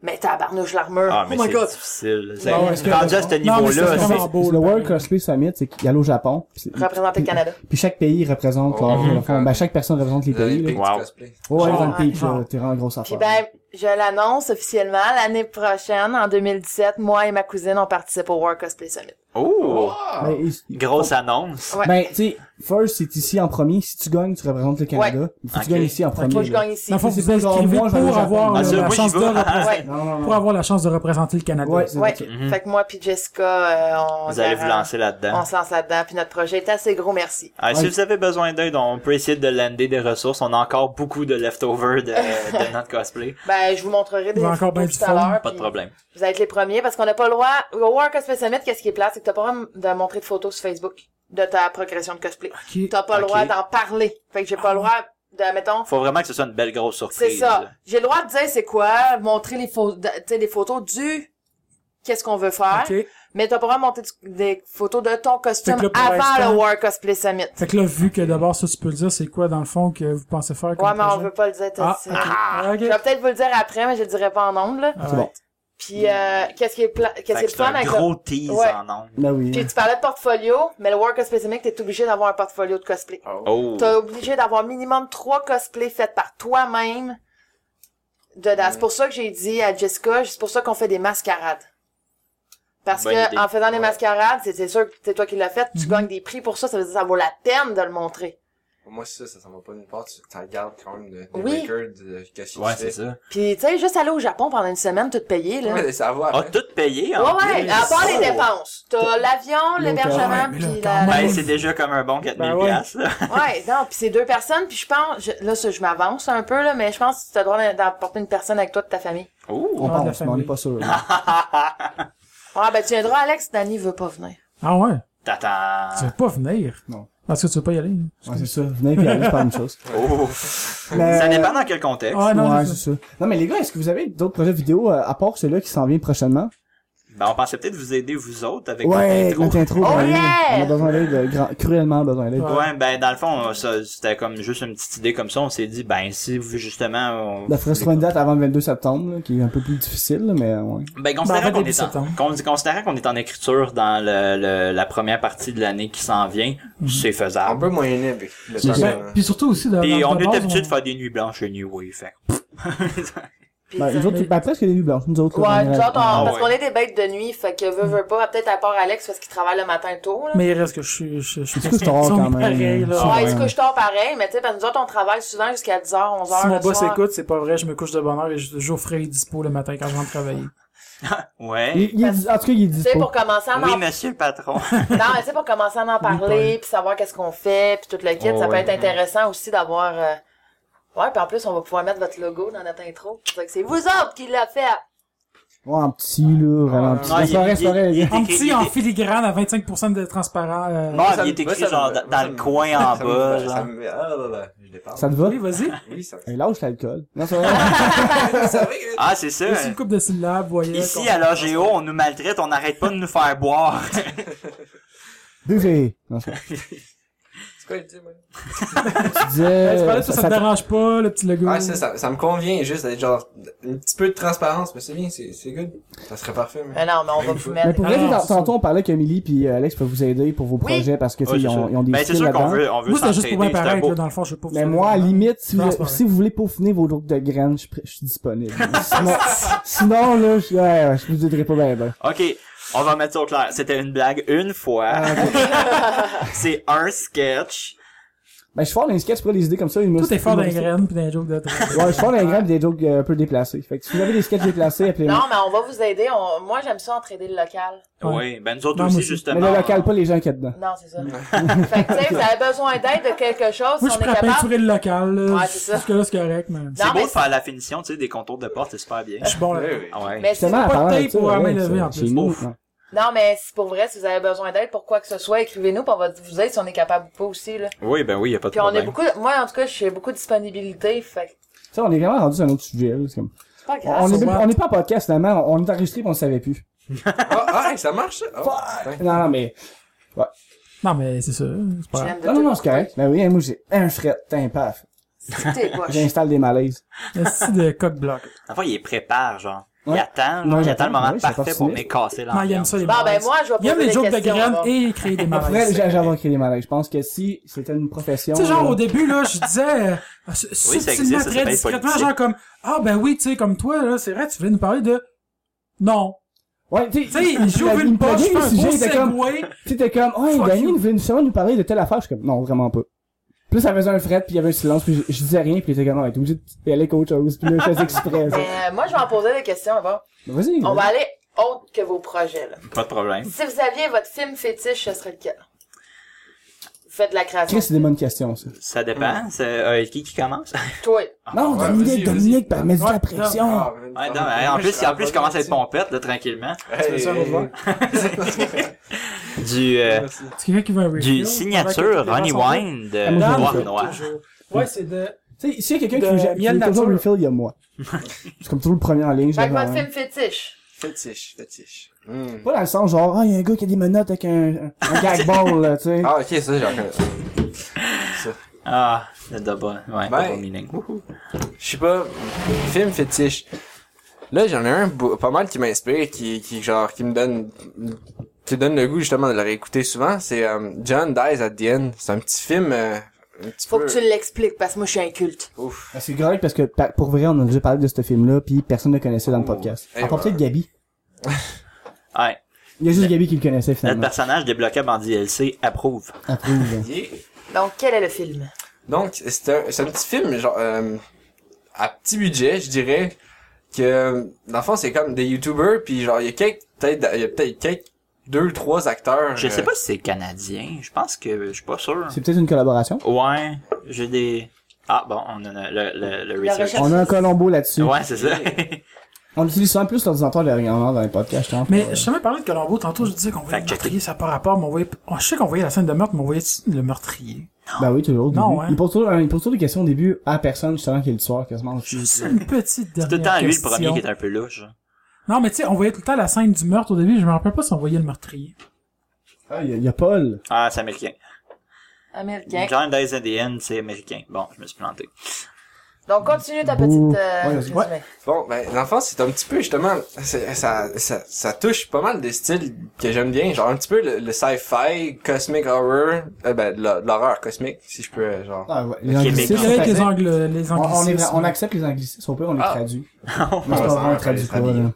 [SPEAKER 1] Mais tabarnouche l'armure.
[SPEAKER 4] Ah, mais
[SPEAKER 1] oh my god.
[SPEAKER 4] c'est difficile. C'est-
[SPEAKER 2] Non, est-ce que-
[SPEAKER 4] Rendu
[SPEAKER 3] Non,
[SPEAKER 4] à ce
[SPEAKER 3] mais c'est
[SPEAKER 4] niveau-là, c'est-
[SPEAKER 3] vraiment beau.
[SPEAKER 2] Le
[SPEAKER 3] là,
[SPEAKER 2] World
[SPEAKER 3] pareil.
[SPEAKER 2] Cosplay Summit, c'est qu'il y a au Japon. puis c'est-
[SPEAKER 1] Représenter le
[SPEAKER 2] puis-
[SPEAKER 1] Canada.
[SPEAKER 2] Puis chaque pays représente
[SPEAKER 5] Oh,
[SPEAKER 2] leur...
[SPEAKER 5] mhm.
[SPEAKER 2] enfin, ben, chaque personne représente les
[SPEAKER 5] Vous avez
[SPEAKER 2] pays.
[SPEAKER 5] le
[SPEAKER 2] là.
[SPEAKER 5] pic du
[SPEAKER 4] Wow.
[SPEAKER 5] cosplay.
[SPEAKER 2] Ouais,
[SPEAKER 3] Genre,
[SPEAKER 2] dans le pitch,
[SPEAKER 3] genre.
[SPEAKER 2] là, t'es en grosse
[SPEAKER 1] Puis
[SPEAKER 2] affaire.
[SPEAKER 1] ben, je l'annonce officiellement, l'année prochaine, en 2017, moi et ma cousine, on participe au World Cosplay Summit.
[SPEAKER 4] Oh!
[SPEAKER 2] Ben, il-
[SPEAKER 4] Grosse annonce.
[SPEAKER 1] Ouais.
[SPEAKER 2] Ben, tu sais, first, c'est ici en premier. Si tu gagnes, tu représentes le Canada. Il faut que tu
[SPEAKER 4] Ok.
[SPEAKER 2] gagnes ici en premier.
[SPEAKER 1] Moi, je
[SPEAKER 2] là.
[SPEAKER 1] gagne ici.
[SPEAKER 3] Dans le fond,
[SPEAKER 2] C'est
[SPEAKER 3] vous
[SPEAKER 2] pas genre,
[SPEAKER 3] inscrivez
[SPEAKER 2] moi, je vais
[SPEAKER 3] pour
[SPEAKER 2] au Japon.
[SPEAKER 3] avoir
[SPEAKER 2] Ah,
[SPEAKER 3] euh,
[SPEAKER 4] c'est-
[SPEAKER 3] la
[SPEAKER 4] moi, j'y
[SPEAKER 3] chance de
[SPEAKER 4] vais.
[SPEAKER 3] représenter-
[SPEAKER 1] Ouais.
[SPEAKER 2] Non, non, non.
[SPEAKER 3] pour avoir la chance de représenter le Canada.
[SPEAKER 2] Ouais, c'est
[SPEAKER 1] Ouais.
[SPEAKER 2] ok.
[SPEAKER 4] Mhm.
[SPEAKER 1] Fait que moi puis Jessica, euh, on...
[SPEAKER 4] Vous allez vous
[SPEAKER 1] garant-
[SPEAKER 4] lancer hein? là-dedans.
[SPEAKER 1] On se lance là-dedans, puis notre projet est assez gros, merci.
[SPEAKER 4] Ah, Si
[SPEAKER 2] Ouais.
[SPEAKER 4] vous avez besoin d'aide, on peut essayer de lander des ressources. On a encore beaucoup de leftovers de, de notre cosplay.
[SPEAKER 1] Ben, je vous montrerai des
[SPEAKER 3] Il y a encore
[SPEAKER 1] photos
[SPEAKER 3] ben
[SPEAKER 1] tout
[SPEAKER 3] du
[SPEAKER 1] à
[SPEAKER 3] fun.
[SPEAKER 1] l'heure.
[SPEAKER 4] Pas de
[SPEAKER 1] puis
[SPEAKER 4] problème.
[SPEAKER 1] Vous êtes les premiers, parce qu'on n'a pas le droit... Au World Cosplay Summit, qu'est-ce qui est plat, c'est que t'as pas le droit de montrer de photos sur Facebook de ta progression de cosplay.
[SPEAKER 3] Ok.
[SPEAKER 1] T'as pas le
[SPEAKER 4] Ok.
[SPEAKER 1] droit d'en parler. Fait que j'ai pas le droit de, mettons,
[SPEAKER 4] Faut vraiment que ce soit une belle grosse
[SPEAKER 1] C'est
[SPEAKER 4] surprise.
[SPEAKER 1] ça.
[SPEAKER 4] là.
[SPEAKER 1] J'ai le droit de dire c'est quoi, montrer les, photos, tu sais, les photos du qu'est-ce qu'on veut faire,
[SPEAKER 3] Ok.
[SPEAKER 1] mais t'as pas le droit de monter du- des photos de ton costume
[SPEAKER 3] Fait que là, pour
[SPEAKER 1] avant
[SPEAKER 3] l'instant-
[SPEAKER 1] le World Cosplay Summit.
[SPEAKER 3] Fait que là, vu que d'abord, ça, tu peux le dire, c'est quoi, dans le fond, que vous pensez faire comme
[SPEAKER 1] Ouais, mais on
[SPEAKER 3] projet?
[SPEAKER 1] veut pas le dire tout de
[SPEAKER 3] Ah,
[SPEAKER 1] suite.
[SPEAKER 3] ok. Ah, ok.
[SPEAKER 1] Je vais peut-être vous le dire après, mais je le dirai pas en nombre, là.
[SPEAKER 3] Ah,
[SPEAKER 2] C'est bon.
[SPEAKER 1] Puis, euh, qu'est-ce qui est, pla- qu'est-ce qui
[SPEAKER 4] Fait
[SPEAKER 1] est
[SPEAKER 4] que
[SPEAKER 1] le
[SPEAKER 4] c'est
[SPEAKER 1] fun
[SPEAKER 4] un
[SPEAKER 1] avec
[SPEAKER 4] gros tease
[SPEAKER 1] Ouais.
[SPEAKER 4] en nombre.
[SPEAKER 2] Ben oui.
[SPEAKER 1] le- Puis, tu parlais de portfolio, mais le World Cosplay Summit, t'es obligé d'avoir un portfolio de cosplay.
[SPEAKER 4] Oh.
[SPEAKER 1] T'es obligé d'avoir minimum trois cosplays faits par toi-même. Dedans. C'est pour ça que j'ai dit à Jessica, c'est pour ça qu'on fait des mascarades. Parce
[SPEAKER 4] Bonne
[SPEAKER 1] que
[SPEAKER 4] idée.
[SPEAKER 1] en faisant des
[SPEAKER 5] Ouais.
[SPEAKER 1] mascarades, c'est c'est sûr que c'est toi qui l'as fait, tu
[SPEAKER 3] Mhm.
[SPEAKER 1] gagnes des prix pour ça, ça veut dire que ça vaut la peine de le montrer.
[SPEAKER 5] Pour Moi, c'est ça, ça s'en va pas nulle part. Tu tu regardes quand même le
[SPEAKER 1] Oui.
[SPEAKER 5] record de qu'est-ce que
[SPEAKER 4] Ouais,
[SPEAKER 5] tu fais.
[SPEAKER 4] c'est ça.
[SPEAKER 1] Puis tu sais, juste aller au Japon pendant une semaine, tout payer là.
[SPEAKER 5] Ouais,
[SPEAKER 1] Ouais,
[SPEAKER 5] de savoir.
[SPEAKER 4] Ah,
[SPEAKER 5] hein.
[SPEAKER 4] tout payé, en
[SPEAKER 1] ouais,
[SPEAKER 4] plus.
[SPEAKER 1] à part les
[SPEAKER 4] Oh.
[SPEAKER 1] dépenses. T'as l'avion,
[SPEAKER 2] L'hôtel.
[SPEAKER 1] l'hébergement,
[SPEAKER 3] Ouais, mais là,
[SPEAKER 1] puis
[SPEAKER 3] quand
[SPEAKER 1] la...
[SPEAKER 3] même.
[SPEAKER 4] Ben, c'est déjà comme un bon 4000
[SPEAKER 3] Ben ouais.
[SPEAKER 4] piastres, là.
[SPEAKER 1] Ouais, non, puis c'est deux personnes, puis je pense... je- Là, ça, je m'avance un peu, là, mais je pense que tu as le droit d'emporter une personne avec toi de ta famille.
[SPEAKER 4] Oh.
[SPEAKER 2] On
[SPEAKER 3] Ah, de la
[SPEAKER 2] pense, mais on n'est
[SPEAKER 3] famille.
[SPEAKER 2] pas sûr.
[SPEAKER 1] Ah, ben tu viendras, Alex, Danny veut pas venir.
[SPEAKER 3] Ah ouais? Tu
[SPEAKER 4] T'attends.
[SPEAKER 3] veux pas venir?
[SPEAKER 2] Non.
[SPEAKER 3] Parce que tu veux pas y aller? Ah,
[SPEAKER 2] Ouais, c'est ça. Venez puis allez, c'est pas une chose.
[SPEAKER 4] Oh.
[SPEAKER 2] Mais-
[SPEAKER 4] Ça dépend dans quel contexte.
[SPEAKER 3] Ah non,
[SPEAKER 2] ouais,
[SPEAKER 3] c'est ça.
[SPEAKER 2] c'est ça. Non, mais les gars, est-ce que vous avez d'autres projets vidéo euh, à part celui-là qui s'en vient prochainement?
[SPEAKER 4] Ben, on pensait peut-être vous aider, vous autres, avec
[SPEAKER 2] Ouais,
[SPEAKER 4] votre
[SPEAKER 2] notre
[SPEAKER 4] intro.
[SPEAKER 2] intro.
[SPEAKER 1] Oh
[SPEAKER 2] ben oui,
[SPEAKER 1] yeah!
[SPEAKER 2] On a besoin d'aide, euh, grand- cruellement besoin d'aide.
[SPEAKER 3] Ouais.
[SPEAKER 4] Ouais, ben dans le fond, ça, c'était comme juste une petite idée comme ça. On s'est dit, ben si vous, justement, on...
[SPEAKER 2] La faudrait se trouver une date avant le 22 septembre, là, qui est un peu plus difficile, là, mais euh, ouais.
[SPEAKER 4] ben considérant
[SPEAKER 3] Ben,
[SPEAKER 4] qu'on
[SPEAKER 3] début
[SPEAKER 4] est en,
[SPEAKER 3] septembre.
[SPEAKER 4] con- considérant qu'on est en écriture dans le, le- la première partie de l'année qui s'en vient, c'est
[SPEAKER 5] On
[SPEAKER 4] faisable.
[SPEAKER 5] peut moyenner avec le
[SPEAKER 2] C'est
[SPEAKER 5] temps.
[SPEAKER 2] ça.
[SPEAKER 5] hein.
[SPEAKER 3] Ben, puis surtout aussi, de,
[SPEAKER 4] Puis
[SPEAKER 3] dans-
[SPEAKER 4] on
[SPEAKER 3] de
[SPEAKER 4] est
[SPEAKER 3] base,
[SPEAKER 4] habitué de
[SPEAKER 3] on-
[SPEAKER 4] faire des nuits hein. blanches anyway, fait.
[SPEAKER 1] Puis
[SPEAKER 2] Ben,
[SPEAKER 1] ça-
[SPEAKER 2] nous autres, ben, presque les nuits blanches, nous autres. là,
[SPEAKER 1] Ouais,
[SPEAKER 2] on
[SPEAKER 1] nous
[SPEAKER 2] est-
[SPEAKER 1] autres, on-
[SPEAKER 4] Ah
[SPEAKER 1] parce
[SPEAKER 4] ouais.
[SPEAKER 1] qu'on est des bêtes de nuit, fait que veut, veut pas, peut-être à part Alex, parce qu'il travaille le matin tôt, là.
[SPEAKER 3] Mais il reste que je suis, je, je suis
[SPEAKER 2] C'est tard, quand même.
[SPEAKER 3] pareil,
[SPEAKER 2] Ouais,
[SPEAKER 3] là.
[SPEAKER 1] ouais, il se
[SPEAKER 2] ouais.
[SPEAKER 1] couche tard pareil, mais tu sais, parce que nous autres, on travaille souvent jusqu'à 10h, 11h.
[SPEAKER 3] Si mon
[SPEAKER 1] le
[SPEAKER 3] boss
[SPEAKER 1] soir.
[SPEAKER 3] écoute, c'est pas vrai, je me couche de bonne heure et je- Geoffrey est dispo le matin quand je rentre travailler.
[SPEAKER 4] Ah, Ouais.
[SPEAKER 2] Il- il est dis- en tout cas, il est
[SPEAKER 1] Tu sais,
[SPEAKER 2] dispo.
[SPEAKER 1] pour commencer
[SPEAKER 5] Ah,
[SPEAKER 1] à en,
[SPEAKER 4] Oui, monsieur le patron.
[SPEAKER 1] non, mais tu sais, pour commencer à en parler, puis savoir qu'est-ce qu'on fait, puis tout le kit,
[SPEAKER 4] Oh,
[SPEAKER 1] ça peut
[SPEAKER 4] ouais.
[SPEAKER 1] être intéressant aussi d'avoir, euh, ouais, puis en plus, on va pouvoir mettre votre logo dans notre intro. Fait que c'est vous autres qui l'a fait.
[SPEAKER 2] Ouais, en petit, là, vraiment en petit.
[SPEAKER 4] Non,
[SPEAKER 2] La
[SPEAKER 4] Ah, il-
[SPEAKER 2] forêt,
[SPEAKER 4] il-
[SPEAKER 2] c'est forêt,
[SPEAKER 4] il-
[SPEAKER 2] là.
[SPEAKER 4] il-
[SPEAKER 3] En petit, en
[SPEAKER 4] il-
[SPEAKER 3] filigrane à 25% de transparent. euh,
[SPEAKER 4] Non,
[SPEAKER 5] ça
[SPEAKER 4] il
[SPEAKER 5] me-
[SPEAKER 4] est écrit
[SPEAKER 5] moi, ça
[SPEAKER 4] genre
[SPEAKER 5] me-
[SPEAKER 4] dans,
[SPEAKER 5] moi,
[SPEAKER 4] dans
[SPEAKER 5] ça
[SPEAKER 4] le
[SPEAKER 5] me-
[SPEAKER 4] coin en
[SPEAKER 5] Ça me-
[SPEAKER 4] bas.
[SPEAKER 5] ça
[SPEAKER 4] genre.
[SPEAKER 5] me- ah, là, là, je dépense.
[SPEAKER 2] Ça te va?
[SPEAKER 3] Oui, vas-y.
[SPEAKER 5] Oui, ça me-
[SPEAKER 2] Hey, lâche l'alcool. Non, ça va.
[SPEAKER 5] Vous savez que-
[SPEAKER 4] Ah, c'est ça.
[SPEAKER 3] Juste une coupe de syllabes, voyez.
[SPEAKER 4] Ici, à l'AGO, on nous maltraite, on n'arrête pas de nous faire boire.
[SPEAKER 2] Buvez. Non, c'est pas-
[SPEAKER 5] C'est quoi le petit, moi?
[SPEAKER 2] tu disais...
[SPEAKER 3] Tu parlais de Euh, ça, ça, te dérange pas, le petit logo.
[SPEAKER 5] Ah, ça, ça, ça me convient juste d'être genre, un petit peu de transparence, mais c'est bien, c'est, c'est good. Ça serait parfait, mais.
[SPEAKER 1] Mais non, mais on va vous
[SPEAKER 2] Mais
[SPEAKER 1] mettre.
[SPEAKER 2] pour vrai,
[SPEAKER 3] Ah, non,
[SPEAKER 2] tant-
[SPEAKER 3] c'est ça.
[SPEAKER 2] tantôt, on parlait qu'Amélie puis euh, Alex peuvent vous aider pour vos
[SPEAKER 1] Oui.
[SPEAKER 2] projets parce que, tu sais,
[SPEAKER 4] Ouais,
[SPEAKER 2] ils,
[SPEAKER 4] c'est
[SPEAKER 2] ont-
[SPEAKER 4] ça.
[SPEAKER 2] ils ont des
[SPEAKER 4] Ben, c'est
[SPEAKER 2] skills
[SPEAKER 4] sûr qu'on
[SPEAKER 2] là-dedans.
[SPEAKER 4] veut, on veut
[SPEAKER 3] Moi, c'était juste pour
[SPEAKER 4] s'entraider,
[SPEAKER 3] bien
[SPEAKER 4] c'est un
[SPEAKER 3] paraître,
[SPEAKER 4] beau-
[SPEAKER 3] là, dans le fond, je sais pas.
[SPEAKER 2] Mais moi, à la limite, si,
[SPEAKER 3] Non,
[SPEAKER 2] vous-
[SPEAKER 3] c'est pas vrai.
[SPEAKER 2] si vous voulez peaufiner vos looks de graines, je, pr- je suis disponible. sinon, sinon, là, je, ouais, ouais, je vous aiderai pas bien, ben.
[SPEAKER 4] Ok, on va mettre ça au clair. C'était une blague une fois. c'est un sketch.
[SPEAKER 2] Ben, je suis fort dans les sketchs, pour les idées comme ça.
[SPEAKER 3] Tout est fort dans les graines pis dans les jokes de
[SPEAKER 2] Ouais, je suis fort dans les graines pis des jokes euh, un peu déplacés. Fait que si vous avez des sketchs déplacés, appelez-moi.
[SPEAKER 1] Non, mais on va vous aider. On... Moi, j'aime ça entraider le local.
[SPEAKER 3] Ouais.
[SPEAKER 4] Oui, ben nous autres
[SPEAKER 3] Non, moi
[SPEAKER 4] aussi,
[SPEAKER 3] aussi.
[SPEAKER 4] justement.
[SPEAKER 2] Mais le local, pas les gens qui sont dedans.
[SPEAKER 1] Non, c'est ça. fait que, tu sais, vous avez besoin d'aide de quelque chose,
[SPEAKER 3] Moi, je
[SPEAKER 1] si
[SPEAKER 3] suis
[SPEAKER 1] on
[SPEAKER 3] prêt à
[SPEAKER 1] est capable.
[SPEAKER 3] peinturer le local, là.
[SPEAKER 1] Ouais, c'est ça.
[SPEAKER 3] Jusque-là, c'est correct, mais.
[SPEAKER 4] C'est
[SPEAKER 1] Non,
[SPEAKER 4] beau
[SPEAKER 1] mais
[SPEAKER 4] de faire la finition, tu sais, des contours de porte, c'est super bien.
[SPEAKER 3] Je suis bon, là.
[SPEAKER 1] Euh,
[SPEAKER 5] Ouais, ouais.
[SPEAKER 4] Ah Ouais.
[SPEAKER 1] Mais si-
[SPEAKER 2] Justement, à
[SPEAKER 3] pas de
[SPEAKER 2] parler
[SPEAKER 3] tape
[SPEAKER 2] de ça,
[SPEAKER 3] pour la main
[SPEAKER 2] ouais,
[SPEAKER 3] levée, en
[SPEAKER 2] c'est-
[SPEAKER 3] plus.
[SPEAKER 2] chez nous,
[SPEAKER 4] Ouf.
[SPEAKER 2] ouais.
[SPEAKER 1] non, mais si pour vrai, si vous avez besoin d'aide pour quoi que ce soit, écrivez-nous, puis on va vous aider si on est capable ou pas aussi, là.
[SPEAKER 4] Oui, ben oui, y a pas de
[SPEAKER 1] Puis on est
[SPEAKER 4] problème.
[SPEAKER 1] beaucoup, moi, en tout cas, j'ai beaucoup de disponibilité, fait que
[SPEAKER 2] Ça, on est vraiment rendu sur un autre sujet, là. C'est comme-
[SPEAKER 1] c'est pas
[SPEAKER 2] On,
[SPEAKER 1] grave.
[SPEAKER 2] on est,
[SPEAKER 3] c'est
[SPEAKER 2] même-
[SPEAKER 3] bon.
[SPEAKER 2] on est pas en podcast, finalement. On on est enregistré pis on le savait plus.
[SPEAKER 5] Ah, ah, hey, ça marche, ça? Ah, putain.
[SPEAKER 2] Non, non, mais.
[SPEAKER 3] Non, mais c'est ça. C'est pas
[SPEAKER 1] Je
[SPEAKER 3] grave.
[SPEAKER 1] l'aime de
[SPEAKER 2] Non,
[SPEAKER 1] tout
[SPEAKER 2] non, non,
[SPEAKER 1] mon
[SPEAKER 2] c'est correct. Ben oui, hein, moi, j'ai un fret, t'es paf.
[SPEAKER 1] cœur. T'es poche.
[SPEAKER 2] J'installe des malaises.
[SPEAKER 3] Un style de coq bloc.
[SPEAKER 4] Enfin, il est prépare, genre. Il
[SPEAKER 2] Ouais.
[SPEAKER 4] attend,
[SPEAKER 2] Non,
[SPEAKER 4] genre, il
[SPEAKER 2] il
[SPEAKER 4] attend le
[SPEAKER 2] attend,
[SPEAKER 4] moment
[SPEAKER 2] oui, je suis
[SPEAKER 4] parfait pour
[SPEAKER 2] fasciné.
[SPEAKER 4] me
[SPEAKER 3] Non,
[SPEAKER 4] casser
[SPEAKER 3] il aime
[SPEAKER 4] l'ambiance.
[SPEAKER 3] ça, les
[SPEAKER 1] Bon, ben,
[SPEAKER 3] malaises.
[SPEAKER 1] moi, je vais
[SPEAKER 3] Il aime
[SPEAKER 1] poser
[SPEAKER 3] les
[SPEAKER 1] des
[SPEAKER 3] jokes de
[SPEAKER 1] questions,
[SPEAKER 3] graines
[SPEAKER 1] bon.
[SPEAKER 3] et créer des
[SPEAKER 2] Après,
[SPEAKER 3] malaises.
[SPEAKER 2] j'ai- j'avais créé des malaises. Je pense que si c'était une profession.
[SPEAKER 3] Tu sais, genre,
[SPEAKER 2] euh,
[SPEAKER 3] au début, là, je disais, euh, su-
[SPEAKER 4] ça existe,
[SPEAKER 3] subtilement,
[SPEAKER 4] ça
[SPEAKER 3] très
[SPEAKER 4] s'appelle
[SPEAKER 3] discrètement,
[SPEAKER 4] politique.
[SPEAKER 3] genre comme, ah, ben oui, tu sais, comme toi, là, c'est vrai, tu voulais nous parler de, non.
[SPEAKER 2] euh, Ouais, tu
[SPEAKER 3] Tu sais,
[SPEAKER 2] il
[SPEAKER 3] j'ouvre
[SPEAKER 2] me
[SPEAKER 3] une
[SPEAKER 2] plugait
[SPEAKER 3] poche, je fais
[SPEAKER 2] le
[SPEAKER 3] un
[SPEAKER 2] sujet,
[SPEAKER 3] beau
[SPEAKER 2] il était comme,
[SPEAKER 3] segway.
[SPEAKER 2] tu sais, t'es comme, ouais,
[SPEAKER 3] Fuck
[SPEAKER 2] Daniel,
[SPEAKER 3] you.
[SPEAKER 2] il veut sûrement nous parler de telle affaire. Je suis comme, non, vraiment pas. Puis là, ça faisait un fret, puis il y avait un silence, puis je, je disais rien, puis il était comme, ouais, t'es obligé d'aller avec autre chose, puis là, je faisais exprès, ça.
[SPEAKER 1] Mais euh, moi, je vais en poser des questions, bon.
[SPEAKER 2] Mais Vas-y.
[SPEAKER 1] On
[SPEAKER 2] vas-y.
[SPEAKER 1] va aller autre que vos projets, là.
[SPEAKER 4] Pas de problème.
[SPEAKER 1] Si vous aviez votre film fétiche, ce serait lequel? Vous faites de la création.
[SPEAKER 2] Chris, c'est des bonnes questions, ça.
[SPEAKER 4] Ça dépend. C'est euh, qui qui commence?
[SPEAKER 1] Toi.
[SPEAKER 3] Ah,
[SPEAKER 2] non,
[SPEAKER 5] ouais, vas-y,
[SPEAKER 2] Dominique,
[SPEAKER 5] vas-y.
[SPEAKER 2] Dominique, par mettre de la
[SPEAKER 3] Ouais,
[SPEAKER 2] pression.
[SPEAKER 5] Ah,
[SPEAKER 4] Ouais, non,
[SPEAKER 5] putain.
[SPEAKER 4] mais en
[SPEAKER 5] Moi,
[SPEAKER 4] plus,
[SPEAKER 5] je
[SPEAKER 4] en plus, il commence à être
[SPEAKER 5] travaille
[SPEAKER 4] pompette, là, tranquillement.
[SPEAKER 5] là-dessus.
[SPEAKER 3] Tu veux ça,
[SPEAKER 5] Hey,
[SPEAKER 3] on va?
[SPEAKER 4] Du, euh,
[SPEAKER 5] merci.
[SPEAKER 3] C'est quelqu'un qui veut un review.
[SPEAKER 4] du signature Ronnie Wine
[SPEAKER 2] moi,
[SPEAKER 4] de
[SPEAKER 2] j'aime
[SPEAKER 4] Noir
[SPEAKER 2] ça.
[SPEAKER 4] Noir.
[SPEAKER 3] Ouais, c'est de,
[SPEAKER 2] Tu sais, s'il y a quelqu'un
[SPEAKER 3] De
[SPEAKER 2] qui veut- qui
[SPEAKER 3] Miel
[SPEAKER 2] veut toujours
[SPEAKER 3] Nature.
[SPEAKER 2] refill, il y a moi. C'est comme toujours le premier en ligne,
[SPEAKER 1] Fait que
[SPEAKER 2] j'avais
[SPEAKER 1] votre
[SPEAKER 2] un.
[SPEAKER 1] film fétiche.
[SPEAKER 5] Fétiche, fétiche. Hmm.
[SPEAKER 2] Pas dans le sens genre, ah, il y a un gars qui a des menottes avec un, un- un gag ball, là, tu sais.
[SPEAKER 5] Ah, ok, ça, j'en connais.
[SPEAKER 4] Ah, le double, ouais, double meaning. Wouhou.
[SPEAKER 5] Je sais pas, film fétiche. Là, j'en ai un bou- pas mal qui m'inspire, qui, qui, genre, qui me donne, qui donne le goût, justement, de le réécouter souvent. C'est, euh, John Dies at the End. C'est un petit film, euh, un petit
[SPEAKER 1] Faut
[SPEAKER 5] peu...
[SPEAKER 1] que tu l'expliques, parce que moi, je suis un culte.
[SPEAKER 5] Ouf.
[SPEAKER 2] Ben, c'est correct parce que pa- pour vrai, on a déjà parlé de ce film-là, puis personne ne le connaissait dans le podcast.
[SPEAKER 5] Eh
[SPEAKER 2] à part
[SPEAKER 5] ben.
[SPEAKER 2] peut-être Gabi.
[SPEAKER 4] Ouais.
[SPEAKER 2] Il y a
[SPEAKER 5] Eh.
[SPEAKER 2] juste Gabi qui le connaissait
[SPEAKER 4] Notre
[SPEAKER 2] finalement.
[SPEAKER 4] personnage débloquable en DLC approuve.
[SPEAKER 2] Après, oui, ben.
[SPEAKER 5] Yeah.
[SPEAKER 1] Donc, quel est le film?
[SPEAKER 5] Donc, c'est un, c'est un petit film, genre, euh, à petit budget, je dirais, que, dans le fond, c'est comme des YouTubers, puis genre, il y a quelques, peut-être, il y a peut-être quelques, deux, trois acteurs.
[SPEAKER 4] Je sais
[SPEAKER 5] euh,
[SPEAKER 4] pas si c'est canadien, je pense que, je suis pas sûr.
[SPEAKER 2] C'est peut-être une collaboration.
[SPEAKER 4] Ouais, j'ai des... Ah bon, on a le, le, le
[SPEAKER 1] La
[SPEAKER 4] research.
[SPEAKER 1] recherche.
[SPEAKER 2] On a un Colombo là-dessus.
[SPEAKER 4] Ouais, c'est ça.
[SPEAKER 2] On utilise souvent plus l'ordinateur de rien dans les podcasts, je pense.
[SPEAKER 3] Mais je savais parler de Colombo, tantôt je disais qu'on voyait
[SPEAKER 4] Fact
[SPEAKER 3] le meurtrier, ça par rapport, mais on voyait, oh, je sais qu'on voyait la scène de meurtre, mais on voyait le meurtrier.
[SPEAKER 2] Ben oui, toujours. au
[SPEAKER 3] Non,
[SPEAKER 2] début.
[SPEAKER 3] hein.
[SPEAKER 2] Il pose toujours, euh, il pose toujours des questions au début à la personne justement qui est le soir quasiment.
[SPEAKER 3] Juste une petite dernière
[SPEAKER 4] Tout le temps, lui, le
[SPEAKER 3] question.
[SPEAKER 4] premier qui est un peu louche. genre.
[SPEAKER 3] Non, mais tu sais, on voyait tout le temps la scène du meurtre au début, je me rappelle pas si on voyait le meurtrier.
[SPEAKER 2] Ah, il y, a- il y a Paul.
[SPEAKER 4] Ah, c'est américain.
[SPEAKER 1] Américain.
[SPEAKER 4] John Dies at the End, c'est américain. Bon, je me suis planté.
[SPEAKER 1] Donc, continue ta
[SPEAKER 2] Bouh.
[SPEAKER 1] petite, euh,
[SPEAKER 2] Ouais,
[SPEAKER 1] résumé.
[SPEAKER 3] ouais.
[SPEAKER 5] Bon, ben, dans le fond, c'est un petit peu, justement, c'est- ça, ça, ça touche pas mal des styles que j'aime bien, genre un petit peu le, le sci-fi, cosmic horror, euh, ben, de l'hor- de l'horreur cosmique, si je peux, euh, genre.
[SPEAKER 2] Ah, ouais. Les
[SPEAKER 4] Le Québec.
[SPEAKER 2] anglicismes,
[SPEAKER 3] C'est
[SPEAKER 4] C'est
[SPEAKER 3] avec
[SPEAKER 2] on,
[SPEAKER 3] les
[SPEAKER 2] fait-
[SPEAKER 3] angles, euh, les
[SPEAKER 2] on, on est-
[SPEAKER 3] anglicismes.
[SPEAKER 2] on accepte les anglicismes, on peut, on les
[SPEAKER 5] Ah.
[SPEAKER 2] traduit. Mais
[SPEAKER 5] Ah,
[SPEAKER 2] c'est pas
[SPEAKER 5] ça,
[SPEAKER 2] vraiment, on
[SPEAKER 5] on
[SPEAKER 2] traduit euh,
[SPEAKER 5] les
[SPEAKER 2] pas,
[SPEAKER 5] traduit.
[SPEAKER 2] là.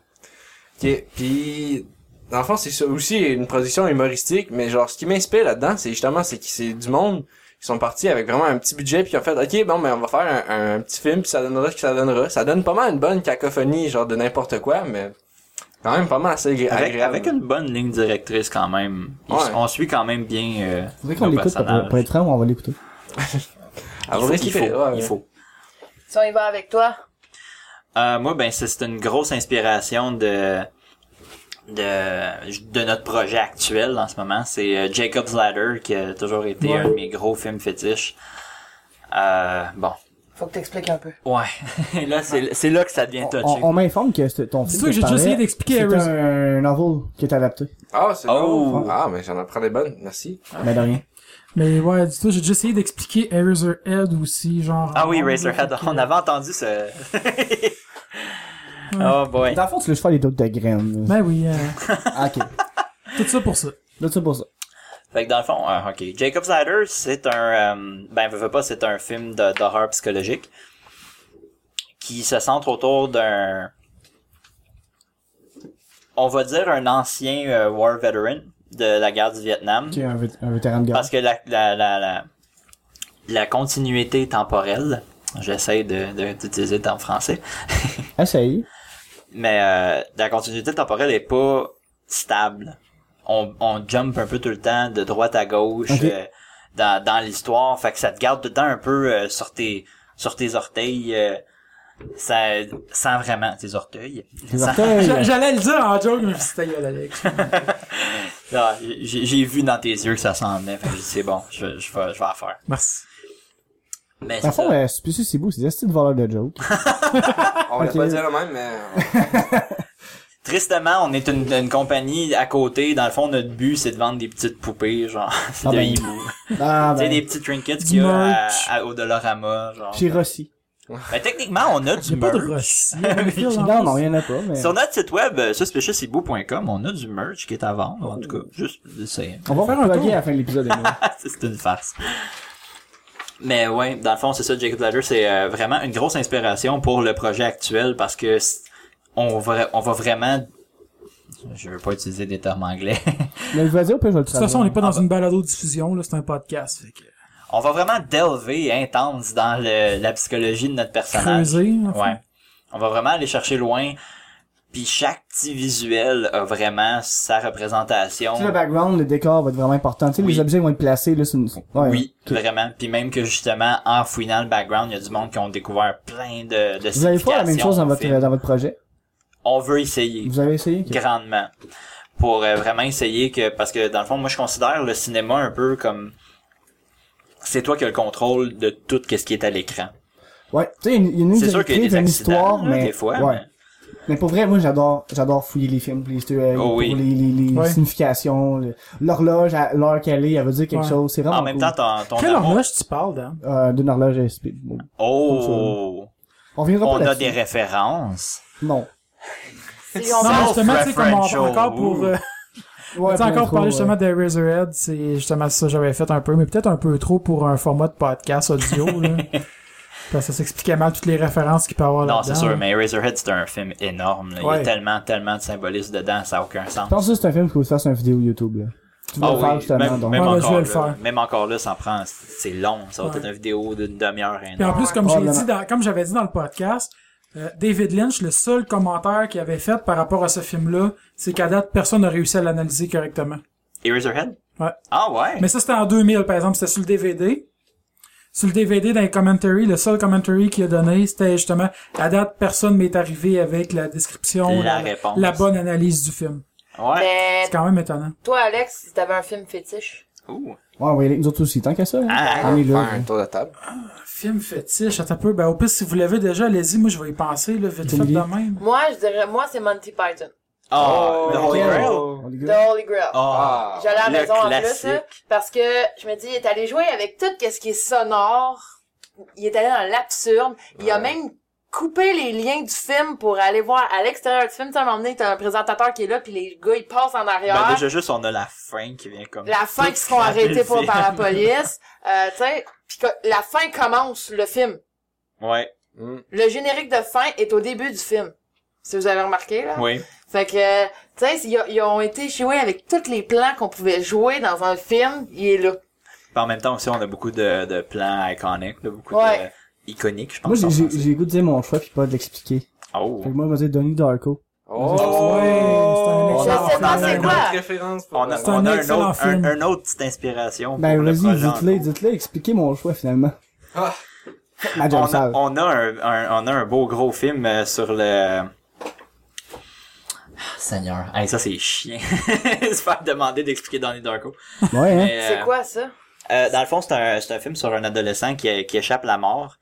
[SPEAKER 5] Ok, puis dans le fond, c'est ça aussi une production humoristique, mais genre ce qui m'inspire là-dedans, c'est justement c'est que c'est du monde qui sont partis avec vraiment un petit budget puis qui ont fait OK, bon ben on va faire un, un petit film puis ça donnera ce que ça donnera. Ça donne pas mal une bonne cacophonie genre de n'importe quoi, mais quand même pas mal assez agré-
[SPEAKER 4] Avec,
[SPEAKER 5] agréable.
[SPEAKER 4] avec une bonne ligne directrice quand même. Il-
[SPEAKER 5] Ouais.
[SPEAKER 4] On suit quand même bien euh,
[SPEAKER 2] Faudrait qu'on
[SPEAKER 4] nos
[SPEAKER 2] l'écoute pour,
[SPEAKER 4] personnages.
[SPEAKER 2] pour être franc, on va l'écouter.
[SPEAKER 5] Ah,
[SPEAKER 4] Il faut,
[SPEAKER 5] vrai
[SPEAKER 4] il
[SPEAKER 5] qu'il
[SPEAKER 4] faut,
[SPEAKER 5] fait- ouais,
[SPEAKER 4] il
[SPEAKER 5] ouais.
[SPEAKER 4] faut.
[SPEAKER 1] Si on y va avec toi,
[SPEAKER 4] Euh, moi, ben, c'est c'est une grosse inspiration de, de, de notre projet actuel en ce moment. C'est euh, Jacob's Ladder, qui a toujours été
[SPEAKER 3] Ouais.
[SPEAKER 4] un de mes gros films fétiches. Euh, bon.
[SPEAKER 1] Faut que t'expliques un peu.
[SPEAKER 4] Ouais. là, c'est c'est là que ça devient touché.
[SPEAKER 2] On, on m'informe que c'est- ton film.
[SPEAKER 3] ça que j'ai déjà essayé d'expliquer à
[SPEAKER 2] C'est
[SPEAKER 3] Riz-
[SPEAKER 2] un, un novel qui est adapté.
[SPEAKER 5] Ah, c'est
[SPEAKER 4] Oh.
[SPEAKER 5] bon. Ah, mais j'en apprends des bonnes. Merci.
[SPEAKER 2] Mais de rien.
[SPEAKER 3] Mais ouais, dis-toi, j'ai déjà essayé d'expliquer Eraserhead aussi, genre.
[SPEAKER 4] Ah oui,
[SPEAKER 3] en-
[SPEAKER 4] Razorhead,
[SPEAKER 3] fait que-
[SPEAKER 4] on avait entendu ce... oh boy.
[SPEAKER 2] Dans le fond, tu veux juste faire des doutes de graines. là.
[SPEAKER 3] Ben oui, euh,
[SPEAKER 2] Ah, ok.
[SPEAKER 3] tout ça pour ça.
[SPEAKER 2] Là, c'est pour ça.
[SPEAKER 4] Fait que dans le fond, euh, ok. Jacob's Ladder, c'est un, euh, ben, veux, veux pas, c'est un film de- d'horreur psychologique qui se centre autour d'un, on va dire un ancien euh, war veteran de la guerre du Vietnam.
[SPEAKER 2] Ok, un, vét- un vétéran de guerre.
[SPEAKER 4] Parce que la, la, la, la, la continuité temporelle, j'essaie de, de, d'utiliser en français,
[SPEAKER 2] Essaye.
[SPEAKER 4] mais euh, la continuité temporelle est pas stable. On, on jump un peu tout le temps de droite à gauche
[SPEAKER 2] Ok.
[SPEAKER 4] euh, dans, dans l'histoire, fait que ça te garde tout le temps un peu euh, sur tes sur tes orteils, euh, ça, sans vraiment tes orteils.
[SPEAKER 2] Tes
[SPEAKER 4] Sans-
[SPEAKER 2] orteils. euh,
[SPEAKER 3] J'a- J'allais le dire en joke, mais c'était gueule, Alex.
[SPEAKER 4] Ah, j'ai, j'ai vu dans tes yeux que ça s'en venait, fait que j'ai dit, c'est bon, je, je vais je vais en faire.
[SPEAKER 3] Merci.
[SPEAKER 4] Mais
[SPEAKER 2] Dans
[SPEAKER 4] c'est
[SPEAKER 2] le fond,
[SPEAKER 4] ça.
[SPEAKER 2] euh, Suspicious Cibou, c'est des de valeur de joke.
[SPEAKER 5] On va
[SPEAKER 2] Ok.
[SPEAKER 5] pas dire le même, mais.
[SPEAKER 4] Tristement, on est une, une compagnie à côté. Dans le fond, notre but, c'est de vendre des petites poupées, genre,
[SPEAKER 2] Ah
[SPEAKER 4] de
[SPEAKER 2] ben.
[SPEAKER 4] hibou.
[SPEAKER 2] Ah,
[SPEAKER 4] Tu sais, des
[SPEAKER 2] ben.
[SPEAKER 4] petits trinkets
[SPEAKER 3] Du
[SPEAKER 4] qu'il y a à-
[SPEAKER 3] merch.
[SPEAKER 4] à- au Dollarama, genre.
[SPEAKER 2] Chez Rossi.
[SPEAKER 4] Ben, techniquement, on a du
[SPEAKER 3] J'ai pas de
[SPEAKER 4] merch.
[SPEAKER 3] Rossi. Il y a un fil en
[SPEAKER 2] Non,
[SPEAKER 3] plus.
[SPEAKER 2] non, il y en a pas, mais.
[SPEAKER 4] Sur notre site web, euh, suspiciousibou.com, on a du merch qui est à vendre, en tout cas. Juste, c'est,
[SPEAKER 2] On va
[SPEAKER 3] Faire
[SPEAKER 2] faire
[SPEAKER 3] un
[SPEAKER 2] un
[SPEAKER 3] tour.
[SPEAKER 2] à la fin de l'épisode. Emile.
[SPEAKER 4] c'est une farce. Mais ouais, dans le fond, c'est ça, Jacob Ladder, c'est euh, vraiment une grosse inspiration pour le projet actuel parce que c- on va, on va vraiment, je veux pas utiliser des termes anglais,
[SPEAKER 2] Mais vas-y, au pire, je vais le
[SPEAKER 3] De toute façon, on
[SPEAKER 2] traduire.
[SPEAKER 3] n'est pas dans une balado-diffusion, là, c'est un podcast. Fait que...
[SPEAKER 4] on va vraiment delver intense dans le- la psychologie de notre personnage.
[SPEAKER 3] Creuser, en fait.
[SPEAKER 4] Ouais. On va vraiment aller chercher loin. Puis chaque petit visuel a vraiment sa représentation.
[SPEAKER 2] Tu sais, le background, le décor va être vraiment important. Tu sais,
[SPEAKER 4] Oui.
[SPEAKER 2] les objets vont être placés, là, sur une... ouais.
[SPEAKER 4] Oui, vraiment. Puis même que justement, en fouinant le background, il y a du monde qui ont découvert plein de, de
[SPEAKER 2] Vous allez faire la même chose dans
[SPEAKER 4] significations au
[SPEAKER 2] votre,
[SPEAKER 4] film.
[SPEAKER 2] dans votre projet.
[SPEAKER 4] On veut essayer
[SPEAKER 2] Vous avez essayé? Ok.
[SPEAKER 4] grandement pour euh, vraiment essayer que parce que dans le fond, moi je considère le cinéma un peu comme c'est toi qui as le contrôle de tout ce qui est à l'écran.
[SPEAKER 2] Ouais. Tu sais, il y a une-
[SPEAKER 4] C'est
[SPEAKER 2] il y a
[SPEAKER 4] sûr
[SPEAKER 2] une
[SPEAKER 4] qu'il y a des
[SPEAKER 2] une
[SPEAKER 4] accidents
[SPEAKER 2] histoire,
[SPEAKER 4] là,
[SPEAKER 2] mais.
[SPEAKER 4] des fois.
[SPEAKER 2] ouais.
[SPEAKER 4] mais-
[SPEAKER 2] Mais pour vrai, moi, j'adore, j'adore fouiller les films, les, euh,
[SPEAKER 4] Oh oui.
[SPEAKER 2] pour les, les, les
[SPEAKER 3] Ouais.
[SPEAKER 2] significations, le- l'horloge, à l'heure qu'elle est, elle veut dire quelque
[SPEAKER 3] Ouais.
[SPEAKER 2] chose. C'est vraiment
[SPEAKER 4] En même
[SPEAKER 2] cool.
[SPEAKER 4] temps, ton, ton
[SPEAKER 3] Quelle
[SPEAKER 4] amour-
[SPEAKER 3] horloge tu parles, Dan?
[SPEAKER 2] euh, d'une horloge à speed.
[SPEAKER 4] Oh,
[SPEAKER 2] On viendra pas
[SPEAKER 4] on a
[SPEAKER 2] là-dessus.
[SPEAKER 4] des références.
[SPEAKER 2] Non.
[SPEAKER 1] Si on
[SPEAKER 4] Non,
[SPEAKER 1] parle-
[SPEAKER 3] justement, tu sais, comme on-
[SPEAKER 4] preferential,
[SPEAKER 3] encore pour...
[SPEAKER 4] ouh.
[SPEAKER 3] euh,
[SPEAKER 2] Ouais,
[SPEAKER 3] tu sais,
[SPEAKER 2] pour euh,
[SPEAKER 3] encore
[SPEAKER 2] l'intro,
[SPEAKER 3] parler
[SPEAKER 2] ouais.
[SPEAKER 3] justement de Razorhead, c'est justement ça que j'avais fait un peu, mais peut-être un peu trop pour un format de podcast audio, là. Parce que ça s'expliquait mal toutes les références qu'il peut y avoir
[SPEAKER 4] Non,
[SPEAKER 3] là-dedans.
[SPEAKER 4] c'est sûr, mais Razorhead, c'est un film énorme. là. Il y
[SPEAKER 3] Ouais.
[SPEAKER 4] a tellement, tellement de symbolisme dedans, ça n'a aucun sens.
[SPEAKER 2] Je pense que c'est un film que vous fasse une vidéo YouTube, là. Tu vas
[SPEAKER 4] Ah
[SPEAKER 2] le faire,
[SPEAKER 4] oui,
[SPEAKER 2] justement,
[SPEAKER 4] même,
[SPEAKER 2] donc.
[SPEAKER 4] même
[SPEAKER 3] Ouais, ben, je
[SPEAKER 4] encore,
[SPEAKER 3] vais le
[SPEAKER 4] là,
[SPEAKER 3] faire.
[SPEAKER 4] même encore là, ça en prend, c'est long. Ça va
[SPEAKER 3] Ouais.
[SPEAKER 4] être une vidéo d'une demi-heure.
[SPEAKER 3] Puis en
[SPEAKER 4] énorme.
[SPEAKER 3] plus, comme j'ai
[SPEAKER 2] Probablement.
[SPEAKER 3] dit, dans- comme j'avais dit dans le podcast, euh, David Lynch, le seul commentaire qu'il avait fait par rapport à ce film-là, c'est qu'à date, personne n'a réussi à l'analyser correctement.
[SPEAKER 4] Et Razorhead?
[SPEAKER 3] Ouais.
[SPEAKER 4] Ah ouais?
[SPEAKER 3] Mais ça, c'était en 2000, par exemple. C'était sur le DVD. Sur le DVD, dans les commentary, le seul commentary qu'il a donné, c'était justement, à date, personne m'est arrivé avec la description,
[SPEAKER 4] La réponse.
[SPEAKER 3] la bonne analyse du film.
[SPEAKER 4] Ouais.
[SPEAKER 3] C'est
[SPEAKER 1] Mais
[SPEAKER 3] quand même étonnant.
[SPEAKER 1] Ben, toi, Alex, si t'avais un film fétiche,
[SPEAKER 4] Ouh.
[SPEAKER 2] Ouais, ouais, nous autres aussi, tant qu'à ça. hein.
[SPEAKER 4] Ah,
[SPEAKER 2] on est là.
[SPEAKER 5] Faire un tour de table.
[SPEAKER 3] Film fétiche, attends un peu. Ben, au pire, si vous l'avez déjà, allez-y. Moi, je vais y penser, là, vite fait de
[SPEAKER 2] Julie.
[SPEAKER 3] même.
[SPEAKER 1] moi, je dirais, moi, c'est Monty Python.
[SPEAKER 4] Oh,
[SPEAKER 5] Oh,
[SPEAKER 4] The Holy
[SPEAKER 2] ouais.
[SPEAKER 4] Grail. Oh,
[SPEAKER 2] On est
[SPEAKER 1] The
[SPEAKER 2] good.
[SPEAKER 1] Holy Grail.
[SPEAKER 5] Ah.
[SPEAKER 1] J'allais à la
[SPEAKER 4] le
[SPEAKER 1] maison en plus, hein.
[SPEAKER 4] classique.
[SPEAKER 1] là, parce que je me dis, il est allé jouer avec tout ce qui est sonore. Il est allé dans l'absurde. Il a
[SPEAKER 5] Ouais.
[SPEAKER 1] même coupé les liens du film pour aller voir à l'extérieur du film. Tu sais, à un moment donné, t'as un présentateur qui est là, puis les gars, ils passent en arrière.
[SPEAKER 4] Ben, déjà, juste, on a la fin qui vient comme...
[SPEAKER 1] la fin
[SPEAKER 4] tout
[SPEAKER 1] qui se font
[SPEAKER 4] craquer
[SPEAKER 1] arrêter
[SPEAKER 4] le
[SPEAKER 1] pour,
[SPEAKER 4] film.
[SPEAKER 1] par la police. Euh, tu sais, puis que- la fin commence le film.
[SPEAKER 4] Ouais,
[SPEAKER 5] Hmm.
[SPEAKER 1] Le générique de fin est au début du film. Si vous avez remarqué, là.
[SPEAKER 4] oui.
[SPEAKER 1] Fait que, tu sais, ils, ils ont été joués avec tous les plans qu'on pouvait jouer dans un film. Il est
[SPEAKER 4] Euh,
[SPEAKER 1] là.
[SPEAKER 4] Puis en même temps aussi, on a beaucoup de, de plans iconiques, là, beaucoup
[SPEAKER 1] Ouais.
[SPEAKER 4] de iconiques, je
[SPEAKER 2] Moi,
[SPEAKER 4] pense.
[SPEAKER 2] j'ai-
[SPEAKER 4] en
[SPEAKER 2] j'ai
[SPEAKER 4] français.
[SPEAKER 2] j'ai le goût de dire mon choix puis pas de l'expliquer.
[SPEAKER 4] Oh.
[SPEAKER 2] Fait que moi, je vais dire Donnie Darko.
[SPEAKER 5] Oh!
[SPEAKER 3] Ouais,
[SPEAKER 1] c'est un
[SPEAKER 5] On
[SPEAKER 1] excellent
[SPEAKER 5] a
[SPEAKER 1] film. Je sais pas c'est
[SPEAKER 5] une
[SPEAKER 1] quoi.
[SPEAKER 5] autre référence pour
[SPEAKER 4] On a,
[SPEAKER 5] la-
[SPEAKER 3] un
[SPEAKER 4] on a un,
[SPEAKER 3] excellent
[SPEAKER 4] autre, un,
[SPEAKER 3] film.
[SPEAKER 4] un autre petite inspiration.
[SPEAKER 2] Ben,
[SPEAKER 4] pour le
[SPEAKER 2] vas-y,
[SPEAKER 4] projet en
[SPEAKER 2] dites-le, dites-le, expliquez mon choix, finalement.
[SPEAKER 5] Ah.
[SPEAKER 2] à
[SPEAKER 4] on,
[SPEAKER 2] job
[SPEAKER 4] a,
[SPEAKER 2] sale.
[SPEAKER 4] on a un, un- on a un beau gros film euh, sur le. Ah, Seigneur, Hey, ça c'est chiant. Se faire demander d'expliquer Donnie Darko.
[SPEAKER 2] Ouais, hein.
[SPEAKER 4] Mais,
[SPEAKER 1] C'est
[SPEAKER 4] euh,
[SPEAKER 1] quoi ça?
[SPEAKER 4] euh, dans le fond, c'est un, c'est un film sur un adolescent qui, qui échappe la mort,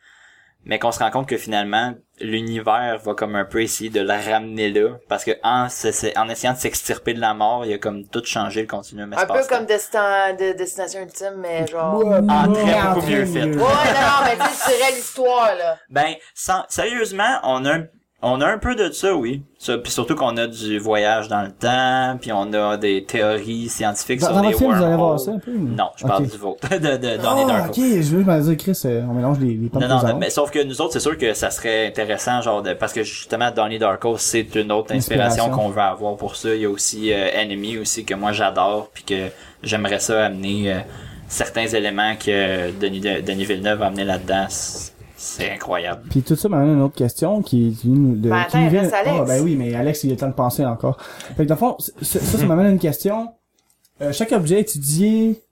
[SPEAKER 4] mais qu'on se rend compte que finalement, l'univers va comme un peu essayer de la ramener là, parce que en, se- se- en essayant de s'extirper de la mort, il a comme tout changé le continuum
[SPEAKER 1] Un peu
[SPEAKER 4] espace-temps.
[SPEAKER 1] comme Destin, de Destination Ultime, mais genre... Ouais,
[SPEAKER 2] Ouais,
[SPEAKER 4] Ah, très
[SPEAKER 2] ouais,
[SPEAKER 4] beaucoup
[SPEAKER 2] très
[SPEAKER 4] mieux fait. Oh,
[SPEAKER 1] non, non, mais tu sais, c'est l'histoire, là.
[SPEAKER 4] Ben, sans- sérieusement, on a, un- on a un peu de ça, oui. Ça, puis surtout qu'on a du voyage dans le temps, puis on a des théories scientifiques
[SPEAKER 2] Dans,
[SPEAKER 4] sur
[SPEAKER 2] dans
[SPEAKER 4] les
[SPEAKER 2] votre film, vous allez voir
[SPEAKER 4] wormholes.
[SPEAKER 2] ça un peu?
[SPEAKER 4] Non, je parle
[SPEAKER 2] Ok.
[SPEAKER 4] du vôtre, de, de,
[SPEAKER 2] Ah,
[SPEAKER 1] Oh,
[SPEAKER 4] Donnie Darko.
[SPEAKER 2] ok, je veux me dire, Chris, euh, on mélange les, les pommes
[SPEAKER 4] Non,
[SPEAKER 2] aux
[SPEAKER 4] non,
[SPEAKER 2] oranges.
[SPEAKER 4] mais sauf que nous autres, c'est sûr que ça serait intéressant, genre, de, parce que justement, Donnie Darko, c'est une autre inspiration,
[SPEAKER 2] Inspiration.
[SPEAKER 4] qu'on veut avoir pour ça. Il y a aussi euh, Enemy aussi que moi j'adore, puis que j'aimerais ça amener euh, certains éléments que Denis, Denis Villeneuve a amené là-dedans. C'est- C'est incroyable.
[SPEAKER 2] Puis tout ça m'amène à une autre question qui, qui nous- de,
[SPEAKER 1] Ben,
[SPEAKER 2] qui
[SPEAKER 1] attends,
[SPEAKER 2] nous vient-
[SPEAKER 1] reste Alex.
[SPEAKER 2] Ah, ben oui, mais Alex, il a le temps de penser encore. Fait que dans le fond, c- ça, ça, ça m'amène à une question. Euh, chaque objet étudié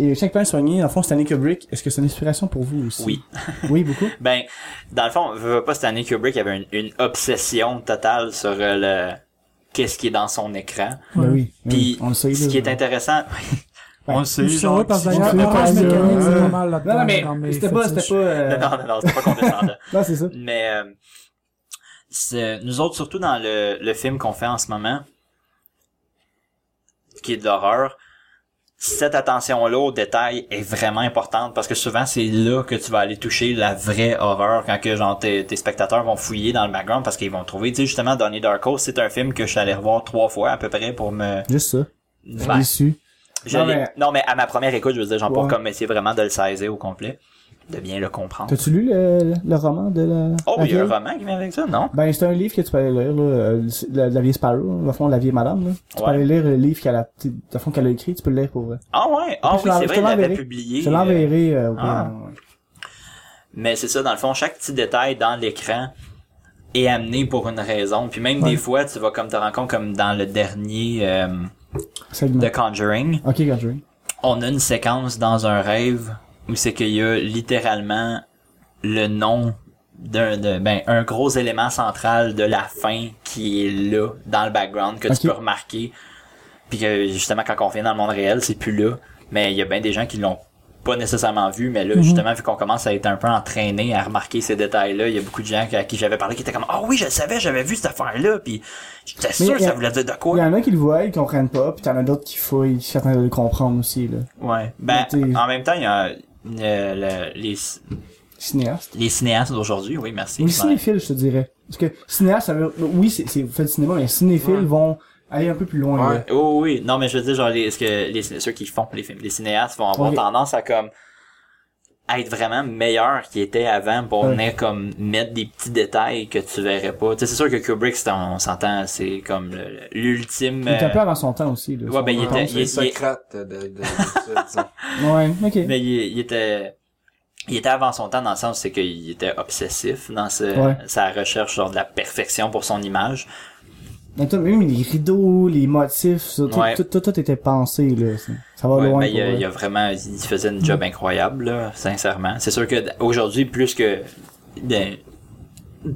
[SPEAKER 2] et chaque page soignée, dans le fond, Stanley Kubrick, est-ce que c'est une inspiration pour vous aussi?
[SPEAKER 4] Oui.
[SPEAKER 2] Oui, beaucoup?
[SPEAKER 4] Ben, dans le fond, veux veux pas Stanley Kubrick avait une, une obsession totale sur euh, le qu'est-ce qui est dans son écran.
[SPEAKER 2] Ben oui. ben
[SPEAKER 4] Puis
[SPEAKER 2] oui, on le sait.
[SPEAKER 4] ce
[SPEAKER 2] là.
[SPEAKER 4] qui est intéressant,
[SPEAKER 2] On le
[SPEAKER 3] Je suis heureux parce que d'ailleurs,
[SPEAKER 2] tu veux
[SPEAKER 3] Orange
[SPEAKER 2] pas,
[SPEAKER 3] Mécanique, c'est
[SPEAKER 2] euh,
[SPEAKER 3] pas mal là-dedans.
[SPEAKER 2] Non, non, mais
[SPEAKER 3] dans mes
[SPEAKER 2] c'était pas,
[SPEAKER 3] fétiches.
[SPEAKER 2] c'était pas, euh,
[SPEAKER 4] non, non, non, c'est pas condescendant.
[SPEAKER 2] non, c'est ça.
[SPEAKER 4] Mais euh, c'est- nous autres, surtout dans le, le film qu'on fait en ce moment, qui est de l'horreur, cette attention-là au détail est vraiment importante parce que souvent c'est là que tu vas aller toucher la vraie horreur quand que genre tes, tes spectateurs vont fouiller dans le background parce qu'ils vont trouver. Tu sais justement Donnie Darko, c'est un film que je suis allé revoir trois fois à peu près pour me.
[SPEAKER 2] Juste ça.
[SPEAKER 4] Ben,
[SPEAKER 2] Déçu.
[SPEAKER 4] je
[SPEAKER 2] Non,
[SPEAKER 4] l'ai-
[SPEAKER 2] mais-
[SPEAKER 4] non, mais à ma première écoute, je veux dire genre pour
[SPEAKER 2] Ouais.
[SPEAKER 4] comme essayer vraiment de le saisir au complet, de bien le comprendre.
[SPEAKER 2] T'as-tu lu le, le roman de la...
[SPEAKER 4] Oh,
[SPEAKER 2] la
[SPEAKER 4] il y a un
[SPEAKER 2] vieille?
[SPEAKER 4] roman qui vient avec ça, non?
[SPEAKER 2] Ben, c'est un livre que tu peux aller lire, là, euh, c'est la, la vieille Sparrow, dans le fond, la vieille madame, là. Tu peux
[SPEAKER 4] Ouais.
[SPEAKER 2] aller lire le livre qu'elle a, tu- dans le fond, qu'elle a écrit, tu peux le lire pour vrai.
[SPEAKER 4] Ah ouais, ah
[SPEAKER 2] je
[SPEAKER 4] oui,
[SPEAKER 2] l'en-
[SPEAKER 4] c'est
[SPEAKER 2] je te
[SPEAKER 4] vrai, il l'avait
[SPEAKER 2] l'enverrai.
[SPEAKER 4] publié.
[SPEAKER 2] Je te l'enverrai, euh, au
[SPEAKER 4] ah.
[SPEAKER 2] pire, ouais.
[SPEAKER 4] Mais c'est ça, dans le fond, chaque petit détail dans l'écran est amené pour une raison. Puis même
[SPEAKER 2] Ouais.
[SPEAKER 4] des fois, tu vas comme te rendre compte, comme dans le dernier euh,
[SPEAKER 2] Segment.
[SPEAKER 4] de Conjuring,
[SPEAKER 2] Ok, Roger.
[SPEAKER 4] on a une séquence dans un rêve où c'est qu'il y a littéralement le nom d'un de- ben, un gros élément central de la fin qui est là dans le background que
[SPEAKER 2] Ok.
[SPEAKER 4] tu peux remarquer puis que justement quand on revient dans le monde réel c'est plus là mais il y a bien des gens qui l'ont pas nécessairement vu mais là
[SPEAKER 2] Mhm.
[SPEAKER 4] justement vu qu'on commence à être un peu entraîné à remarquer ces détails là il y a beaucoup de gens à qui j'avais parlé qui étaient comme ah oui je le savais j'avais vu cette affaire là puis j'étais
[SPEAKER 2] Mais
[SPEAKER 4] sûr que
[SPEAKER 2] il y a-
[SPEAKER 4] ça voulait dire de
[SPEAKER 2] Il y
[SPEAKER 4] quoi
[SPEAKER 2] en a qui le voient, ils comprennent pas, pis t'en as d'autres qui fouillent, qui s'attendent à le comprendre aussi, là.
[SPEAKER 4] ouais
[SPEAKER 2] Mais
[SPEAKER 4] ben
[SPEAKER 2] t'es-
[SPEAKER 4] en même temps il y a euh, le- les
[SPEAKER 2] Cinéaste.
[SPEAKER 4] Les cinéastes d'aujourd'hui, oui, merci. Ben,
[SPEAKER 2] Ou
[SPEAKER 4] Ouais.
[SPEAKER 2] cinéphile, je te dirais. Parce que cinéaste, ça veut, oui, c'est, c'est, vous faites du cinéma, mais cinéphiles vont aller un peu plus loin,
[SPEAKER 5] Ouais.
[SPEAKER 2] là.
[SPEAKER 4] Oh, oui, non, mais je veux dire, genre, les, est-ce que les, ceux qui font les films, les cinéastes vont avoir
[SPEAKER 2] Ok.
[SPEAKER 4] tendance à comme être vraiment meilleurs qu'ils étaient avant pour
[SPEAKER 2] Ouais.
[SPEAKER 4] venir comme mettre des petits détails que tu verrais pas. Tu sais, c'est sûr que Kubrick, c'est un- on s'entend, c'est comme le- l'ultime.
[SPEAKER 2] Il était un peu
[SPEAKER 4] euh,
[SPEAKER 2] avant son temps aussi, là.
[SPEAKER 4] Ouais,
[SPEAKER 2] son
[SPEAKER 4] ben, il
[SPEAKER 2] temps.
[SPEAKER 4] était-
[SPEAKER 5] C'est Socrate de, de, de ça, disons.
[SPEAKER 2] Ouais, ok.
[SPEAKER 4] Mais il, il était. Il était avant son temps dans le sens c'est qu'il était obsessif dans ce-
[SPEAKER 2] Ouais.
[SPEAKER 4] sa recherche genre de la perfection pour son image.
[SPEAKER 2] Mais toi, même les rideaux, les motifs, ça, tout,
[SPEAKER 4] Ouais.
[SPEAKER 2] tout, tout, tout était pensé, là. Ça, ça va
[SPEAKER 4] Ouais,
[SPEAKER 2] loin.
[SPEAKER 4] mais il,
[SPEAKER 2] pour
[SPEAKER 4] y a-
[SPEAKER 2] vrai.
[SPEAKER 4] il y a
[SPEAKER 3] euh,
[SPEAKER 4] vraiment, il faisait une
[SPEAKER 3] Mm.
[SPEAKER 4] job incroyable, là, sincèrement. C'est sûr que d- aujourd'hui, plus que, ben,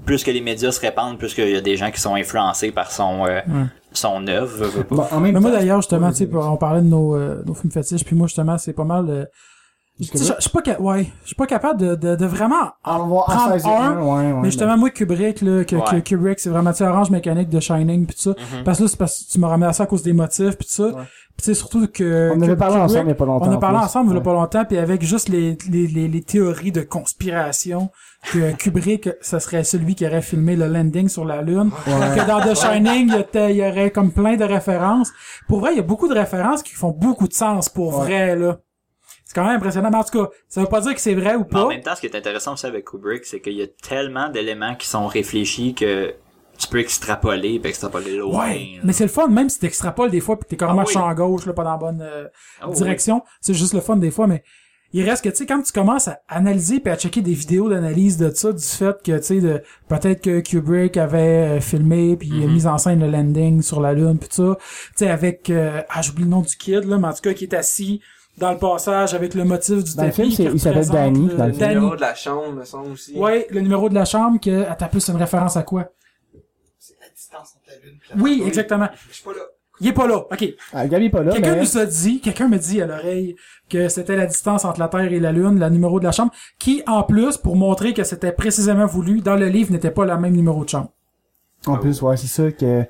[SPEAKER 4] plus que les médias se répandent, plus qu'il y a des gens qui sont influencés par son, euh,
[SPEAKER 3] Mm.
[SPEAKER 4] son œuvre. je veux pas.
[SPEAKER 2] Bon, Bah, en même
[SPEAKER 3] Mais moi
[SPEAKER 2] temps,
[SPEAKER 3] d'ailleurs, justement, tu sais,
[SPEAKER 2] Ouais,
[SPEAKER 3] on parlait de nos, euh, nos films fétiches, puis moi justement, c'est pas mal. euh, tu sais, je je suis pas, ca- ouais, je suis pas capable de, de, de vraiment.
[SPEAKER 2] en voir en
[SPEAKER 3] prendre
[SPEAKER 2] 16
[SPEAKER 3] un,
[SPEAKER 2] ouais, ouais,
[SPEAKER 3] mais justement, moi Kubrick, là, que, que
[SPEAKER 4] Ouais.
[SPEAKER 3] Kubrick, c'est vraiment tu sais, Orange Mécanique de Shining, puis tout ça. Parce que là, c'est parce que tu m'as ramené à ça à cause des motifs, puis tout ça. Puis tu sais, surtout que.
[SPEAKER 2] On en
[SPEAKER 3] que
[SPEAKER 2] avait parlé
[SPEAKER 3] Kubrick-
[SPEAKER 2] ensemble il y a pas longtemps,
[SPEAKER 3] On a
[SPEAKER 2] en
[SPEAKER 3] parlé
[SPEAKER 2] plus.
[SPEAKER 3] ensemble il y a
[SPEAKER 2] Ouais.
[SPEAKER 3] pas longtemps, puis avec juste les, les, les, les théories de conspiration que Kubrick, ça serait celui qui aurait filmé le landing sur la Lune. Que dans The Shining, il y était- il y aurait comme plein de références. Pour vrai, il y a beaucoup de références qui font beaucoup de sens pour vrai, là. C'est quand même impressionnant. Mais en tout cas, ça veut pas dire que c'est vrai ou
[SPEAKER 4] Mais
[SPEAKER 3] pas.
[SPEAKER 4] en même temps, ce qui est intéressant aussi avec Kubrick, c'est qu'il y a tellement d'éléments qui sont réfléchis que tu peux extrapoler, puis extrapoler loin.
[SPEAKER 3] Ouais,
[SPEAKER 4] là.
[SPEAKER 3] mais c'est le fun, même si t'extrapoles des fois pis t'es carrément
[SPEAKER 4] Ah oui.
[SPEAKER 3] champ gauche, là, pas dans la bonne euh,
[SPEAKER 4] Ah oui.
[SPEAKER 3] direction, c'est juste le fun des fois, mais il reste que, tu sais, quand tu commences à analyser puis à checker des vidéos d'analyse de ça, du fait que, tu sais, de- peut-être que Kubrick avait euh, filmé puis
[SPEAKER 4] Mhm.
[SPEAKER 3] euh, mis en scène le landing sur la Lune puis tout ça, tu sais, avec, euh, ah, j'oublie le nom du kid, là, mais en tout cas, qui est assis dans le passage avec le motif du
[SPEAKER 2] Dans le
[SPEAKER 3] tapis.
[SPEAKER 2] film, c'est-
[SPEAKER 3] qui
[SPEAKER 2] il s'appelle
[SPEAKER 3] représente euh,
[SPEAKER 2] Danny, dans le
[SPEAKER 5] Le
[SPEAKER 3] Danny.
[SPEAKER 5] numéro de la chambre, me semble aussi.
[SPEAKER 3] Ouais, le numéro de la chambre que à taper c'est une référence à quoi
[SPEAKER 6] C'est la distance entre la lune et la
[SPEAKER 3] Oui, exactement.
[SPEAKER 6] Je suis pas là.
[SPEAKER 3] Il est pas là. OK.
[SPEAKER 2] Ah, Gabi est pas là,
[SPEAKER 3] Quelqu'un
[SPEAKER 2] mais...
[SPEAKER 3] nous a dit, quelqu'un me dit à l'oreille que c'était la distance entre la Terre et la Lune, le numéro de la chambre, qui, en plus, pour montrer que c'était précisément voulu, dans le livre, n'était pas le même numéro de chambre.
[SPEAKER 2] En plus, ouais, c'est ça que...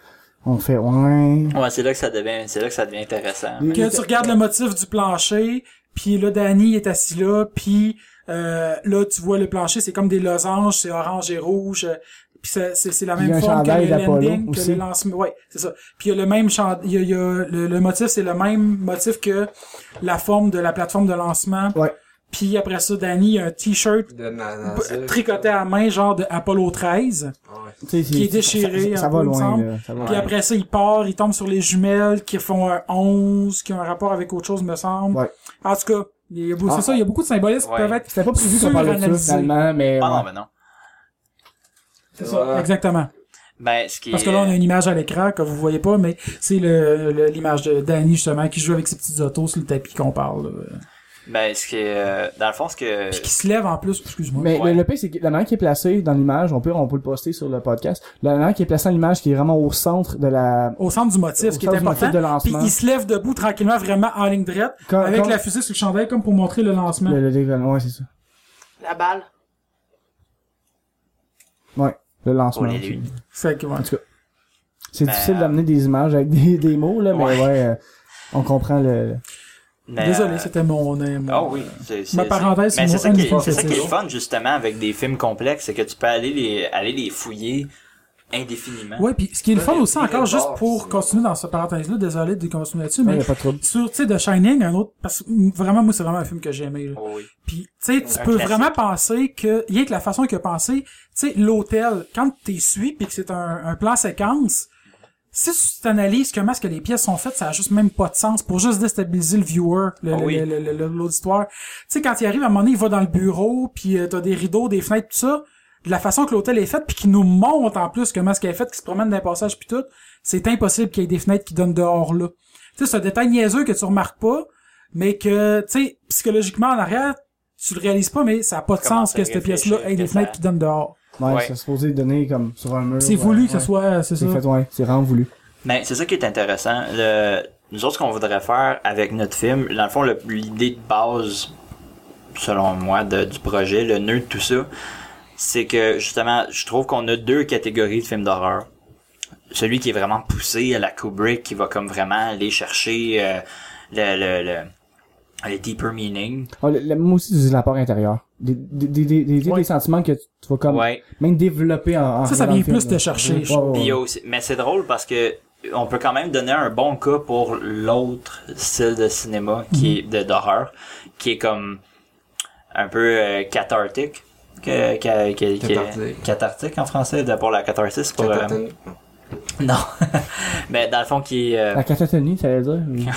[SPEAKER 2] On fait, ouais...
[SPEAKER 4] Ouais, c'est là que ça devient, c'est là que ça devient intéressant.
[SPEAKER 3] Que tu regardes le motif du plancher, puis là, Danny est assis là, puis euh, là, tu vois le plancher, c'est comme des losanges, c'est orange et rouge, euh, puis c'est, c'est, c'est la
[SPEAKER 2] Puis il y a
[SPEAKER 3] même
[SPEAKER 2] un
[SPEAKER 3] forme que
[SPEAKER 2] chandail
[SPEAKER 3] le
[SPEAKER 2] d'Apollo
[SPEAKER 3] landing, que
[SPEAKER 2] aussi.
[SPEAKER 3] le lancement. Ouais, c'est ça. Puis il y a le même chan- il y a, il y a- le, le motif, c'est le même motif que la forme de la plateforme de lancement.
[SPEAKER 2] Ouais.
[SPEAKER 3] Puis après ça, Danny, il y a un t-shirt
[SPEAKER 5] De na- na-
[SPEAKER 3] b- tricoté à main, genre de Apollo 13.
[SPEAKER 5] Ah Ouais.
[SPEAKER 2] Tu sais,
[SPEAKER 3] Qui est déchiré,
[SPEAKER 2] Ça, ça
[SPEAKER 3] un
[SPEAKER 2] va
[SPEAKER 3] peu, il me
[SPEAKER 2] loin,
[SPEAKER 3] semble.
[SPEAKER 2] là. Ça va.
[SPEAKER 3] Puis après ça, il part, il tombe sur les jumelles qui font un 11, qui ont un rapport avec autre chose, me semble.
[SPEAKER 2] Ouais.
[SPEAKER 3] En tout cas, il y a, beau-
[SPEAKER 2] Ah.
[SPEAKER 3] c'est ça, il y a beaucoup de symbolismes
[SPEAKER 4] Ouais.
[SPEAKER 3] qui peuvent être...
[SPEAKER 2] C'était pas prévu qu'on parle de
[SPEAKER 3] Suranalysé.
[SPEAKER 2] ça, finalement, mais...
[SPEAKER 4] Ah non,
[SPEAKER 2] ouais.
[SPEAKER 4] ben non.
[SPEAKER 3] C'est
[SPEAKER 5] Voilà.
[SPEAKER 3] ça, exactement.
[SPEAKER 4] Ben, ce qui
[SPEAKER 3] Parce
[SPEAKER 4] est-
[SPEAKER 3] que là, on a une image à l'écran que vous voyez pas, mais c'est le, le- l'image de Danny, justement, qui joue avec ses petites autos sur le tapis qu'on parle. là.
[SPEAKER 4] Ben, ce qui est, euh, dans le fond, ce que...
[SPEAKER 3] Puis qui se lève en plus, excuse-moi.
[SPEAKER 2] Mais
[SPEAKER 4] Ouais.
[SPEAKER 2] le, le pire, c'est que la manière qui est placée dans l'image, on peut, on peut le poster sur le podcast. La manière qui est placée dans l'image, qui est vraiment au centre de la...
[SPEAKER 3] Au centre du motif,
[SPEAKER 2] Au
[SPEAKER 3] ce qui
[SPEAKER 2] centre
[SPEAKER 3] est
[SPEAKER 2] du motif
[SPEAKER 3] important.
[SPEAKER 2] de lancement.
[SPEAKER 3] Puis il se lève debout tranquillement, vraiment en ligne droite,
[SPEAKER 2] Quand-
[SPEAKER 3] avec
[SPEAKER 2] quand-
[SPEAKER 3] la fusée sur le chandail, comme pour montrer le lancement.
[SPEAKER 2] Le, le décollage, ouais, c'est ça.
[SPEAKER 1] La balle.
[SPEAKER 2] Ouais, le lancement.
[SPEAKER 4] On est lune.
[SPEAKER 3] C'est que, ouais.
[SPEAKER 2] C'est
[SPEAKER 4] Oh, Ben,
[SPEAKER 2] difficile d'amener des images avec des, des mots, là, mais
[SPEAKER 4] Ouais.
[SPEAKER 2] ouais, euh, on comprend le...
[SPEAKER 4] Mais,
[SPEAKER 3] Désolé,
[SPEAKER 4] euh,
[SPEAKER 3] c'était mon... mon-
[SPEAKER 4] Ah oui, c'est c'est-
[SPEAKER 3] Ma parenthèse,
[SPEAKER 4] mais
[SPEAKER 3] c'est
[SPEAKER 4] c'est
[SPEAKER 3] mon
[SPEAKER 4] ça, qui
[SPEAKER 3] un
[SPEAKER 4] est, c'est ça
[SPEAKER 3] des
[SPEAKER 4] qui est le
[SPEAKER 3] fans.
[SPEAKER 4] fun justement avec des films complexes, c'est que tu peux aller les aller les fouiller indéfiniment.
[SPEAKER 3] Ouais, puis ce qui est le fun
[SPEAKER 5] Ouais,
[SPEAKER 3] aussi
[SPEAKER 5] il y a
[SPEAKER 3] encore,
[SPEAKER 5] le
[SPEAKER 3] juste
[SPEAKER 5] bord,
[SPEAKER 3] pour
[SPEAKER 5] c'est-
[SPEAKER 3] continuer dans ce parenthèse-là, désolé de continuer là-dessus,
[SPEAKER 2] Il
[SPEAKER 3] mais
[SPEAKER 2] a pas de trouble.
[SPEAKER 3] sur, tu sais, The Shining, un autre, parce que mm, vraiment, moi, c'est vraiment un film que j'ai aimé, là.
[SPEAKER 4] Oh oui.
[SPEAKER 3] Puis, tu sais, tu
[SPEAKER 4] Un
[SPEAKER 3] peux
[SPEAKER 4] classique.
[SPEAKER 3] vraiment penser que, rien que la façon qu'il a pensé, tu sais, l'hôtel, quand t'es suis puis que c'est un, un plan séquence, si tu t'analyses comment est-ce que les pièces sont faites, ça a juste même pas de sens pour juste déstabiliser le viewer, le-
[SPEAKER 4] Ah
[SPEAKER 3] le-
[SPEAKER 4] oui.
[SPEAKER 3] le- le- le- l'auditoire. Tu sais, quand il arrive, à un moment donné, il va dans le bureau, puis euh, t'as des rideaux, des fenêtres, tout ça. De la façon que l'hôtel est fait, puis qu'il nous montre en plus comment est-ce qu'elle est faite, qu'il se promène d'un passage puis tout, c'est impossible qu'il y ait des fenêtres qui donnent dehors là. Tu sais, c'est un détail niaiseux que tu remarques pas, mais que, tu sais, psychologiquement en arrière, tu le réalises pas, mais ça a pas de
[SPEAKER 4] Comment
[SPEAKER 3] sens
[SPEAKER 4] ça
[SPEAKER 3] que cette
[SPEAKER 4] réfléchir,
[SPEAKER 3] pièce-là ait
[SPEAKER 4] que
[SPEAKER 3] des
[SPEAKER 4] ça-
[SPEAKER 3] fenêtres qui donnent dehors.
[SPEAKER 2] Ouais,
[SPEAKER 4] Ouais.
[SPEAKER 2] c'est supposé donner comme sur un mur.
[SPEAKER 3] C'est
[SPEAKER 2] ouais,
[SPEAKER 3] voulu que
[SPEAKER 2] ouais.
[SPEAKER 3] ce soit, euh, c'est ça.
[SPEAKER 2] C'est fait, ouais, c'est vraiment voulu.
[SPEAKER 4] Mais c'est ça qui est intéressant. Le, nous autres, ce qu'on voudrait faire avec notre film, dans le fond, le- l'idée de base, selon moi, de- du projet, le nœud de tout ça, c'est que justement, je trouve qu'on a deux catégories de films d'horreur. Celui qui est vraiment poussé à la Kubrick, qui va comme vraiment aller chercher euh, le, le, le- le deeper meaning.
[SPEAKER 2] Ah, le, le- moi aussi, c'est la part intérieure. Des, des, des, des, des- des
[SPEAKER 3] Ouais.
[SPEAKER 2] sentiments que tu, tu vas comme
[SPEAKER 4] Ouais.
[SPEAKER 2] même développer en, en
[SPEAKER 3] Ça, ça
[SPEAKER 2] regardant
[SPEAKER 3] vient
[SPEAKER 2] le film,
[SPEAKER 3] plus te
[SPEAKER 2] là.
[SPEAKER 3] chercher, je
[SPEAKER 2] Ouais, ouais,
[SPEAKER 4] Puis il y
[SPEAKER 2] ouais.
[SPEAKER 4] a aussi- mais c'est drôle parce que on peut quand même donner un bon cas pour l'autre style de cinéma qui est de d'horreur, qui est comme un peu euh, cathartique. Que, que- que- que-
[SPEAKER 5] Cathartique.
[SPEAKER 4] cathartique en français de- pour la catharsis pour euh,
[SPEAKER 5] Catatonie.
[SPEAKER 4] non mais dans le fond qui est euh,
[SPEAKER 2] La catatonie, ça veut dire.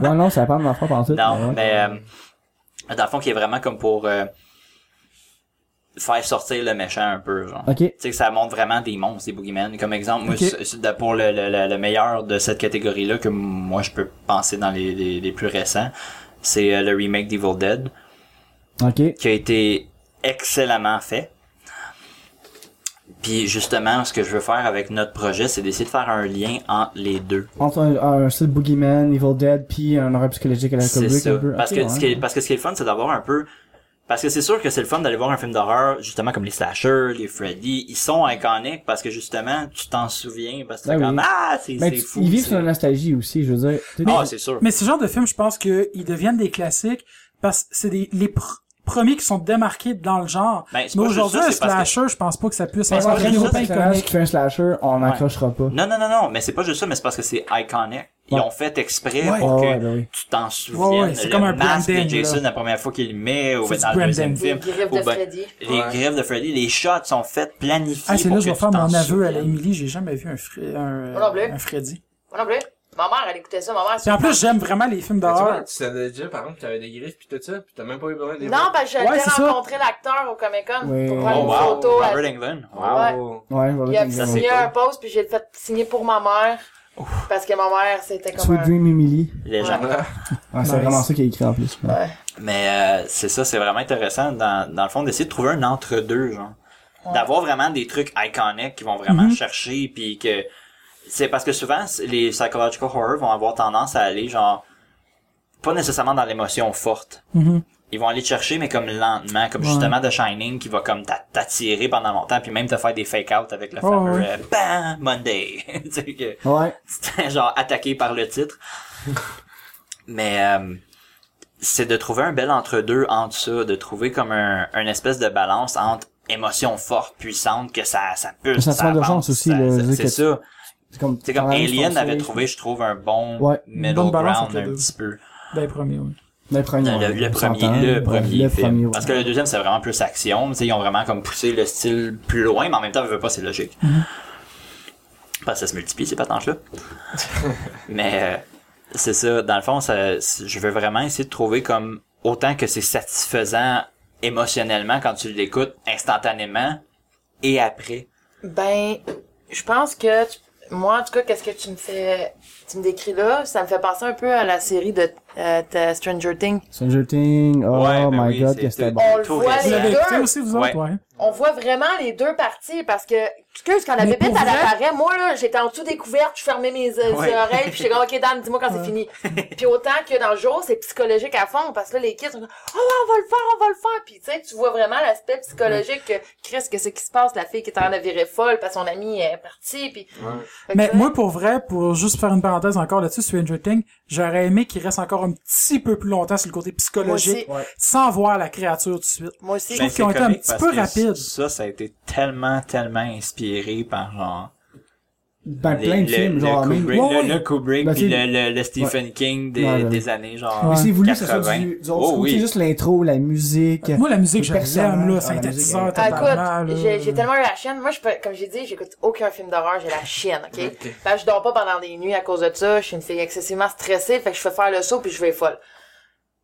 [SPEAKER 2] non, non, ça parle de ma foi en tout.
[SPEAKER 4] non
[SPEAKER 2] Ah, ouais.
[SPEAKER 4] mais euh, dans le fond qui est vraiment comme pour euh, faire sortir le méchant un peu genre
[SPEAKER 2] Ok.
[SPEAKER 4] tu sais que ça montre vraiment des monstres, des boogeymen. Comme exemple, moi,
[SPEAKER 2] Ok.
[SPEAKER 4] c'est- c'est de- pour le, le- le- le meilleur de cette catégorie-là, que moi je peux penser dans les, les- les plus récents, c'est euh, le remake d'Evil Dead,
[SPEAKER 2] Ok.
[SPEAKER 4] qui a été excellemment fait. Puis justement, ce que je veux faire avec notre projet, c'est d'essayer de faire un lien entre les deux.
[SPEAKER 2] Entre un, un style Boogeyman, Evil Dead, puis un horreur psychologique à
[SPEAKER 3] Ben,
[SPEAKER 2] la
[SPEAKER 4] C'est
[SPEAKER 2] Kubrick
[SPEAKER 4] ça.
[SPEAKER 2] un peu.
[SPEAKER 4] Parce,
[SPEAKER 2] Ok,
[SPEAKER 4] que
[SPEAKER 2] ouais.
[SPEAKER 4] ce qui est, parce que ce qui est le fun, c'est d'avoir un peu. Parce que c'est sûr que c'est le fun d'aller voir un film d'horreur, justement comme les slashers, les Freddy, ils sont iconiques parce que justement, tu t'en souviens, parce que t'es
[SPEAKER 2] Ben
[SPEAKER 4] comme
[SPEAKER 2] oui.
[SPEAKER 4] Ah, c'est
[SPEAKER 2] Mais
[SPEAKER 4] c'est
[SPEAKER 2] tu-
[SPEAKER 4] fou.
[SPEAKER 2] ils vivent
[SPEAKER 4] c'est-
[SPEAKER 2] sur la nostalgie aussi, je veux dire. Tu sais,
[SPEAKER 4] Ah,
[SPEAKER 2] des-
[SPEAKER 4] c'est sûr.
[SPEAKER 3] Mais ce genre de film, je pense qu'ils deviennent des classiques parce que c'est des, les pr- premiers qui sont démarqués dans le genre.
[SPEAKER 4] Ben, c'est
[SPEAKER 3] mais
[SPEAKER 4] pas juste
[SPEAKER 3] aujourd'hui,
[SPEAKER 4] ça,
[SPEAKER 3] un
[SPEAKER 4] c'est parce
[SPEAKER 3] slasher, je pense pas que ça puisse
[SPEAKER 4] Ben,
[SPEAKER 3] avoir
[SPEAKER 4] c'est pas
[SPEAKER 3] un
[SPEAKER 2] Après,
[SPEAKER 4] juste
[SPEAKER 2] nous,
[SPEAKER 4] ça,
[SPEAKER 2] un
[SPEAKER 3] repas
[SPEAKER 2] personnage
[SPEAKER 3] iconique.
[SPEAKER 2] qui fait un slasher, on n'accrochera pas.
[SPEAKER 4] Non, non, non, non, mais c'est pas juste ça, mais c'est parce que c'est iconique. Ils
[SPEAKER 2] Ouais.
[SPEAKER 4] ont fait exprès
[SPEAKER 3] Ouais.
[SPEAKER 4] pour
[SPEAKER 2] Ouais,
[SPEAKER 4] que
[SPEAKER 2] ouais, ben oui.
[SPEAKER 4] tu t'en souviennes.
[SPEAKER 3] Ouais, ouais, c'est
[SPEAKER 4] le
[SPEAKER 3] comme un
[SPEAKER 4] masque de
[SPEAKER 3] branding,
[SPEAKER 4] Jason
[SPEAKER 3] là.
[SPEAKER 4] la première fois qu'il le met, ou
[SPEAKER 3] C'est
[SPEAKER 4] ben,
[SPEAKER 3] du
[SPEAKER 4] dans le deuxième
[SPEAKER 3] branding.
[SPEAKER 1] Les
[SPEAKER 4] film.
[SPEAKER 1] griffes
[SPEAKER 4] ou
[SPEAKER 1] de
[SPEAKER 4] ben,
[SPEAKER 1] Freddy.
[SPEAKER 4] Les
[SPEAKER 5] Ouais.
[SPEAKER 4] griffes de Freddy, les shots sont faits, planifiés.
[SPEAKER 3] Ah, c'est là
[SPEAKER 4] pour
[SPEAKER 3] je vais
[SPEAKER 4] que
[SPEAKER 3] faire
[SPEAKER 4] tu t'en
[SPEAKER 3] mon aveu à la
[SPEAKER 4] souviennes.
[SPEAKER 3] Emily, j'ai jamais vu un, Fre- un,
[SPEAKER 1] Moi non plus.
[SPEAKER 3] un Freddy.
[SPEAKER 1] Moi non plus. Ma mère, elle écoutait ça. Ma mère,
[SPEAKER 3] Puis en plus, j'aime vraiment les films
[SPEAKER 5] Mais Ben, Tu vois,
[SPEAKER 3] d'horreur.
[SPEAKER 5] tu savais déjà, par exemple, que t'avais des griffes pis tout ça, pis t'as même pas eu besoin de les
[SPEAKER 1] Non,
[SPEAKER 5] voir.
[SPEAKER 1] parce que
[SPEAKER 3] Ouais,
[SPEAKER 1] j'avais
[SPEAKER 3] c'est ça.
[SPEAKER 1] rencontré l'acteur au Comic Con
[SPEAKER 2] Ouais.
[SPEAKER 1] pour
[SPEAKER 4] Oh,
[SPEAKER 1] prendre
[SPEAKER 4] wow.
[SPEAKER 1] une photo.
[SPEAKER 4] Robert
[SPEAKER 1] elle-
[SPEAKER 4] Englund.
[SPEAKER 1] Ouais.
[SPEAKER 5] Wow.
[SPEAKER 2] Ouais, voilà.
[SPEAKER 1] Il a
[SPEAKER 2] t'as
[SPEAKER 4] Ça,
[SPEAKER 2] raison.
[SPEAKER 4] c'est
[SPEAKER 1] signé un post, puis j'ai fait signer pour ma mère. Parce que ma mère, c'était comme
[SPEAKER 2] Sweet
[SPEAKER 1] un...
[SPEAKER 2] Dream Emily.
[SPEAKER 4] Légende.
[SPEAKER 5] Ah,
[SPEAKER 2] Ah, c'est
[SPEAKER 3] Nice.
[SPEAKER 2] vraiment ça qui est écrit en plus. Ouais.
[SPEAKER 4] Mais euh, c'est ça, c'est vraiment intéressant dans, dans le fond d'essayer de trouver un entre-deux, genre. D'avoir vraiment des trucs iconiques qui vont vraiment
[SPEAKER 3] Mhm.
[SPEAKER 4] chercher puis que c'est parce que souvent c'est- les psychological horror vont avoir tendance à aller genre pas nécessairement dans l'émotion forte.
[SPEAKER 3] Mhm.
[SPEAKER 4] Ils vont aller te chercher mais comme lentement, comme justement The Shining qui va comme t'a- t'attirer pendant longtemps puis même te faire des fake out avec le
[SPEAKER 3] Ouais,
[SPEAKER 4] fameux
[SPEAKER 3] ouais.
[SPEAKER 4] euh, Bam Monday. Tu sais que-
[SPEAKER 2] Ouais.
[SPEAKER 4] c'était genre attaqué par le titre. Mais euh, c'est de trouver un bel entre-deux entre ça, de trouver comme un, une espèce de balance entre émotion forte, puissante, que ça, ça pulse,
[SPEAKER 2] Ça te prend
[SPEAKER 4] avance,
[SPEAKER 2] d'urgence aussi,
[SPEAKER 4] ça-
[SPEAKER 2] le-
[SPEAKER 4] ça-
[SPEAKER 2] dire
[SPEAKER 4] C'est
[SPEAKER 2] que-
[SPEAKER 4] ça.
[SPEAKER 2] C'est comme,
[SPEAKER 4] C'est comme
[SPEAKER 2] Pareil,
[SPEAKER 4] Alien
[SPEAKER 2] je pensais-
[SPEAKER 4] avait trouvé, je trouve, un bon
[SPEAKER 2] Ouais, une
[SPEAKER 4] middle
[SPEAKER 3] bonne balance
[SPEAKER 4] ground
[SPEAKER 3] entre les
[SPEAKER 4] un
[SPEAKER 3] deux.
[SPEAKER 4] petit peu.
[SPEAKER 3] Ben, premier, oui.
[SPEAKER 2] Le premier.
[SPEAKER 4] Le, le
[SPEAKER 2] on
[SPEAKER 4] premier,
[SPEAKER 2] s'entend.
[SPEAKER 4] le
[SPEAKER 2] Ouais,
[SPEAKER 4] premier
[SPEAKER 2] Le
[SPEAKER 4] film.
[SPEAKER 2] premier, ouais.
[SPEAKER 4] Parce que le deuxième, c'est vraiment plus action. tu sais, Ils ont vraiment comme poussé le style plus loin, mais en même temps, je veux pas, c'est logique.
[SPEAKER 2] Mm-hmm.
[SPEAKER 4] Parce que ça se multiplie, ces patentes-là. mais euh, c'est ça, dans le fond, ça, c'est- je veux vraiment essayer de trouver comme autant que c'est satisfaisant émotionnellement quand tu l'écoutes instantanément et après.
[SPEAKER 1] Ben, je pense que... tu- Moi, en tout cas, qu'est-ce que tu me fais... Tu me décris là, ça me fait penser un peu à la série de euh, de Stranger Things.
[SPEAKER 2] Stranger Things, oh
[SPEAKER 4] Ouais, ben
[SPEAKER 2] my
[SPEAKER 4] oui,
[SPEAKER 2] god,
[SPEAKER 4] c'est
[SPEAKER 2] que c'était
[SPEAKER 4] tout.
[SPEAKER 2] bon.
[SPEAKER 1] On le
[SPEAKER 4] Tout
[SPEAKER 1] voit,
[SPEAKER 4] récent.
[SPEAKER 3] Vous l'avez
[SPEAKER 1] les
[SPEAKER 3] écouté
[SPEAKER 1] deux.
[SPEAKER 3] aussi, vous
[SPEAKER 4] Ouais.
[SPEAKER 3] autres, ouais.
[SPEAKER 1] On voit vraiment les deux parties parce que, excuse, quand la
[SPEAKER 3] Mais
[SPEAKER 1] pépite,
[SPEAKER 3] pour
[SPEAKER 1] elle
[SPEAKER 3] vrai-
[SPEAKER 1] apparaît, moi, là, j'étais en dessous des couvertes, je fermais mes euh,
[SPEAKER 4] Ouais.
[SPEAKER 1] oreilles, puis j'étais comme, OK, Dan, dis-moi quand c'est fini. Puis autant que dans le jour, c'est psychologique à fond, parce que là, les kids sont comme, oh, ouais, on va le faire, on va le faire. Puis, tu sais, tu vois vraiment l'aspect psychologique que, Chris, que ce qui se passe, la fille qui est en train de virer folle, parce que son amie est partie, puis... Fait que
[SPEAKER 3] Mais
[SPEAKER 1] ça-
[SPEAKER 3] moi, pour vrai, pour juste faire une parenthèse encore là-dessus, Stranger Things, j'aurais aimé qu'il reste encore un petit peu plus longtemps sur le côté
[SPEAKER 1] moi aussi,
[SPEAKER 3] psychologique,
[SPEAKER 2] Ouais.
[SPEAKER 3] sans voir la créature tout de suite.
[SPEAKER 1] moi aussi,
[SPEAKER 3] Ben, trouve qu'ils ont
[SPEAKER 4] c'est
[SPEAKER 3] été un
[SPEAKER 4] comique
[SPEAKER 3] petit
[SPEAKER 4] parce
[SPEAKER 3] peu
[SPEAKER 4] que
[SPEAKER 3] rapides.
[SPEAKER 4] Ça, ça a été tellement, tellement inspiré par genre
[SPEAKER 2] Ben,
[SPEAKER 4] Les-
[SPEAKER 2] plein de
[SPEAKER 4] le-
[SPEAKER 2] films,
[SPEAKER 4] le
[SPEAKER 2] genre,
[SPEAKER 4] Kubrick,
[SPEAKER 2] même- Ouais,
[SPEAKER 4] le,
[SPEAKER 2] ouais.
[SPEAKER 4] le Kubrick
[SPEAKER 2] Ben,
[SPEAKER 4] puis
[SPEAKER 2] c'est-
[SPEAKER 4] le, le- le Stephen King des,
[SPEAKER 2] Ouais, ouais, ouais.
[SPEAKER 4] des années genre
[SPEAKER 2] Mais c'est voulu que ça soit
[SPEAKER 4] 80.
[SPEAKER 2] du, du old
[SPEAKER 4] oh,
[SPEAKER 2] school, tu sais,
[SPEAKER 4] oui.
[SPEAKER 2] juste l'intro, la musique.
[SPEAKER 3] Moi, la musique,
[SPEAKER 2] Les
[SPEAKER 3] je l'aime, là,
[SPEAKER 2] personnages. Ah, la
[SPEAKER 3] synthétiseur,
[SPEAKER 2] musique,
[SPEAKER 1] Ah,
[SPEAKER 3] totalement,
[SPEAKER 1] écoute, j'ai- j'ai tellement eu la chienne. Moi, je peux- comme j'ai dit, j'écoute aucun film d'horreur, j'ai la chienne, ok?
[SPEAKER 5] Ok.
[SPEAKER 1] Ben, je dors pas pendant des nuits à cause de ça. Je suis une fille excessivement stressée, fait que je fais faire le saut puis je vais folle.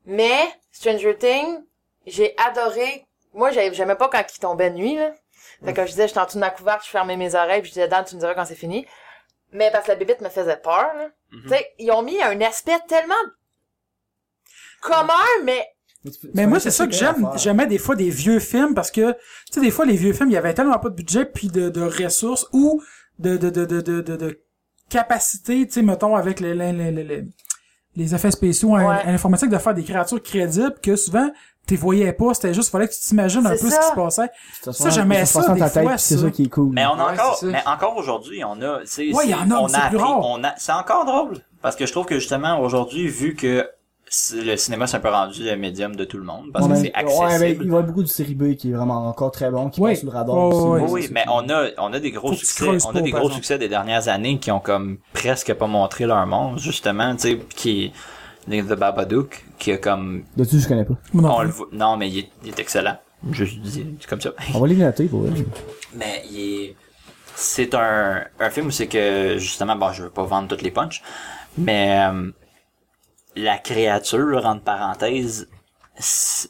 [SPEAKER 1] Mais, Stranger Things, j'ai adoré. Moi, j'ai- j'aimais pas quand il tombait de nuit, là. Fait que je disais, j'étais en dessous de ma couverte, je fermais mes oreilles puis je disais, Dan, tu me diras quand c'est fini. Mais parce que la bébite me faisait peur, là.
[SPEAKER 4] Mhm.
[SPEAKER 1] Tu sais, ils ont mis un aspect tellement commun, mais
[SPEAKER 3] Mais moi, c'est ça que j'aime. J'aimais des fois des vieux films parce que, tu sais, des fois, les vieux films, il y avait tellement pas de budget puis de, de ressources ou de, de, de, de, de, de, de capacité, tu sais, mettons, avec les, les, les, les- les- les effets spéciaux en-
[SPEAKER 1] Ouais.
[SPEAKER 3] en informatique de faire des créatures crédibles que souvent, t'y voyais pas. C'était juste, fallait que tu t'imagines un
[SPEAKER 1] C'est
[SPEAKER 3] peu
[SPEAKER 1] ça.
[SPEAKER 3] ce qui se passait. Ça, j'aimais ça, des fois,
[SPEAKER 2] C'est
[SPEAKER 3] ça.
[SPEAKER 2] ça qui est cool.
[SPEAKER 4] Mais on a
[SPEAKER 5] Ouais,
[SPEAKER 4] encore,
[SPEAKER 5] c'est ça.
[SPEAKER 4] mais encore aujourd'hui, on a, c'est,
[SPEAKER 3] Ouais,
[SPEAKER 4] c'est-
[SPEAKER 3] il y en a,
[SPEAKER 4] on
[SPEAKER 3] mais c'est plus
[SPEAKER 4] appris-
[SPEAKER 3] rare.
[SPEAKER 4] on a, c'est encore drôle. Parce que je trouve que justement, aujourd'hui, vu que c'est- le cinéma s'est un peu rendu le médium de tout le monde, parce
[SPEAKER 2] On
[SPEAKER 4] que
[SPEAKER 2] a-
[SPEAKER 4] c'est
[SPEAKER 2] Ouais, mais
[SPEAKER 4] accessible.
[SPEAKER 2] il y a beaucoup de série B qui est vraiment encore très bon, qui
[SPEAKER 3] Ouais.
[SPEAKER 2] passe sous le radar.
[SPEAKER 3] Ouais,
[SPEAKER 2] aussi.
[SPEAKER 3] ouais,
[SPEAKER 4] Oui, oui, mais on a, on a des gros
[SPEAKER 3] Faut que tu
[SPEAKER 4] succès,
[SPEAKER 3] creuses
[SPEAKER 4] on
[SPEAKER 3] pas,
[SPEAKER 4] a des
[SPEAKER 3] par
[SPEAKER 4] gros
[SPEAKER 3] exemple.
[SPEAKER 4] succès des dernières années qui ont comme presque pas montré leur monde, justement, tu sais, qui, les- The Babadook, qui a comme,
[SPEAKER 2] De dessus, je connais pas.
[SPEAKER 3] Non,
[SPEAKER 5] Ah,
[SPEAKER 4] on le voit- non, mais il est, il est excellent. Je dis, c'est comme ça.
[SPEAKER 2] On va les noter pour vrai.
[SPEAKER 4] Mais il est- C'est un, un film où c'est que, justement, bon, je veux pas vendre toutes les punches, mais euh, la créature, entre parenthèses, s-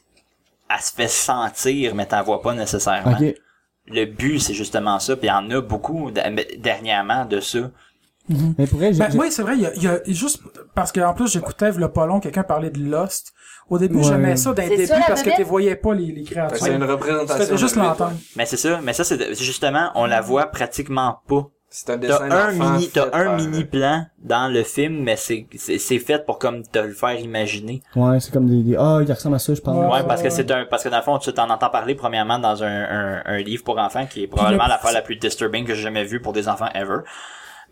[SPEAKER 4] elle se fait sentir, mais t'en vois pas nécessairement.
[SPEAKER 2] Ok.
[SPEAKER 4] Le but, c'est justement ça, puis il y en a beaucoup d- mais dernièrement de ça.
[SPEAKER 2] Mais pour vrai, j'ai-
[SPEAKER 3] Ben,
[SPEAKER 2] j'ai-
[SPEAKER 3] moi, c'est vrai, il y a, il y a- juste parce que en plus j'écoutais le pas long quelqu'un parlait de Lost. Au début,
[SPEAKER 2] Ouais.
[SPEAKER 3] j'aimais ça d'un
[SPEAKER 1] C'est
[SPEAKER 3] début
[SPEAKER 1] ça, la
[SPEAKER 3] parce que
[SPEAKER 1] bébête?
[SPEAKER 3] tu voyais pas les, les
[SPEAKER 5] Fait que
[SPEAKER 3] créatures.
[SPEAKER 5] C'est une
[SPEAKER 3] Tu
[SPEAKER 5] représentation.
[SPEAKER 3] faisais juste
[SPEAKER 5] de-
[SPEAKER 3] l'entendre.
[SPEAKER 4] Mais c'est ça, mais ça, c'est de- justement, on la voit pratiquement pas.
[SPEAKER 5] C'est un
[SPEAKER 4] T'as
[SPEAKER 5] dessin
[SPEAKER 4] un
[SPEAKER 5] d'enfant euh,
[SPEAKER 4] mini,
[SPEAKER 5] fait
[SPEAKER 4] t'as
[SPEAKER 5] par-
[SPEAKER 4] un mini plan dans le film, mais c'est, c'est, c'est fait pour comme te le faire imaginer.
[SPEAKER 2] ouais, c'est comme des, des- ah, il ressemble à ça, je pense.
[SPEAKER 4] Ouais, parce que c'est un, parce que dans le fond, tu t'en entends parler premièrement dans un, un, un livre pour enfants qui est probablement
[SPEAKER 3] le-
[SPEAKER 4] l'affaire la plus disturbing que j'ai jamais vue pour des enfants ever.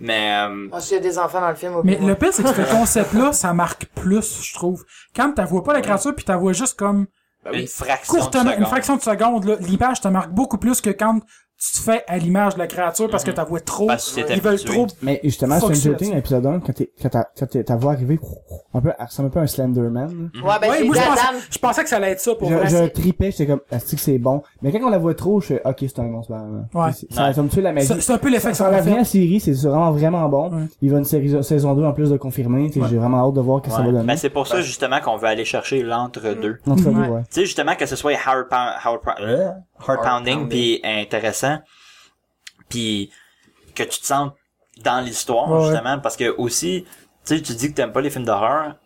[SPEAKER 4] Mais, euh,
[SPEAKER 1] moi, oh, s'il y a des enfants dans le film, au
[SPEAKER 3] Mais
[SPEAKER 1] bout,
[SPEAKER 3] le pire, c'est que ce concept-là, ça marque plus, je trouve. Quand t'as vois pas la créature puis t'as vois juste comme
[SPEAKER 5] Ben
[SPEAKER 4] une
[SPEAKER 5] oui.
[SPEAKER 4] fraction. de
[SPEAKER 3] courtement, une
[SPEAKER 4] seconde.
[SPEAKER 3] fraction de seconde, là, l'image te marque beaucoup plus que quand tu te fais à l'image de la créature parce que t'as vois trop.
[SPEAKER 4] Mhm. Parce que tu t'es
[SPEAKER 3] Ils veulent
[SPEAKER 4] habitué.
[SPEAKER 3] trop.
[SPEAKER 2] Mais justement,
[SPEAKER 3] Fuck
[SPEAKER 2] Stranger
[SPEAKER 3] shit.
[SPEAKER 2] Things, épisode 1, quand t'es, quand t'as, quand t'es- ta voix arrivée, un peu, elle ressemble un peu à un Slenderman.
[SPEAKER 1] moi. Ouais, ben,
[SPEAKER 3] Ouais,
[SPEAKER 1] j'ai
[SPEAKER 3] moi,
[SPEAKER 1] dit
[SPEAKER 3] je
[SPEAKER 1] à
[SPEAKER 3] pensais,
[SPEAKER 1] Dan,
[SPEAKER 3] je pensais que ça allait être ça pour
[SPEAKER 2] Je,
[SPEAKER 3] vrai.
[SPEAKER 2] je tripais, j'étais comme, est que c'est bon? Mais quand on la voit trop, je suis, ok, c'est un bon Superman.
[SPEAKER 3] Ouais.
[SPEAKER 2] C'est- Ça, ça me tue la magie.
[SPEAKER 3] C'est c'est un peu l'effet que
[SPEAKER 2] Sans
[SPEAKER 3] ça
[SPEAKER 2] la
[SPEAKER 3] va faire.
[SPEAKER 2] vraie série, c'est vraiment vraiment bon.
[SPEAKER 3] Ouais.
[SPEAKER 2] Il va une série, saison 2 en plus de confirmer. t'sais,
[SPEAKER 3] Ouais.
[SPEAKER 2] J'ai vraiment hâte de voir ce que ça va
[SPEAKER 4] Ouais. Mm.
[SPEAKER 2] donner.
[SPEAKER 4] Mais c'est pour ça, justement, qu'on veut aller chercher l'entre-deux.
[SPEAKER 2] En tout cas,
[SPEAKER 3] Ouais.
[SPEAKER 2] ouais.
[SPEAKER 4] Tu sais, justement, que ce soit hard, pound, hard, pound- euh, hard
[SPEAKER 5] Hard
[SPEAKER 4] pounding,
[SPEAKER 5] pounding.
[SPEAKER 4] puis intéressant, puis que tu te sens dans l'histoire,
[SPEAKER 3] Ouais, ouais.
[SPEAKER 4] justement, parce que aussi, tu sais, tu dis que t'aimes pas les films d'horreur,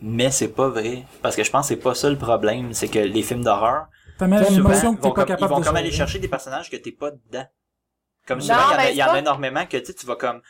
[SPEAKER 4] mais c'est pas vrai. Parce que je pense que c'est pas ça le problème, c'est que les films d'horreur,
[SPEAKER 3] T'as même
[SPEAKER 4] souvent,
[SPEAKER 3] l'émotion que
[SPEAKER 4] vont
[SPEAKER 3] t'es pas
[SPEAKER 4] comme- ils
[SPEAKER 3] capable
[SPEAKER 4] vont
[SPEAKER 3] de
[SPEAKER 4] comme aller
[SPEAKER 3] gérer.
[SPEAKER 4] chercher des personnages que t'es pas dedans. Comme
[SPEAKER 1] Non,
[SPEAKER 4] souvent, il y en a-
[SPEAKER 1] mais
[SPEAKER 4] il y, en
[SPEAKER 1] c'est pas-
[SPEAKER 4] a énormément que tu sais, tu vas comme.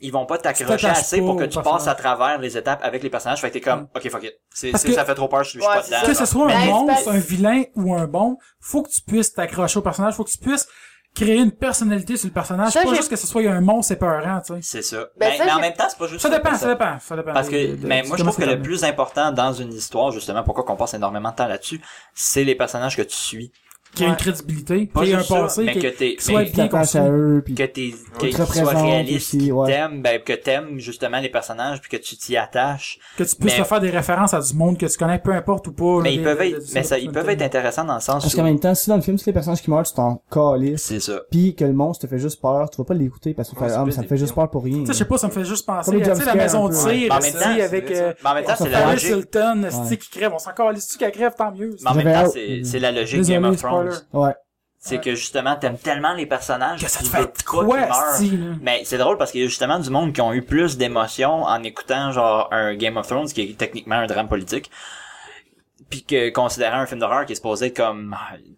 [SPEAKER 4] Ils vont pas t'accrocher
[SPEAKER 3] t'attaches
[SPEAKER 4] assez
[SPEAKER 3] pas
[SPEAKER 4] pour que
[SPEAKER 3] au
[SPEAKER 4] tu passes
[SPEAKER 3] personnage.
[SPEAKER 4] à travers les étapes avec les personnages. Fait que t'es comme, ok, fuck it. C'est,
[SPEAKER 3] Parce
[SPEAKER 4] c'est-
[SPEAKER 3] que-
[SPEAKER 4] ça fait trop peur, je suis je suis
[SPEAKER 1] Ouais,
[SPEAKER 4] pas
[SPEAKER 1] c'est
[SPEAKER 4] dedans.
[SPEAKER 1] ça.
[SPEAKER 3] que ce soit
[SPEAKER 1] Ben,
[SPEAKER 3] un
[SPEAKER 1] c'est
[SPEAKER 3] monstre,
[SPEAKER 1] pas-
[SPEAKER 3] un vilain ou un bon, faut que tu puisses t'accrocher au personnage, faut que tu puisses créer une personnalité sur le personnage,
[SPEAKER 1] Ça,
[SPEAKER 3] pas
[SPEAKER 1] j'ai-
[SPEAKER 3] juste que ce soit un monstre épeurant, tu sais.
[SPEAKER 4] C'est ça.
[SPEAKER 1] Ben,
[SPEAKER 4] mais,
[SPEAKER 1] ça,
[SPEAKER 4] mais en
[SPEAKER 1] j'ai-
[SPEAKER 4] même temps, c'est pas juste
[SPEAKER 3] Ça dépend,
[SPEAKER 4] parce-
[SPEAKER 3] ça dépend, ça dépend.
[SPEAKER 4] Parce
[SPEAKER 3] de-
[SPEAKER 4] que,
[SPEAKER 3] de-
[SPEAKER 4] mais
[SPEAKER 3] de
[SPEAKER 4] moi, je
[SPEAKER 3] comment
[SPEAKER 4] trouve que
[SPEAKER 3] c'est
[SPEAKER 4] le
[SPEAKER 3] amené.
[SPEAKER 4] plus important dans une histoire, justement, pourquoi qu'on passe énormément de temps là-dessus, c'est les personnages que tu suis.
[SPEAKER 3] Qu'il y ait une Ouais. crédibilité,
[SPEAKER 4] Pas
[SPEAKER 3] qu'il y ait un
[SPEAKER 4] juste ça,
[SPEAKER 3] passé,
[SPEAKER 4] mais
[SPEAKER 3] qu'il y
[SPEAKER 4] que
[SPEAKER 3] ait-
[SPEAKER 4] t'es,
[SPEAKER 3] qu'il soit
[SPEAKER 4] mais
[SPEAKER 2] Tu t'attaches à eux, puis
[SPEAKER 4] que t'es, que-
[SPEAKER 2] Qu'ils
[SPEAKER 4] qu'ils
[SPEAKER 2] te
[SPEAKER 4] soient
[SPEAKER 2] représentent
[SPEAKER 4] réalistes,
[SPEAKER 2] aussi,
[SPEAKER 4] qu'ils
[SPEAKER 2] ouais.
[SPEAKER 4] t'aiment, ben, que t'aimes, justement, les personnages, puis que tu t'y attaches.
[SPEAKER 3] que tu puisses
[SPEAKER 4] mais-
[SPEAKER 3] te faire des références à du monde que tu connais, peu importe ou pas.
[SPEAKER 4] Mais
[SPEAKER 3] là,
[SPEAKER 4] ils
[SPEAKER 3] des-
[SPEAKER 4] peuvent
[SPEAKER 3] des-
[SPEAKER 4] être,
[SPEAKER 3] des-
[SPEAKER 4] mais ça,
[SPEAKER 3] des-
[SPEAKER 4] ils peuvent être intéressants dans le sens
[SPEAKER 2] Parce
[SPEAKER 4] où,
[SPEAKER 2] qu'en même temps, si dans le film, tous les personnages qui meurent, tu t'en calisses,
[SPEAKER 4] c'est ça.
[SPEAKER 2] pis que le monstre te fait juste peur, tu vas pas l'écouter parce que
[SPEAKER 5] Ouais, c'est
[SPEAKER 2] ah, mais
[SPEAKER 5] plus
[SPEAKER 2] ça me
[SPEAKER 5] des
[SPEAKER 2] fait juste peur pour rien.
[SPEAKER 3] Tu sais, je sais pas, ça me fait juste penser
[SPEAKER 2] Comme
[SPEAKER 3] à,
[SPEAKER 2] les
[SPEAKER 3] tu sais, la
[SPEAKER 2] jumpscares
[SPEAKER 3] maison
[SPEAKER 2] un
[SPEAKER 3] de
[SPEAKER 2] peu.
[SPEAKER 3] cire,
[SPEAKER 4] Bah, Mais en
[SPEAKER 3] esti,
[SPEAKER 4] même temps,
[SPEAKER 3] avec,
[SPEAKER 5] c'est
[SPEAKER 3] euh,
[SPEAKER 4] Mais en même temps, c'est la
[SPEAKER 3] Paris
[SPEAKER 4] logique. Bah,
[SPEAKER 3] Hilton, esti,
[SPEAKER 2] Ouais.
[SPEAKER 3] qui crève. On s'en calisse-tu qu'elle crève, tant mieux.
[SPEAKER 4] Mais en même
[SPEAKER 2] J'avais
[SPEAKER 4] temps,
[SPEAKER 2] hâte.
[SPEAKER 4] c'est, c'est la logique
[SPEAKER 3] Désolé,
[SPEAKER 4] Game of
[SPEAKER 3] spoiler.
[SPEAKER 4] Thrones.
[SPEAKER 2] Ouais.
[SPEAKER 4] C'est que, justement, t'aimes tellement les personnages
[SPEAKER 3] Que ça te
[SPEAKER 4] tu
[SPEAKER 3] fait
[SPEAKER 4] veux pas qu'ils
[SPEAKER 3] quoi,
[SPEAKER 4] meurent.
[SPEAKER 3] esti, là?
[SPEAKER 4] Mais c'est drôle parce qu'il y a justement du monde qui ont eu plus d'émotions en écoutant genre un Game of Thrones qui est techniquement un drame politique. Puis que considérant un film d'horreur qui est supposé être comme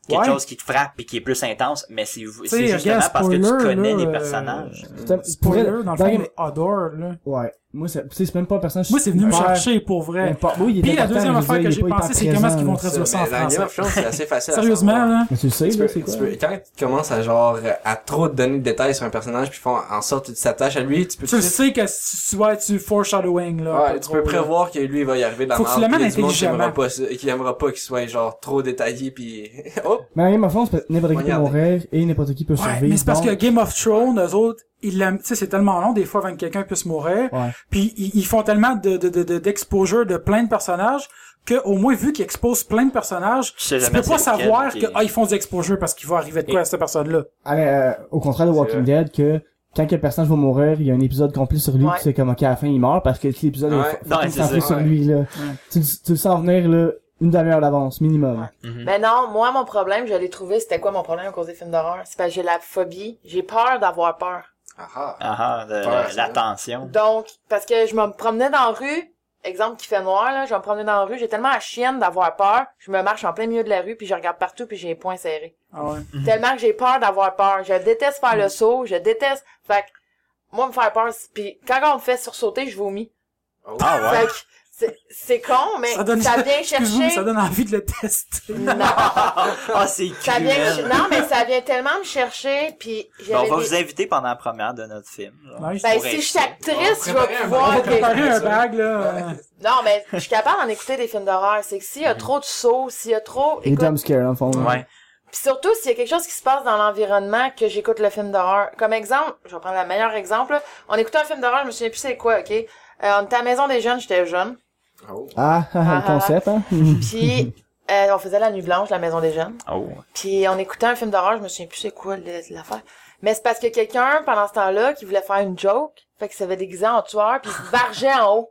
[SPEAKER 4] quelque
[SPEAKER 3] Ouais.
[SPEAKER 4] chose qui te frappe et qui est plus intense, mais c'est c'est
[SPEAKER 3] sais,
[SPEAKER 4] justement
[SPEAKER 3] regarde,
[SPEAKER 4] parce que tu
[SPEAKER 3] spoiler,
[SPEAKER 4] connais
[SPEAKER 3] là,
[SPEAKER 4] les
[SPEAKER 3] euh,
[SPEAKER 4] personnages.
[SPEAKER 2] Putain,
[SPEAKER 3] Spoiler,
[SPEAKER 2] pour vrai,
[SPEAKER 3] dans le fond,
[SPEAKER 2] Game-
[SPEAKER 3] mais adore, là.
[SPEAKER 2] Ouais. Moi, c'est, tu sais, c'est même pas un personnage.
[SPEAKER 3] Moi, c'est venu me
[SPEAKER 2] super-
[SPEAKER 3] chercher, pour vrai.
[SPEAKER 2] Mais pas- oui, il est
[SPEAKER 3] Puis la
[SPEAKER 2] important,
[SPEAKER 3] deuxième
[SPEAKER 2] mais je veux
[SPEAKER 3] affaire
[SPEAKER 2] dire,
[SPEAKER 3] que
[SPEAKER 2] il est
[SPEAKER 3] j'ai
[SPEAKER 2] pas hyper
[SPEAKER 3] pensé, c'est comment est-ce qu'ils vont
[SPEAKER 2] présent,
[SPEAKER 3] traduire ça en
[SPEAKER 5] Mais dans Game
[SPEAKER 3] français.
[SPEAKER 5] of Thrones, c'est assez facile. à
[SPEAKER 3] Sérieusement,
[SPEAKER 5] savoir.
[SPEAKER 3] là.
[SPEAKER 2] Mais tu le sais,
[SPEAKER 5] Tu
[SPEAKER 2] là,
[SPEAKER 5] peux-
[SPEAKER 2] c'est quoi?
[SPEAKER 5] tu peux- quand tu commences à genre à trop te donner de détails sur un personnage puis font en sorte que tu t'attaches à lui, tu peux
[SPEAKER 3] Tu le sais que si tu vois, tu foreshadowing, là.
[SPEAKER 5] Ouais,
[SPEAKER 3] pas
[SPEAKER 5] tu
[SPEAKER 3] trop,
[SPEAKER 5] peux
[SPEAKER 3] là.
[SPEAKER 5] prévoir que hein. lui il va y arriver de la
[SPEAKER 3] Faut que tu
[SPEAKER 5] merde,
[SPEAKER 3] l'amènes
[SPEAKER 5] puis il y a du monde qui aimera
[SPEAKER 3] intelligemment.
[SPEAKER 5] pas ça- qui aimera pas qu'il soit genre trop détaillé puis oh
[SPEAKER 2] Mais à Game of Thrones, c'est parce que n'importe qui peut
[SPEAKER 5] Regardez.
[SPEAKER 2] mourir et n'importe qui peut
[SPEAKER 3] Ouais,
[SPEAKER 2] survivre.
[SPEAKER 3] mais c'est parce que
[SPEAKER 2] donc-
[SPEAKER 3] Game of Thrones, eux autres, ils l'aiment, tu sais, c'est tellement long, des fois, avant que quelqu'un puisse mourir.
[SPEAKER 2] Ouais.
[SPEAKER 3] Puis, ils, ils font tellement de, de, de, de- d'exposure de plein de personnages, que, au moins, vu qu'ils exposent plein de personnages,
[SPEAKER 4] Tu sais
[SPEAKER 3] tu
[SPEAKER 4] jamais
[SPEAKER 3] peux pas
[SPEAKER 4] c'est lequel
[SPEAKER 3] savoir
[SPEAKER 4] qui
[SPEAKER 3] que,
[SPEAKER 4] est-
[SPEAKER 3] ah, ils font du exposure parce qu'il va arriver de quoi à cette personne-là.
[SPEAKER 2] Ah, mais, euh, au contraire de Walking Dead, que quand quel personnage va mourir, il y a un épisode complet sur lui,
[SPEAKER 1] Ouais.
[SPEAKER 2] puis c'est comme, ok, à la fin, il meurt, parce que l'épisode
[SPEAKER 5] Ouais.
[SPEAKER 2] est fa-
[SPEAKER 4] Non,
[SPEAKER 2] fucking
[SPEAKER 4] c'est ça.
[SPEAKER 2] centré sur
[SPEAKER 5] Ouais.
[SPEAKER 2] lui, là. Tu, tu le sens venir, là, une demi-heure d'avance, minimum.
[SPEAKER 3] ah,
[SPEAKER 4] Mm. Mhm.
[SPEAKER 1] Mais non, moi, mon problème, je l'ai trouvé, c'était quoi mon problème à cause des films d'horreur? C'est parce que j'ai la phobie, j'ai peur d'avoir peur.
[SPEAKER 5] ah
[SPEAKER 4] Ah, ah, de-
[SPEAKER 5] Peur, ça.
[SPEAKER 4] l'attention.
[SPEAKER 1] Donc, parce que je me promenais dans la rue, exemple qui fait noir, là, je me promenais dans la rue, j'ai tellement la chienne d'avoir peur, je me marche en plein milieu de la rue, puis je regarde partout, puis j'ai les poings serrés.
[SPEAKER 3] Ah ouais.
[SPEAKER 1] Tellement que j'ai peur d'avoir peur. Je déteste faire le saut, je déteste... Fait que, moi, me faire peur, c'est- puis quand on me fait sursauter, je vomis.
[SPEAKER 5] oh.
[SPEAKER 4] Ah ouais.
[SPEAKER 1] Fait que, c'est- c'est con, mais ça,
[SPEAKER 3] Ça donne-
[SPEAKER 1] vient
[SPEAKER 3] Excuse-moi,
[SPEAKER 1] chercher...
[SPEAKER 3] mais ça donne envie de le tester.
[SPEAKER 1] Non,
[SPEAKER 4] Ah, c'est
[SPEAKER 1] ça vient...
[SPEAKER 4] cruel.
[SPEAKER 1] non, mais ça vient tellement me chercher, puis
[SPEAKER 4] Ben, on
[SPEAKER 1] j'avais
[SPEAKER 4] va
[SPEAKER 1] des-
[SPEAKER 4] vous inviter pendant la première de notre film. genre.
[SPEAKER 3] Nice.
[SPEAKER 1] Ben,
[SPEAKER 4] pourrais
[SPEAKER 1] si je suis
[SPEAKER 4] essayer.
[SPEAKER 1] actrice,
[SPEAKER 5] On
[SPEAKER 1] je
[SPEAKER 5] va
[SPEAKER 1] vais
[SPEAKER 5] préparer un
[SPEAKER 1] pouvoir...
[SPEAKER 5] bon
[SPEAKER 3] On va
[SPEAKER 5] ok.
[SPEAKER 1] des-
[SPEAKER 3] préparer un
[SPEAKER 5] Ça.
[SPEAKER 3] bag, là. euh,
[SPEAKER 1] Non, mais je suis capable d'en écouter des films d'horreur. C'est que s'il y a trop de sauts, s'il y a trop...
[SPEAKER 2] Les
[SPEAKER 1] Écoute,
[SPEAKER 2] jumpscares, en fond. là.
[SPEAKER 4] Ouais.
[SPEAKER 1] Puis surtout, s'il y a quelque chose qui se passe dans l'environnement, que j'écoute le film d'horreur. Comme exemple, je vais prendre le meilleur exemple. là. On écoutait un film d'horreur, je me souviens plus c'est quoi, ok? Euh, on était à la maison des jeunes, j'étais jeune.
[SPEAKER 5] Oh.
[SPEAKER 2] Ah, ah, ah, le
[SPEAKER 1] Ah,
[SPEAKER 2] concept, hein.
[SPEAKER 1] Puis euh, on faisait la nuit blanche, la maison des jeunes.
[SPEAKER 4] Oh.
[SPEAKER 1] Puis on écoutait un film d'horreur, je me souviens plus c'est quoi le- l'affaire. Mais c'est parce que quelqu'un, pendant ce temps-là, qui voulait faire une joke, fait qu'il s'avait déguisé en tueur, puis il se vargeait en haut.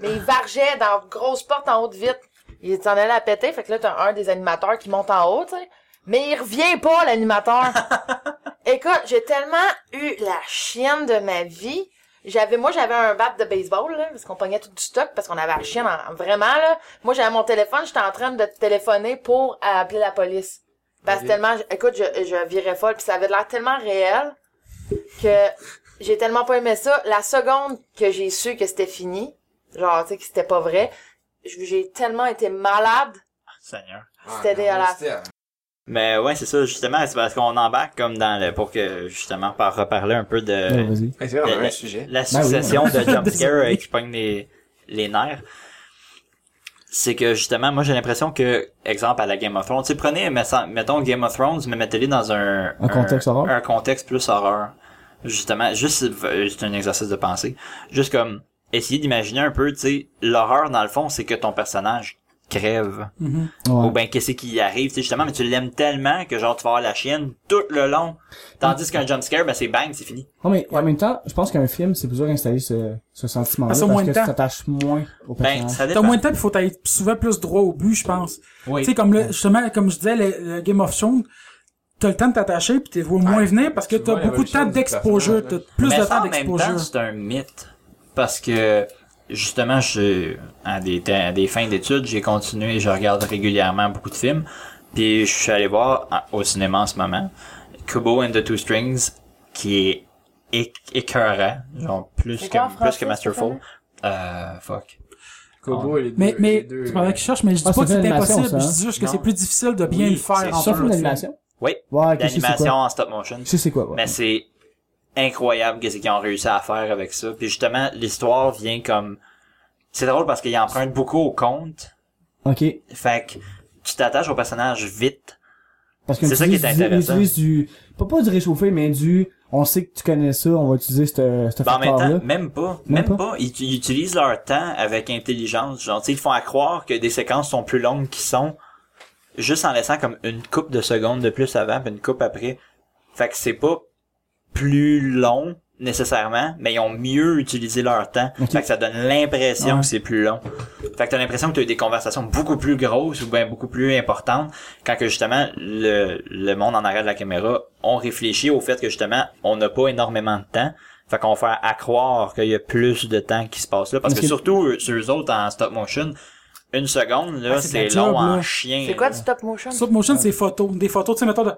[SPEAKER 1] Mais il vargeait dans une grosse porte en haut de vite. Il s'en allait à péter, fait que là, t'as un des animateurs qui monte en haut, tu sais. Mais il revient pas, l'animateur. Écoute, j'ai tellement eu la chienne de ma vie. J'avais, moi, j'avais un bat de baseball, là, parce qu'on pognait tout du stock, parce qu'on avait la chienne, en- vraiment, là. Moi, j'avais mon téléphone, j'étais en train de téléphoner pour euh, appeler la police. Parce que
[SPEAKER 5] Ok.
[SPEAKER 1] tellement, je- écoute, je, je virais folle, puis ça avait l'air tellement réel que j'ai tellement pas aimé ça. La seconde que j'ai su que c'était fini, genre, tu sais, que c'était pas vrai, je- j'ai tellement été malade.
[SPEAKER 4] Seigneur.
[SPEAKER 1] C'était
[SPEAKER 5] Ah,
[SPEAKER 1] dégueulasse.
[SPEAKER 5] c'était, euh,
[SPEAKER 4] Mais ouais, c'est ça, justement, c'est parce qu'on embarque comme dans le, pour que, justement, par reparler un peu
[SPEAKER 2] Ouais,
[SPEAKER 4] de
[SPEAKER 2] vas-y.
[SPEAKER 5] C'est vraiment
[SPEAKER 4] Mais-
[SPEAKER 5] un sujet.
[SPEAKER 2] Ben
[SPEAKER 4] la succession de jumpscares euh, qui pognent les, les nerfs. C'est que, justement, moi, j'ai l'impression que, exemple, à la Game of Thrones, tu sais, prenez, mais sans- mettons, Game of Thrones, mais mettez-les dans un,
[SPEAKER 2] Un contexte horreur.
[SPEAKER 4] un contexte plus horreur. Justement, juste, euh, c'est un exercice de pensée. Juste comme, essayer d'imaginer un peu, tu sais, l'horreur, dans le fond, c'est que ton personnage crève.
[SPEAKER 3] mhm.
[SPEAKER 2] Ouais.
[SPEAKER 4] ou ben qu'est-ce qui y arrive, tu sais, justement, mais tu l'aimes tellement que genre tu vas avoir la chienne tout le long. Tandis qu'un jumpscare, ben c'est bang, c'est fini.
[SPEAKER 2] Non, Ah, mais en même temps, je pense qu'un film, c'est plus dur d'installer ce, ce sentiment-là.
[SPEAKER 3] Parce
[SPEAKER 2] Parce,
[SPEAKER 3] qu'au moins
[SPEAKER 2] que
[SPEAKER 3] de temps.
[SPEAKER 2] tu t'attaches moins au
[SPEAKER 4] Ben,
[SPEAKER 2] personnage.
[SPEAKER 4] ça
[SPEAKER 3] T'as
[SPEAKER 4] dépend.
[SPEAKER 3] moins de temps, il faut t'aller souvent plus droit au but, je pense.
[SPEAKER 2] oui.
[SPEAKER 3] Tu sais, comme le, justement, comme je disais, le, le Game of Thrones, t'as le temps de t'attacher puis t'es vois moins
[SPEAKER 5] Ouais.
[SPEAKER 3] venir parce que
[SPEAKER 5] Tu
[SPEAKER 3] t'as
[SPEAKER 5] vois
[SPEAKER 3] beaucoup de temps
[SPEAKER 5] l'évolution du
[SPEAKER 3] d'exposure, t'as
[SPEAKER 5] personnage,
[SPEAKER 3] plus
[SPEAKER 4] Mais
[SPEAKER 3] de
[SPEAKER 4] ça,
[SPEAKER 3] temps
[SPEAKER 4] en même temps,
[SPEAKER 3] d'exposure.
[SPEAKER 4] c'est un mythe. Parce que, justement, je, à, des, temps- à des fins d'études, j'ai continué, je regarde régulièrement beaucoup de films. Puis je suis allé voir à- au cinéma en ce moment Kubo and the Two Strings, qui est éc- écœurant, genre plus
[SPEAKER 1] C'est
[SPEAKER 4] que,
[SPEAKER 1] quoi en
[SPEAKER 4] plus
[SPEAKER 1] français,
[SPEAKER 4] que Masterful. Euh, fuck.
[SPEAKER 5] Kobo et les deux.
[SPEAKER 3] Mais, mais,
[SPEAKER 5] les deux,
[SPEAKER 3] c'est pendant
[SPEAKER 5] euh,
[SPEAKER 3] qu'ils cherchent, mais je dis
[SPEAKER 2] Ah,
[SPEAKER 3] pas que
[SPEAKER 2] c'est
[SPEAKER 3] c'est
[SPEAKER 2] une animation,
[SPEAKER 3] impossible,
[SPEAKER 2] ça,
[SPEAKER 3] je
[SPEAKER 2] hein?
[SPEAKER 3] dis juste que
[SPEAKER 4] Non.
[SPEAKER 3] c'est plus difficile de bien
[SPEAKER 4] Oui,
[SPEAKER 3] le faire
[SPEAKER 4] c'est
[SPEAKER 3] en
[SPEAKER 4] sûr,
[SPEAKER 2] Sauf
[SPEAKER 3] forme.
[SPEAKER 2] une animation.
[SPEAKER 4] Oui,
[SPEAKER 2] Ouais, qu'est-ce que c'est
[SPEAKER 4] l'animation
[SPEAKER 2] quoi?
[SPEAKER 4] en stop motion.
[SPEAKER 2] Je sais c'est quoi, ouais.
[SPEAKER 4] Mais c'est incroyable qu'est-ce qu'ils ont réussi à faire avec ça. Puis justement, l'histoire vient comme... C'est drôle parce qu'ils empruntent beaucoup au conte,
[SPEAKER 2] Ok.
[SPEAKER 4] Fait que tu t'attaches au personnage vite.
[SPEAKER 2] Parce qu'on
[SPEAKER 4] C'est ça qui
[SPEAKER 2] utilise
[SPEAKER 4] est
[SPEAKER 2] du-
[SPEAKER 4] intéressant.
[SPEAKER 2] on utilise du, pas pas du réchauffé, mais du, on sait que tu connais ça, on va utiliser ce, ce
[SPEAKER 4] Ben, en même
[SPEAKER 2] facteur-là.
[SPEAKER 4] temps, même pas.
[SPEAKER 2] Même
[SPEAKER 4] Même,
[SPEAKER 2] pas.
[SPEAKER 4] pas. Ils, ils utilisent leur temps avec intelligence. Genre, tu sais, ils font à croire que des séquences sont plus longues qu'ils sont, juste en laissant comme une coupe de secondes de plus avant, puis une coupe après. Fait que c'est pas plus long, nécessairement, mais ils ont mieux utilisé leur temps.
[SPEAKER 2] Ok.
[SPEAKER 4] Fait que ça donne l'impression
[SPEAKER 3] Ouais.
[SPEAKER 4] que c'est plus long. Fait que t'as l'impression que t'as eu des conversations beaucoup plus grosses ou bien beaucoup plus importantes quand que justement le, le monde en arrière de la caméra on réfléchit au fait que justement on n'a pas énormément de temps. Fait qu'on va faire accroire qu'il y a plus de temps qui se passe là. Parce
[SPEAKER 2] Mais
[SPEAKER 4] que
[SPEAKER 2] c'est-
[SPEAKER 4] surtout eux- sur eux autres en stop motion, une seconde là,
[SPEAKER 3] Ah, c'est de la
[SPEAKER 4] c'est long
[SPEAKER 3] job,
[SPEAKER 4] en
[SPEAKER 3] là.
[SPEAKER 4] chien.
[SPEAKER 1] C'est quoi du stop motion?
[SPEAKER 3] Stop motion, c'est photos. Des photos, tu sais, mettons, de-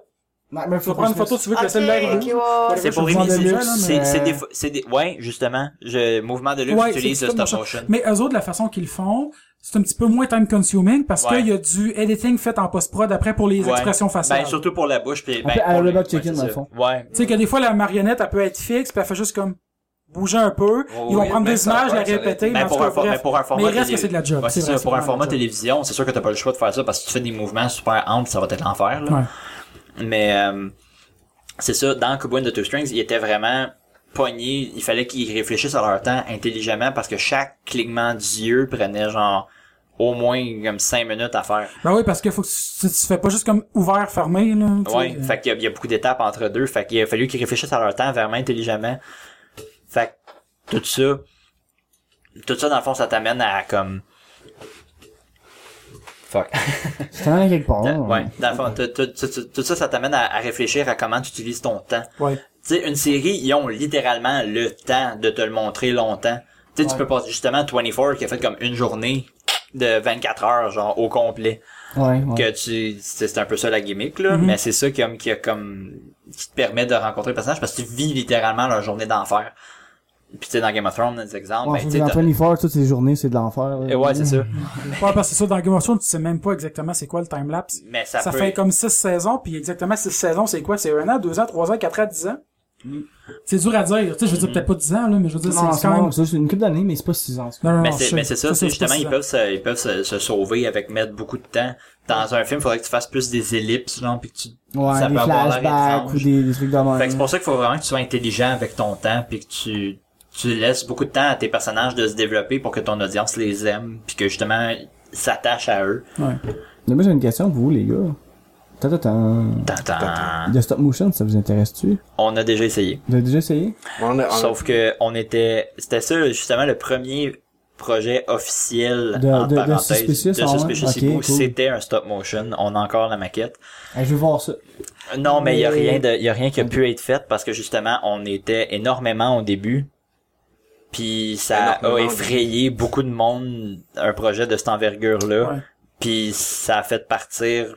[SPEAKER 2] Nightmare
[SPEAKER 3] tu vas prendre une photo, tu veux que
[SPEAKER 1] Ok,
[SPEAKER 3] le cellulaire est
[SPEAKER 1] ok,
[SPEAKER 3] rouge.
[SPEAKER 1] ouais, ouais.
[SPEAKER 4] C'est
[SPEAKER 3] Je
[SPEAKER 4] pour
[SPEAKER 3] vous en
[SPEAKER 4] imiter.
[SPEAKER 3] donne là,
[SPEAKER 4] C'est
[SPEAKER 2] mais-
[SPEAKER 4] c'est des, fo- c'est des, ouais, justement, je, mouvement de luxe
[SPEAKER 3] Ouais,
[SPEAKER 4] utilise
[SPEAKER 3] c'est
[SPEAKER 4] le
[SPEAKER 3] du
[SPEAKER 4] stop
[SPEAKER 3] stop
[SPEAKER 4] motion.
[SPEAKER 3] Mais eux autres, la façon qu'ils le font, c'est un petit peu moins time consuming parce
[SPEAKER 4] Ouais.
[SPEAKER 3] qu'il y a du editing fait en post-prod après pour les
[SPEAKER 4] Ouais.
[SPEAKER 3] expressions faciales.
[SPEAKER 4] Ben, surtout pour la bouche. Puis, ben,
[SPEAKER 2] Un peu à
[SPEAKER 4] pour
[SPEAKER 2] la
[SPEAKER 4] les-
[SPEAKER 2] Robot Chicken,
[SPEAKER 4] ouais, c'est
[SPEAKER 2] dans le
[SPEAKER 4] ça.
[SPEAKER 2] fond.
[SPEAKER 4] Ouais.
[SPEAKER 3] Tu sais que des fois, la marionnette, elle peut être fixe, puis elle fait juste comme bouger un peu.
[SPEAKER 4] Oh,
[SPEAKER 3] ils vont
[SPEAKER 4] oui,
[SPEAKER 3] prendre
[SPEAKER 5] mais
[SPEAKER 3] deux
[SPEAKER 5] ça,
[SPEAKER 3] images,
[SPEAKER 5] ouais,
[SPEAKER 3] la
[SPEAKER 5] ça doit
[SPEAKER 3] répéter,
[SPEAKER 4] Ben,
[SPEAKER 3] en
[SPEAKER 4] pour
[SPEAKER 3] tout
[SPEAKER 4] un,
[SPEAKER 3] cas,
[SPEAKER 4] for-
[SPEAKER 3] bref.
[SPEAKER 4] mais pour un format
[SPEAKER 3] Mais il reste
[SPEAKER 4] télé-
[SPEAKER 3] que c'est de la job.
[SPEAKER 4] Ouais,
[SPEAKER 3] c'est
[SPEAKER 4] c'est
[SPEAKER 3] vrai,
[SPEAKER 4] ça,
[SPEAKER 3] c'est
[SPEAKER 4] pour un
[SPEAKER 3] vraiment
[SPEAKER 4] format
[SPEAKER 3] de la job.
[SPEAKER 4] télévision, c'est sûr que t'as pas le choix de faire ça parce que tu fais des mouvements super amples, ça va être l'enfer. là.
[SPEAKER 3] Ouais.
[SPEAKER 4] Mais euh, c'est ça, dans Kubo and the Two Strings, ils étaient vraiment pognés. Il fallait qu'ils réfléchissent à leur temps intelligemment parce que chaque clignement d'yeux prenait genre au moins comme 5 minutes à faire.
[SPEAKER 3] Ben oui, parce que faut que tu, tu fais pas juste comme ouvert, fermé, là. tu sais. euh,
[SPEAKER 4] Ouais, fait qu'il y a- il y, a beaucoup d'étapes entre deux. Fait qu'il a fallu qu'ils réfléchissent à leur temps vraiment intelligemment. Fait que tout ça, tout ça dans le fond, ça t'amène à comme. Fuck.
[SPEAKER 2] C'est un quelque
[SPEAKER 3] Oh.
[SPEAKER 2] part.
[SPEAKER 4] Dans-
[SPEAKER 2] hein.
[SPEAKER 4] ouais, dans le fond, tout- tout- tout- tout- tout ça, ça t'amène à, à réfléchir à comment tu utilises ton temps.
[SPEAKER 3] Ouais.
[SPEAKER 4] Tu sais, une série, ils ont littéralement le temps de te le montrer longtemps. Tu sais, tu peux passer justement 24 qui a fait comme une journée de 24 heures, genre, au complet.
[SPEAKER 2] Ouais, ouais.
[SPEAKER 4] Que tu, c'est c'est un peu ça la gimmick, là, mais c'est ça qui, a- qui a comme, qui te permet de rencontrer le personnage parce que tu vis littéralement leur journée d'enfer. Puis tu sais, dans Game of Thrones, des exemples,
[SPEAKER 2] Ouais,
[SPEAKER 4] ben,
[SPEAKER 2] faut
[SPEAKER 4] tu
[SPEAKER 2] que
[SPEAKER 4] sais, t'as-
[SPEAKER 2] Anthony Ford, toutes ces journées, c'est de l'enfer. là.
[SPEAKER 4] Eh ouais, c'est ça.
[SPEAKER 3] Ouais, parce que ça, dans Game of Thrones, tu sais même pas exactement c'est quoi le timelapse.
[SPEAKER 4] Mais ça,
[SPEAKER 3] Ça, ça
[SPEAKER 4] peut-
[SPEAKER 3] fait comme 6 saisons, puis exactement 6 saisons, c'est quoi? C'est un an, deux ans, trois ans, quatre ans, 10 ans?
[SPEAKER 4] Mm.
[SPEAKER 3] C'est dur à dire. Tu sais, je
[SPEAKER 4] Mm-hmm.
[SPEAKER 3] veux dire peut-être pas 10 ans, là, mais je veux dire,
[SPEAKER 2] Non,
[SPEAKER 3] c'est
[SPEAKER 2] c'est
[SPEAKER 3] quand même...
[SPEAKER 2] bon, ça, c'est une couple d'années, mais c'est pas six ans. c'est quoi.
[SPEAKER 3] Non, non,
[SPEAKER 4] Mais
[SPEAKER 3] non, je
[SPEAKER 4] c'est
[SPEAKER 3] sais.
[SPEAKER 4] mais c'est ça, c'est
[SPEAKER 3] c'est pas
[SPEAKER 4] justement, ils
[SPEAKER 3] six ans.
[SPEAKER 4] peuvent, se, ils peuvent se, se sauver avec mettre beaucoup de temps. Dans un film, il faudrait que tu fasses plus des ellipses, genre, puis que tu...
[SPEAKER 2] Ouais,
[SPEAKER 4] ça
[SPEAKER 2] des
[SPEAKER 4] peut avoir l'air
[SPEAKER 2] flashbacks ou
[SPEAKER 4] étrange.
[SPEAKER 2] des, des trucs de même.
[SPEAKER 4] Fait que c'est pour ça qu'il faut vraiment que tu sois intelligent avec ton temps, puis que tu, tu laisses beaucoup de temps à tes personnages de se développer pour que ton audience les aime, puis que justement, s'attache à eux.
[SPEAKER 2] Mais moi, j'ai une question pour vous, les gars. Attends, attends.
[SPEAKER 4] T'entends?
[SPEAKER 2] Le stop motion, ça vous intéresse-tu?
[SPEAKER 4] On a déjà essayé.
[SPEAKER 2] Vous avez déjà essayé?
[SPEAKER 5] on a- on a-
[SPEAKER 4] Sauf que on était... C'était ça, justement, le premier projet officiel,
[SPEAKER 2] De-
[SPEAKER 4] en
[SPEAKER 2] de- de
[SPEAKER 4] parenthèse,
[SPEAKER 2] Suspicious,
[SPEAKER 4] de
[SPEAKER 2] ah ouais?
[SPEAKER 4] Suspicious
[SPEAKER 2] Ok,
[SPEAKER 4] Hibou.
[SPEAKER 2] cool.
[SPEAKER 4] C'était un stop motion. On a encore la maquette.
[SPEAKER 2] Eh, je veux voir ça.
[SPEAKER 4] Non, mais il y a
[SPEAKER 2] Mais-
[SPEAKER 4] rien de, y a rien qui a pu être fait parce que justement, on était énormément au début. Puis ça a
[SPEAKER 5] Énormément au
[SPEAKER 4] effrayé beaucoup de monde un projet de cette envergure-là.
[SPEAKER 3] Ouais.
[SPEAKER 4] Puis ça a fait partir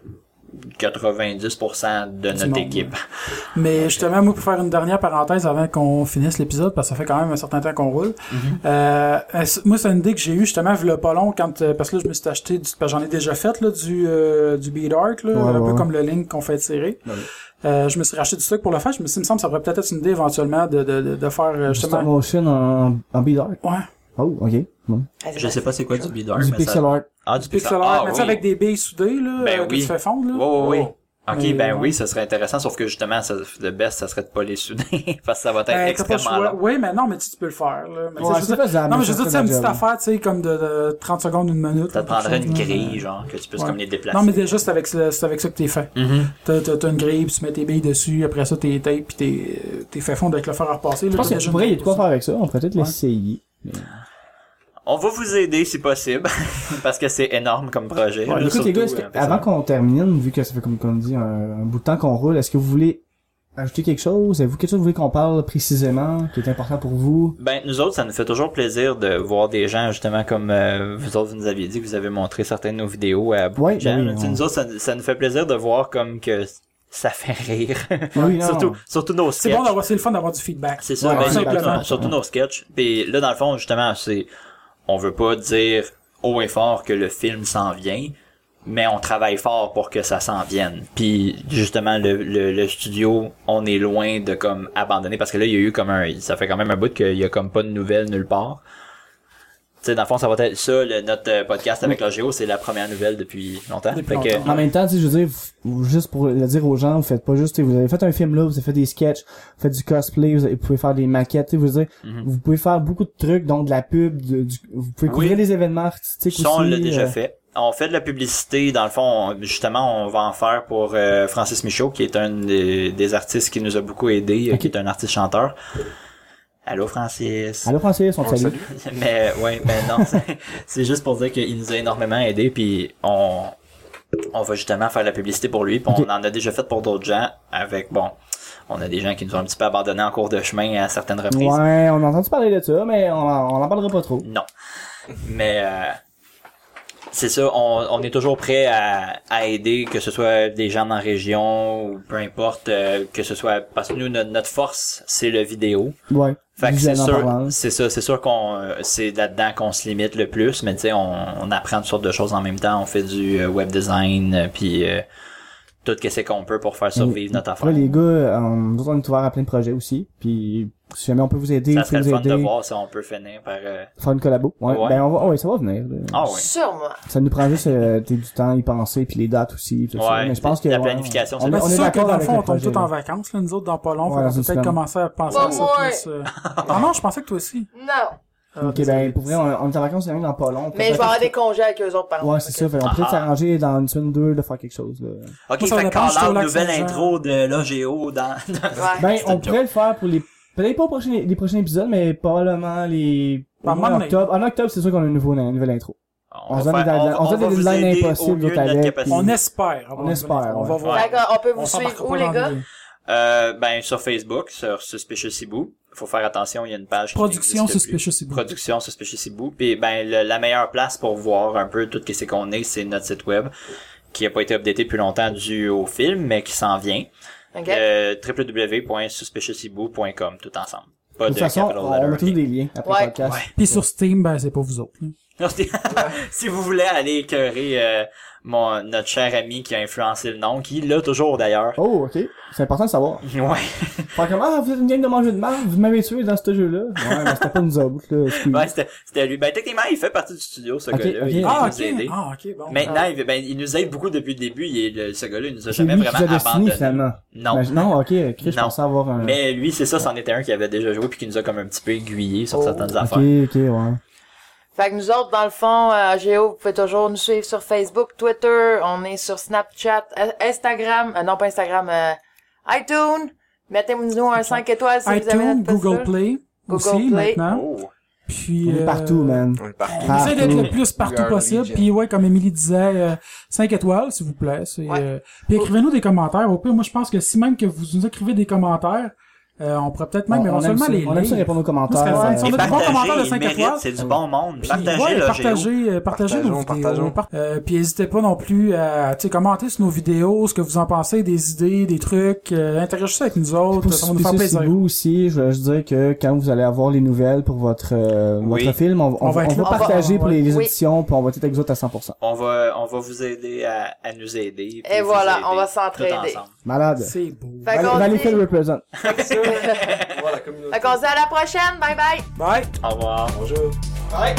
[SPEAKER 4] 90% de notre
[SPEAKER 3] monde,
[SPEAKER 4] équipe.
[SPEAKER 3] Mais justement, moi, pour faire une dernière parenthèse avant qu'on finisse l'épisode, parce que ça fait quand même un certain temps qu'on roule,
[SPEAKER 4] Mhm.
[SPEAKER 3] euh, euh, c- moi, c'est une idée que j'ai eue justement, le pas long, quand, euh, parce que là, je me suis acheté, du, parce que j'en ai déjà fait, là, du, euh, du beat art, là,
[SPEAKER 2] Ouais,
[SPEAKER 3] un
[SPEAKER 2] ouais.
[SPEAKER 3] peu comme le link qu'on fait tirer.
[SPEAKER 4] Ben
[SPEAKER 3] Euh, je me suis racheté du truc pour le faire. Je me suis dit, il me semble, que ça pourrait peut-être être une idée éventuellement de, de, de, de faire euh,
[SPEAKER 2] Du Stop
[SPEAKER 3] justement.
[SPEAKER 2] motion en, en beat art.
[SPEAKER 3] Ouais.
[SPEAKER 2] Oh, ok. Bon.
[SPEAKER 1] Ah, c'est
[SPEAKER 4] Je
[SPEAKER 1] bon.
[SPEAKER 4] sais pas c'est quoi du bidard,
[SPEAKER 2] Du
[SPEAKER 4] mais
[SPEAKER 2] pixel
[SPEAKER 4] ça...
[SPEAKER 2] art.
[SPEAKER 4] Ah, du
[SPEAKER 3] Pixel art,
[SPEAKER 4] Ah,
[SPEAKER 3] mais tu
[SPEAKER 4] oui.
[SPEAKER 3] sais, avec des billes soudées, là,
[SPEAKER 4] Ben
[SPEAKER 3] euh, que
[SPEAKER 4] oui.
[SPEAKER 3] tu fais fondre, là. Oh.
[SPEAKER 4] Ouais, ouais, ouais. Ok,
[SPEAKER 3] Mais,
[SPEAKER 4] ben
[SPEAKER 3] ouais.
[SPEAKER 4] oui, ça serait intéressant, sauf que justement, ça, le best, ça serait de pas les souder, parce que ça va être
[SPEAKER 3] Ben, t'as pas le
[SPEAKER 4] extrêmement
[SPEAKER 3] choix.
[SPEAKER 4] long.
[SPEAKER 3] Oui, mais non, mais tu, tu peux le faire, là. Mais tu sais,
[SPEAKER 2] Ouais,
[SPEAKER 3] je veux
[SPEAKER 2] c'est
[SPEAKER 3] dire-
[SPEAKER 2] faisable,
[SPEAKER 3] Non, mais
[SPEAKER 2] mais ça
[SPEAKER 3] je veux dire,
[SPEAKER 2] serait
[SPEAKER 3] tu sais, une petite
[SPEAKER 2] la job.
[SPEAKER 3] affaire, tu sais, comme de, de 30 secondes, une minute.
[SPEAKER 4] Ça
[SPEAKER 3] là,
[SPEAKER 4] te prendrait
[SPEAKER 3] quelque
[SPEAKER 4] une
[SPEAKER 3] chose, là.
[SPEAKER 4] grille, genre, que tu puisses
[SPEAKER 3] Ouais.
[SPEAKER 4] comme les déplacer.
[SPEAKER 3] Non, mais déjà, c'est avec, le- c'est avec ça que t'es fait.
[SPEAKER 4] Mhm.
[SPEAKER 3] T'as t'as- t'as une grille, puis tu mets tes billes dessus, après ça, t'es tape, puis t'es euh, t'es fait fondre avec le fer à repasser.
[SPEAKER 2] Je pense que pour vrai, il y a de quoi faire avec ça. On pourrait peut-être
[SPEAKER 3] Ouais.
[SPEAKER 2] l'essayer.
[SPEAKER 4] On va vous aider si possible, parce que c'est énorme comme projet.
[SPEAKER 2] Ouais,
[SPEAKER 4] là,
[SPEAKER 2] écoute, les
[SPEAKER 4] surtout,
[SPEAKER 2] gars, est-ce que-
[SPEAKER 4] euh,
[SPEAKER 2] avant qu'on termine, vu que ça fait comme, comme dit un, un bout de temps qu'on roule, est-ce que vous voulez ajouter quelque chose? Avez-vous quelque chose que vous voulez qu'on parle précisément, qui est important pour vous?
[SPEAKER 4] Ben, nous autres, ça nous fait toujours plaisir de voir des gens, justement, comme euh, vous autres, vous nous aviez dit que vous avez montré certaines de nos vidéos à beaucoup
[SPEAKER 2] Ouais,
[SPEAKER 4] de gens.
[SPEAKER 2] oui,
[SPEAKER 4] là. Tu sais,
[SPEAKER 2] on-
[SPEAKER 4] Nous autres, ça, ça nous fait plaisir de voir comme que ça fait rire.
[SPEAKER 2] Oui, non.
[SPEAKER 4] surtout, surtout nos
[SPEAKER 3] C'est
[SPEAKER 4] sketchs.
[SPEAKER 3] bon d'avoir, c'est le fun d'avoir du feedback.
[SPEAKER 4] C'est ça,
[SPEAKER 2] Ouais,
[SPEAKER 4] ben,
[SPEAKER 2] ouais,
[SPEAKER 4] surtout,
[SPEAKER 2] simplement.
[SPEAKER 4] nos- surtout nos sketchs. Puis là, dans le fond, justement, c'est on veut pas dire haut et fort que le film s'en vient, mais on travaille fort pour que ça s'en vienne. Puis justement, le, le, le studio, on est loin de comme abandonner parce que là, il y a eu comme un, ça fait quand même un bout qu'il y a comme pas de nouvelles nulle part. Tu sais, dans le fond, ça va être ça, le- notre euh, podcast avec la Géo, c'est la première nouvelle depuis longtemps.
[SPEAKER 3] Depuis
[SPEAKER 4] Fait que-
[SPEAKER 3] longtemps.
[SPEAKER 2] En même temps, tu sais, je veux dire, vous- juste pour le dire aux gens, vous faites pas juste, tu sais, vous avez fait un film là, vous avez fait des sketchs, vous faites du cosplay, vous, avez- vous pouvez faire des maquettes, tu sais, vous dire,
[SPEAKER 4] Mhm.
[SPEAKER 2] vous pouvez faire beaucoup de trucs, donc de la pub, de- du- vous pouvez couvrir
[SPEAKER 4] Oui.
[SPEAKER 2] les événements artistiques
[SPEAKER 4] Ça, on
[SPEAKER 2] aussi,
[SPEAKER 4] l'a déjà
[SPEAKER 2] euh,
[SPEAKER 4] fait. On fait de la publicité, dans le fond, on- justement, on va en faire pour euh, Francis Michaud, qui est un des, des artistes qui nous a beaucoup aidé, euh,
[SPEAKER 2] Ok.
[SPEAKER 4] qui est un artiste chanteur. Allô, Francis.
[SPEAKER 2] Allô Francis, on te
[SPEAKER 5] On le
[SPEAKER 2] salue.
[SPEAKER 5] salue.
[SPEAKER 4] Mais ouais, mais non, c'est- c'est juste pour dire qu'il nous a énormément aidé, puis on, on va justement faire de la publicité pour lui, puis
[SPEAKER 2] Ok.
[SPEAKER 4] on en a déjà fait pour d'autres gens, avec, bon, on a des gens qui nous ont un petit peu abandonnés en cours de chemin à certaines reprises.
[SPEAKER 2] Ouais, on a entendu parler de ça, mais on en, on en parlera pas trop.
[SPEAKER 4] Non. Mais euh, c'est ça, on, on est toujours prêt à, à aider, que ce soit des gens dans la région ou peu importe, euh, que ce soit parce que nous no- notre force c'est le vidéo.
[SPEAKER 2] Ouais.
[SPEAKER 4] Fait que c'est
[SPEAKER 2] visuellement
[SPEAKER 4] sûr,
[SPEAKER 2] parlant.
[SPEAKER 4] c'est ça, c'est sûr qu'on euh, c'est là-dedans qu'on se limite le plus, mais tu sais on, on apprend toutes sortes de choses en même temps, on fait du euh, web design euh, puis euh, tout ce que c'est qu'on peut pour faire survivre notre affaire.
[SPEAKER 2] Après, les gars, euh, nous autres, on est ouverts à plein de projets aussi. Puis, si jamais on peut vous aider,
[SPEAKER 4] ça
[SPEAKER 2] vous pouvez
[SPEAKER 4] serait le
[SPEAKER 2] nous
[SPEAKER 4] fun de
[SPEAKER 2] aider,
[SPEAKER 4] voir si on peut finir par euh,
[SPEAKER 2] faire une collabo. Ouais,
[SPEAKER 4] Ouais.
[SPEAKER 2] Ben, on va, ouais, ça va venir. là.
[SPEAKER 4] Ah oui.
[SPEAKER 1] Sûrement.
[SPEAKER 2] Ça nous prend juste euh, t'sais, du temps à y penser, puis les dates aussi. puis tout ça.
[SPEAKER 4] Ouais,
[SPEAKER 2] Mais je pense que
[SPEAKER 4] la
[SPEAKER 2] ouais,
[SPEAKER 4] planification,
[SPEAKER 2] on-
[SPEAKER 4] c'est
[SPEAKER 2] on,
[SPEAKER 4] bien.
[SPEAKER 2] est- on
[SPEAKER 3] c'est
[SPEAKER 2] est
[SPEAKER 3] sûr que
[SPEAKER 2] d'accord
[SPEAKER 3] dans le
[SPEAKER 2] avec
[SPEAKER 3] fond,
[SPEAKER 2] le
[SPEAKER 3] on tombe
[SPEAKER 2] projet,
[SPEAKER 3] tous en
[SPEAKER 2] là.
[SPEAKER 3] vacances, là, nous autres, dans pas long.
[SPEAKER 2] Ouais,
[SPEAKER 3] fait
[SPEAKER 2] dans
[SPEAKER 3] qu'on
[SPEAKER 2] une
[SPEAKER 3] peut
[SPEAKER 2] semaine.
[SPEAKER 3] peut-être commencer à penser
[SPEAKER 1] Pas
[SPEAKER 3] à ça
[SPEAKER 1] moi.
[SPEAKER 3] plus. euh. Ah non, je pensais que toi aussi. Ah,
[SPEAKER 1] Non.
[SPEAKER 2] Ok, ben, pour vrai, on, on est en vacances, c'est même dans pas long.
[SPEAKER 1] Mais je vais avoir des congés avec eux autres, par
[SPEAKER 2] Ouais, c'est ça. Fait qu'on peut
[SPEAKER 4] Ah.
[SPEAKER 2] s'arranger dans une semaine, deux, de faire quelque chose, là.
[SPEAKER 4] OK,
[SPEAKER 3] Moi, ça
[SPEAKER 4] fait
[SPEAKER 3] dépend, je suis
[SPEAKER 4] qu'on
[SPEAKER 3] au
[SPEAKER 4] a
[SPEAKER 3] lac
[SPEAKER 4] une nouvelle
[SPEAKER 3] Saint-Jean.
[SPEAKER 4] intro de l'OGO dans, dans
[SPEAKER 1] Ouais.
[SPEAKER 2] Ben,
[SPEAKER 4] C'est
[SPEAKER 2] on
[SPEAKER 4] une
[SPEAKER 2] pourrait le faire pour les, peut-être pas au prochain, les prochains épisodes, mais probablement les,
[SPEAKER 3] Par
[SPEAKER 2] au mois
[SPEAKER 3] moment donné.
[SPEAKER 2] d'octobre. En octobre, c'est sûr qu'on a une, nouvelle- une nouvelle intro. On
[SPEAKER 4] va
[SPEAKER 2] donne
[SPEAKER 4] faire-
[SPEAKER 2] des-
[SPEAKER 4] on va-
[SPEAKER 2] on donne
[SPEAKER 4] on va
[SPEAKER 2] des
[SPEAKER 4] vous
[SPEAKER 2] deadlines
[SPEAKER 4] aider au
[SPEAKER 2] impossibles
[SPEAKER 4] mieux de
[SPEAKER 2] au
[SPEAKER 4] notre
[SPEAKER 2] Talent,
[SPEAKER 4] capacité.
[SPEAKER 2] puis-
[SPEAKER 3] On espère.
[SPEAKER 2] On espère,
[SPEAKER 3] On va
[SPEAKER 2] ouais.
[SPEAKER 3] voir.
[SPEAKER 1] D'accord, on peut vous
[SPEAKER 3] On s'en
[SPEAKER 1] suivre
[SPEAKER 3] parle
[SPEAKER 1] où,
[SPEAKER 3] pas
[SPEAKER 1] les
[SPEAKER 3] dans
[SPEAKER 1] gars?
[SPEAKER 3] les-
[SPEAKER 4] Euh, ben, sur Facebook, sur Suspicious Cibou. Faut faire attention, il y a une page. qui
[SPEAKER 3] Production
[SPEAKER 4] n'existe plus.
[SPEAKER 3] Suspicious Cibou.
[SPEAKER 4] Production Suspicious Cibou. Puis, ben, le- la meilleure place pour voir un peu tout ce qu'on est, c'est notre site web, qui a pas été updaté depuis longtemps dû au film, mais qui s'en vient.
[SPEAKER 1] Ok.
[SPEAKER 4] Euh, www.suspiciouscibou.com, tout ensemble. Pas
[SPEAKER 2] De toute façon,
[SPEAKER 4] capital
[SPEAKER 2] on
[SPEAKER 4] letter,
[SPEAKER 2] on met tous
[SPEAKER 4] rien.
[SPEAKER 2] des liens après
[SPEAKER 1] Ouais.
[SPEAKER 2] le podcast.
[SPEAKER 4] Ouais.
[SPEAKER 3] Puis sur Steam, ben, c'est pas vous autres. là.
[SPEAKER 4] Non, c'est- si vous voulez aller écœurer euh, mon, notre cher ami qui a influencé le nom, qui l'a toujours d'ailleurs.
[SPEAKER 2] Oh, ok. C'est important de savoir.
[SPEAKER 4] Ouais.
[SPEAKER 2] Fait comme, ah, vous êtes une gang de manger de marde, vous m'avez tué dans ce jeu-là. Ouais, mais c'était pas nous autres, là. excuse.
[SPEAKER 4] Ouais, c'était c'était lui. Ben, techniquement, il fait partie du studio, ce
[SPEAKER 2] Mm. Ok,
[SPEAKER 4] gars-là.
[SPEAKER 2] ok.
[SPEAKER 4] Il
[SPEAKER 2] Ah,
[SPEAKER 4] nous
[SPEAKER 3] Ah,
[SPEAKER 4] a aidé.
[SPEAKER 3] ok. Ah, ok, bon.
[SPEAKER 4] Maintenant, il, ben, il nous aide beaucoup depuis le début. Il est le- ce gars-là, il nous a
[SPEAKER 2] C'est
[SPEAKER 4] jamais
[SPEAKER 2] lui qui
[SPEAKER 4] vraiment
[SPEAKER 2] vous a destiné,
[SPEAKER 4] abandonné.
[SPEAKER 2] finalement.
[SPEAKER 4] Non.
[SPEAKER 2] Ben, non, ok, Chris, je
[SPEAKER 4] Non.
[SPEAKER 2] pensais avoir un...
[SPEAKER 4] Mais lui, c'est ça, c'en était un qui avait déjà joué puis qui nous a comme un petit peu aiguillé sur
[SPEAKER 1] Oh.
[SPEAKER 4] certaines
[SPEAKER 2] Ok,
[SPEAKER 4] affaires.
[SPEAKER 2] ok, ouais.
[SPEAKER 1] Fait que nous autres, dans le fond, euh, Géo, vous pouvez toujours nous suivre sur Facebook, Twitter, on est sur Snapchat, euh, Instagram, euh, non pas Instagram, euh, iTunes. Mettez-nous un 5 étoiles si vous avez
[SPEAKER 3] iTunes,
[SPEAKER 1] notre
[SPEAKER 3] Google
[SPEAKER 1] posture.
[SPEAKER 3] Play
[SPEAKER 1] Google
[SPEAKER 3] aussi,
[SPEAKER 1] Play.
[SPEAKER 3] maintenant.
[SPEAKER 4] Oh.
[SPEAKER 3] Puis,
[SPEAKER 2] On est
[SPEAKER 3] euh,
[SPEAKER 2] partout, man.
[SPEAKER 5] On le parle.
[SPEAKER 3] On essaie d'être le
[SPEAKER 2] Partout.
[SPEAKER 3] plus partout
[SPEAKER 5] Google
[SPEAKER 3] possible.
[SPEAKER 5] Legion.
[SPEAKER 3] Puis ouais, comme Émilie disait, 5 étoiles, s'il vous plaît. c'est,
[SPEAKER 1] Ouais.
[SPEAKER 3] euh, puis écrivez-nous des commentaires. Au pire, moi je pense que si même que vous nous écrivez des commentaires, euh, on pourrait peut-être
[SPEAKER 2] On-
[SPEAKER 3] même
[SPEAKER 2] on aime
[SPEAKER 3] éventuellement
[SPEAKER 2] ça-
[SPEAKER 3] les
[SPEAKER 2] on aime ça
[SPEAKER 3] lire.
[SPEAKER 2] répondre aux
[SPEAKER 3] Parce que,
[SPEAKER 2] commentaires.
[SPEAKER 3] ouais,
[SPEAKER 2] euh,
[SPEAKER 3] si on
[SPEAKER 4] Et
[SPEAKER 3] a des bons commentaires de
[SPEAKER 4] partagez, il
[SPEAKER 3] 5
[SPEAKER 4] mérite,
[SPEAKER 3] étoiles.
[SPEAKER 4] c'est du bon monde.
[SPEAKER 3] Puis,
[SPEAKER 4] Partagez
[SPEAKER 3] ouais,
[SPEAKER 4] le Géo.
[SPEAKER 3] partagez, euh, partagez nos
[SPEAKER 5] Partageons,
[SPEAKER 3] vidéos.
[SPEAKER 5] partageons.
[SPEAKER 3] Par- euh, puis n'hésitez pas non plus à tu sais, commenter sur nos vidéos, ce que vous en pensez, des idées, des trucs. euh, interagissez avec nous autres,
[SPEAKER 2] Pour
[SPEAKER 3] ça va nous faire
[SPEAKER 2] Suspicious
[SPEAKER 3] plaisir.
[SPEAKER 2] Cibou aussi, je veux juste dire que quand vous allez avoir les nouvelles pour votre, euh,
[SPEAKER 4] Oui.
[SPEAKER 2] votre film, on, on
[SPEAKER 3] On va
[SPEAKER 2] va,
[SPEAKER 3] être
[SPEAKER 2] on va
[SPEAKER 3] là.
[SPEAKER 2] partager
[SPEAKER 3] On va-
[SPEAKER 2] pour les, les
[SPEAKER 1] Oui.
[SPEAKER 2] auditions, puis on va être avec vous autres à 100%.
[SPEAKER 4] On va, on va vous aider à, à nous aider. puis
[SPEAKER 1] Et
[SPEAKER 4] vous
[SPEAKER 1] voilà,
[SPEAKER 4] aider
[SPEAKER 1] on va
[SPEAKER 4] tout
[SPEAKER 1] s'entraider.
[SPEAKER 4] ensemble.
[SPEAKER 2] Malade.
[SPEAKER 3] C'est beau.
[SPEAKER 1] Fait qu'on
[SPEAKER 2] Valley-
[SPEAKER 1] dit-
[SPEAKER 2] Valleyfield represent.
[SPEAKER 5] Voilà, la communauté.
[SPEAKER 1] Fait qu'on se dit à la prochaine, bye bye!
[SPEAKER 3] Bye!
[SPEAKER 4] Au revoir.
[SPEAKER 5] Bonjour.
[SPEAKER 6] Ouais.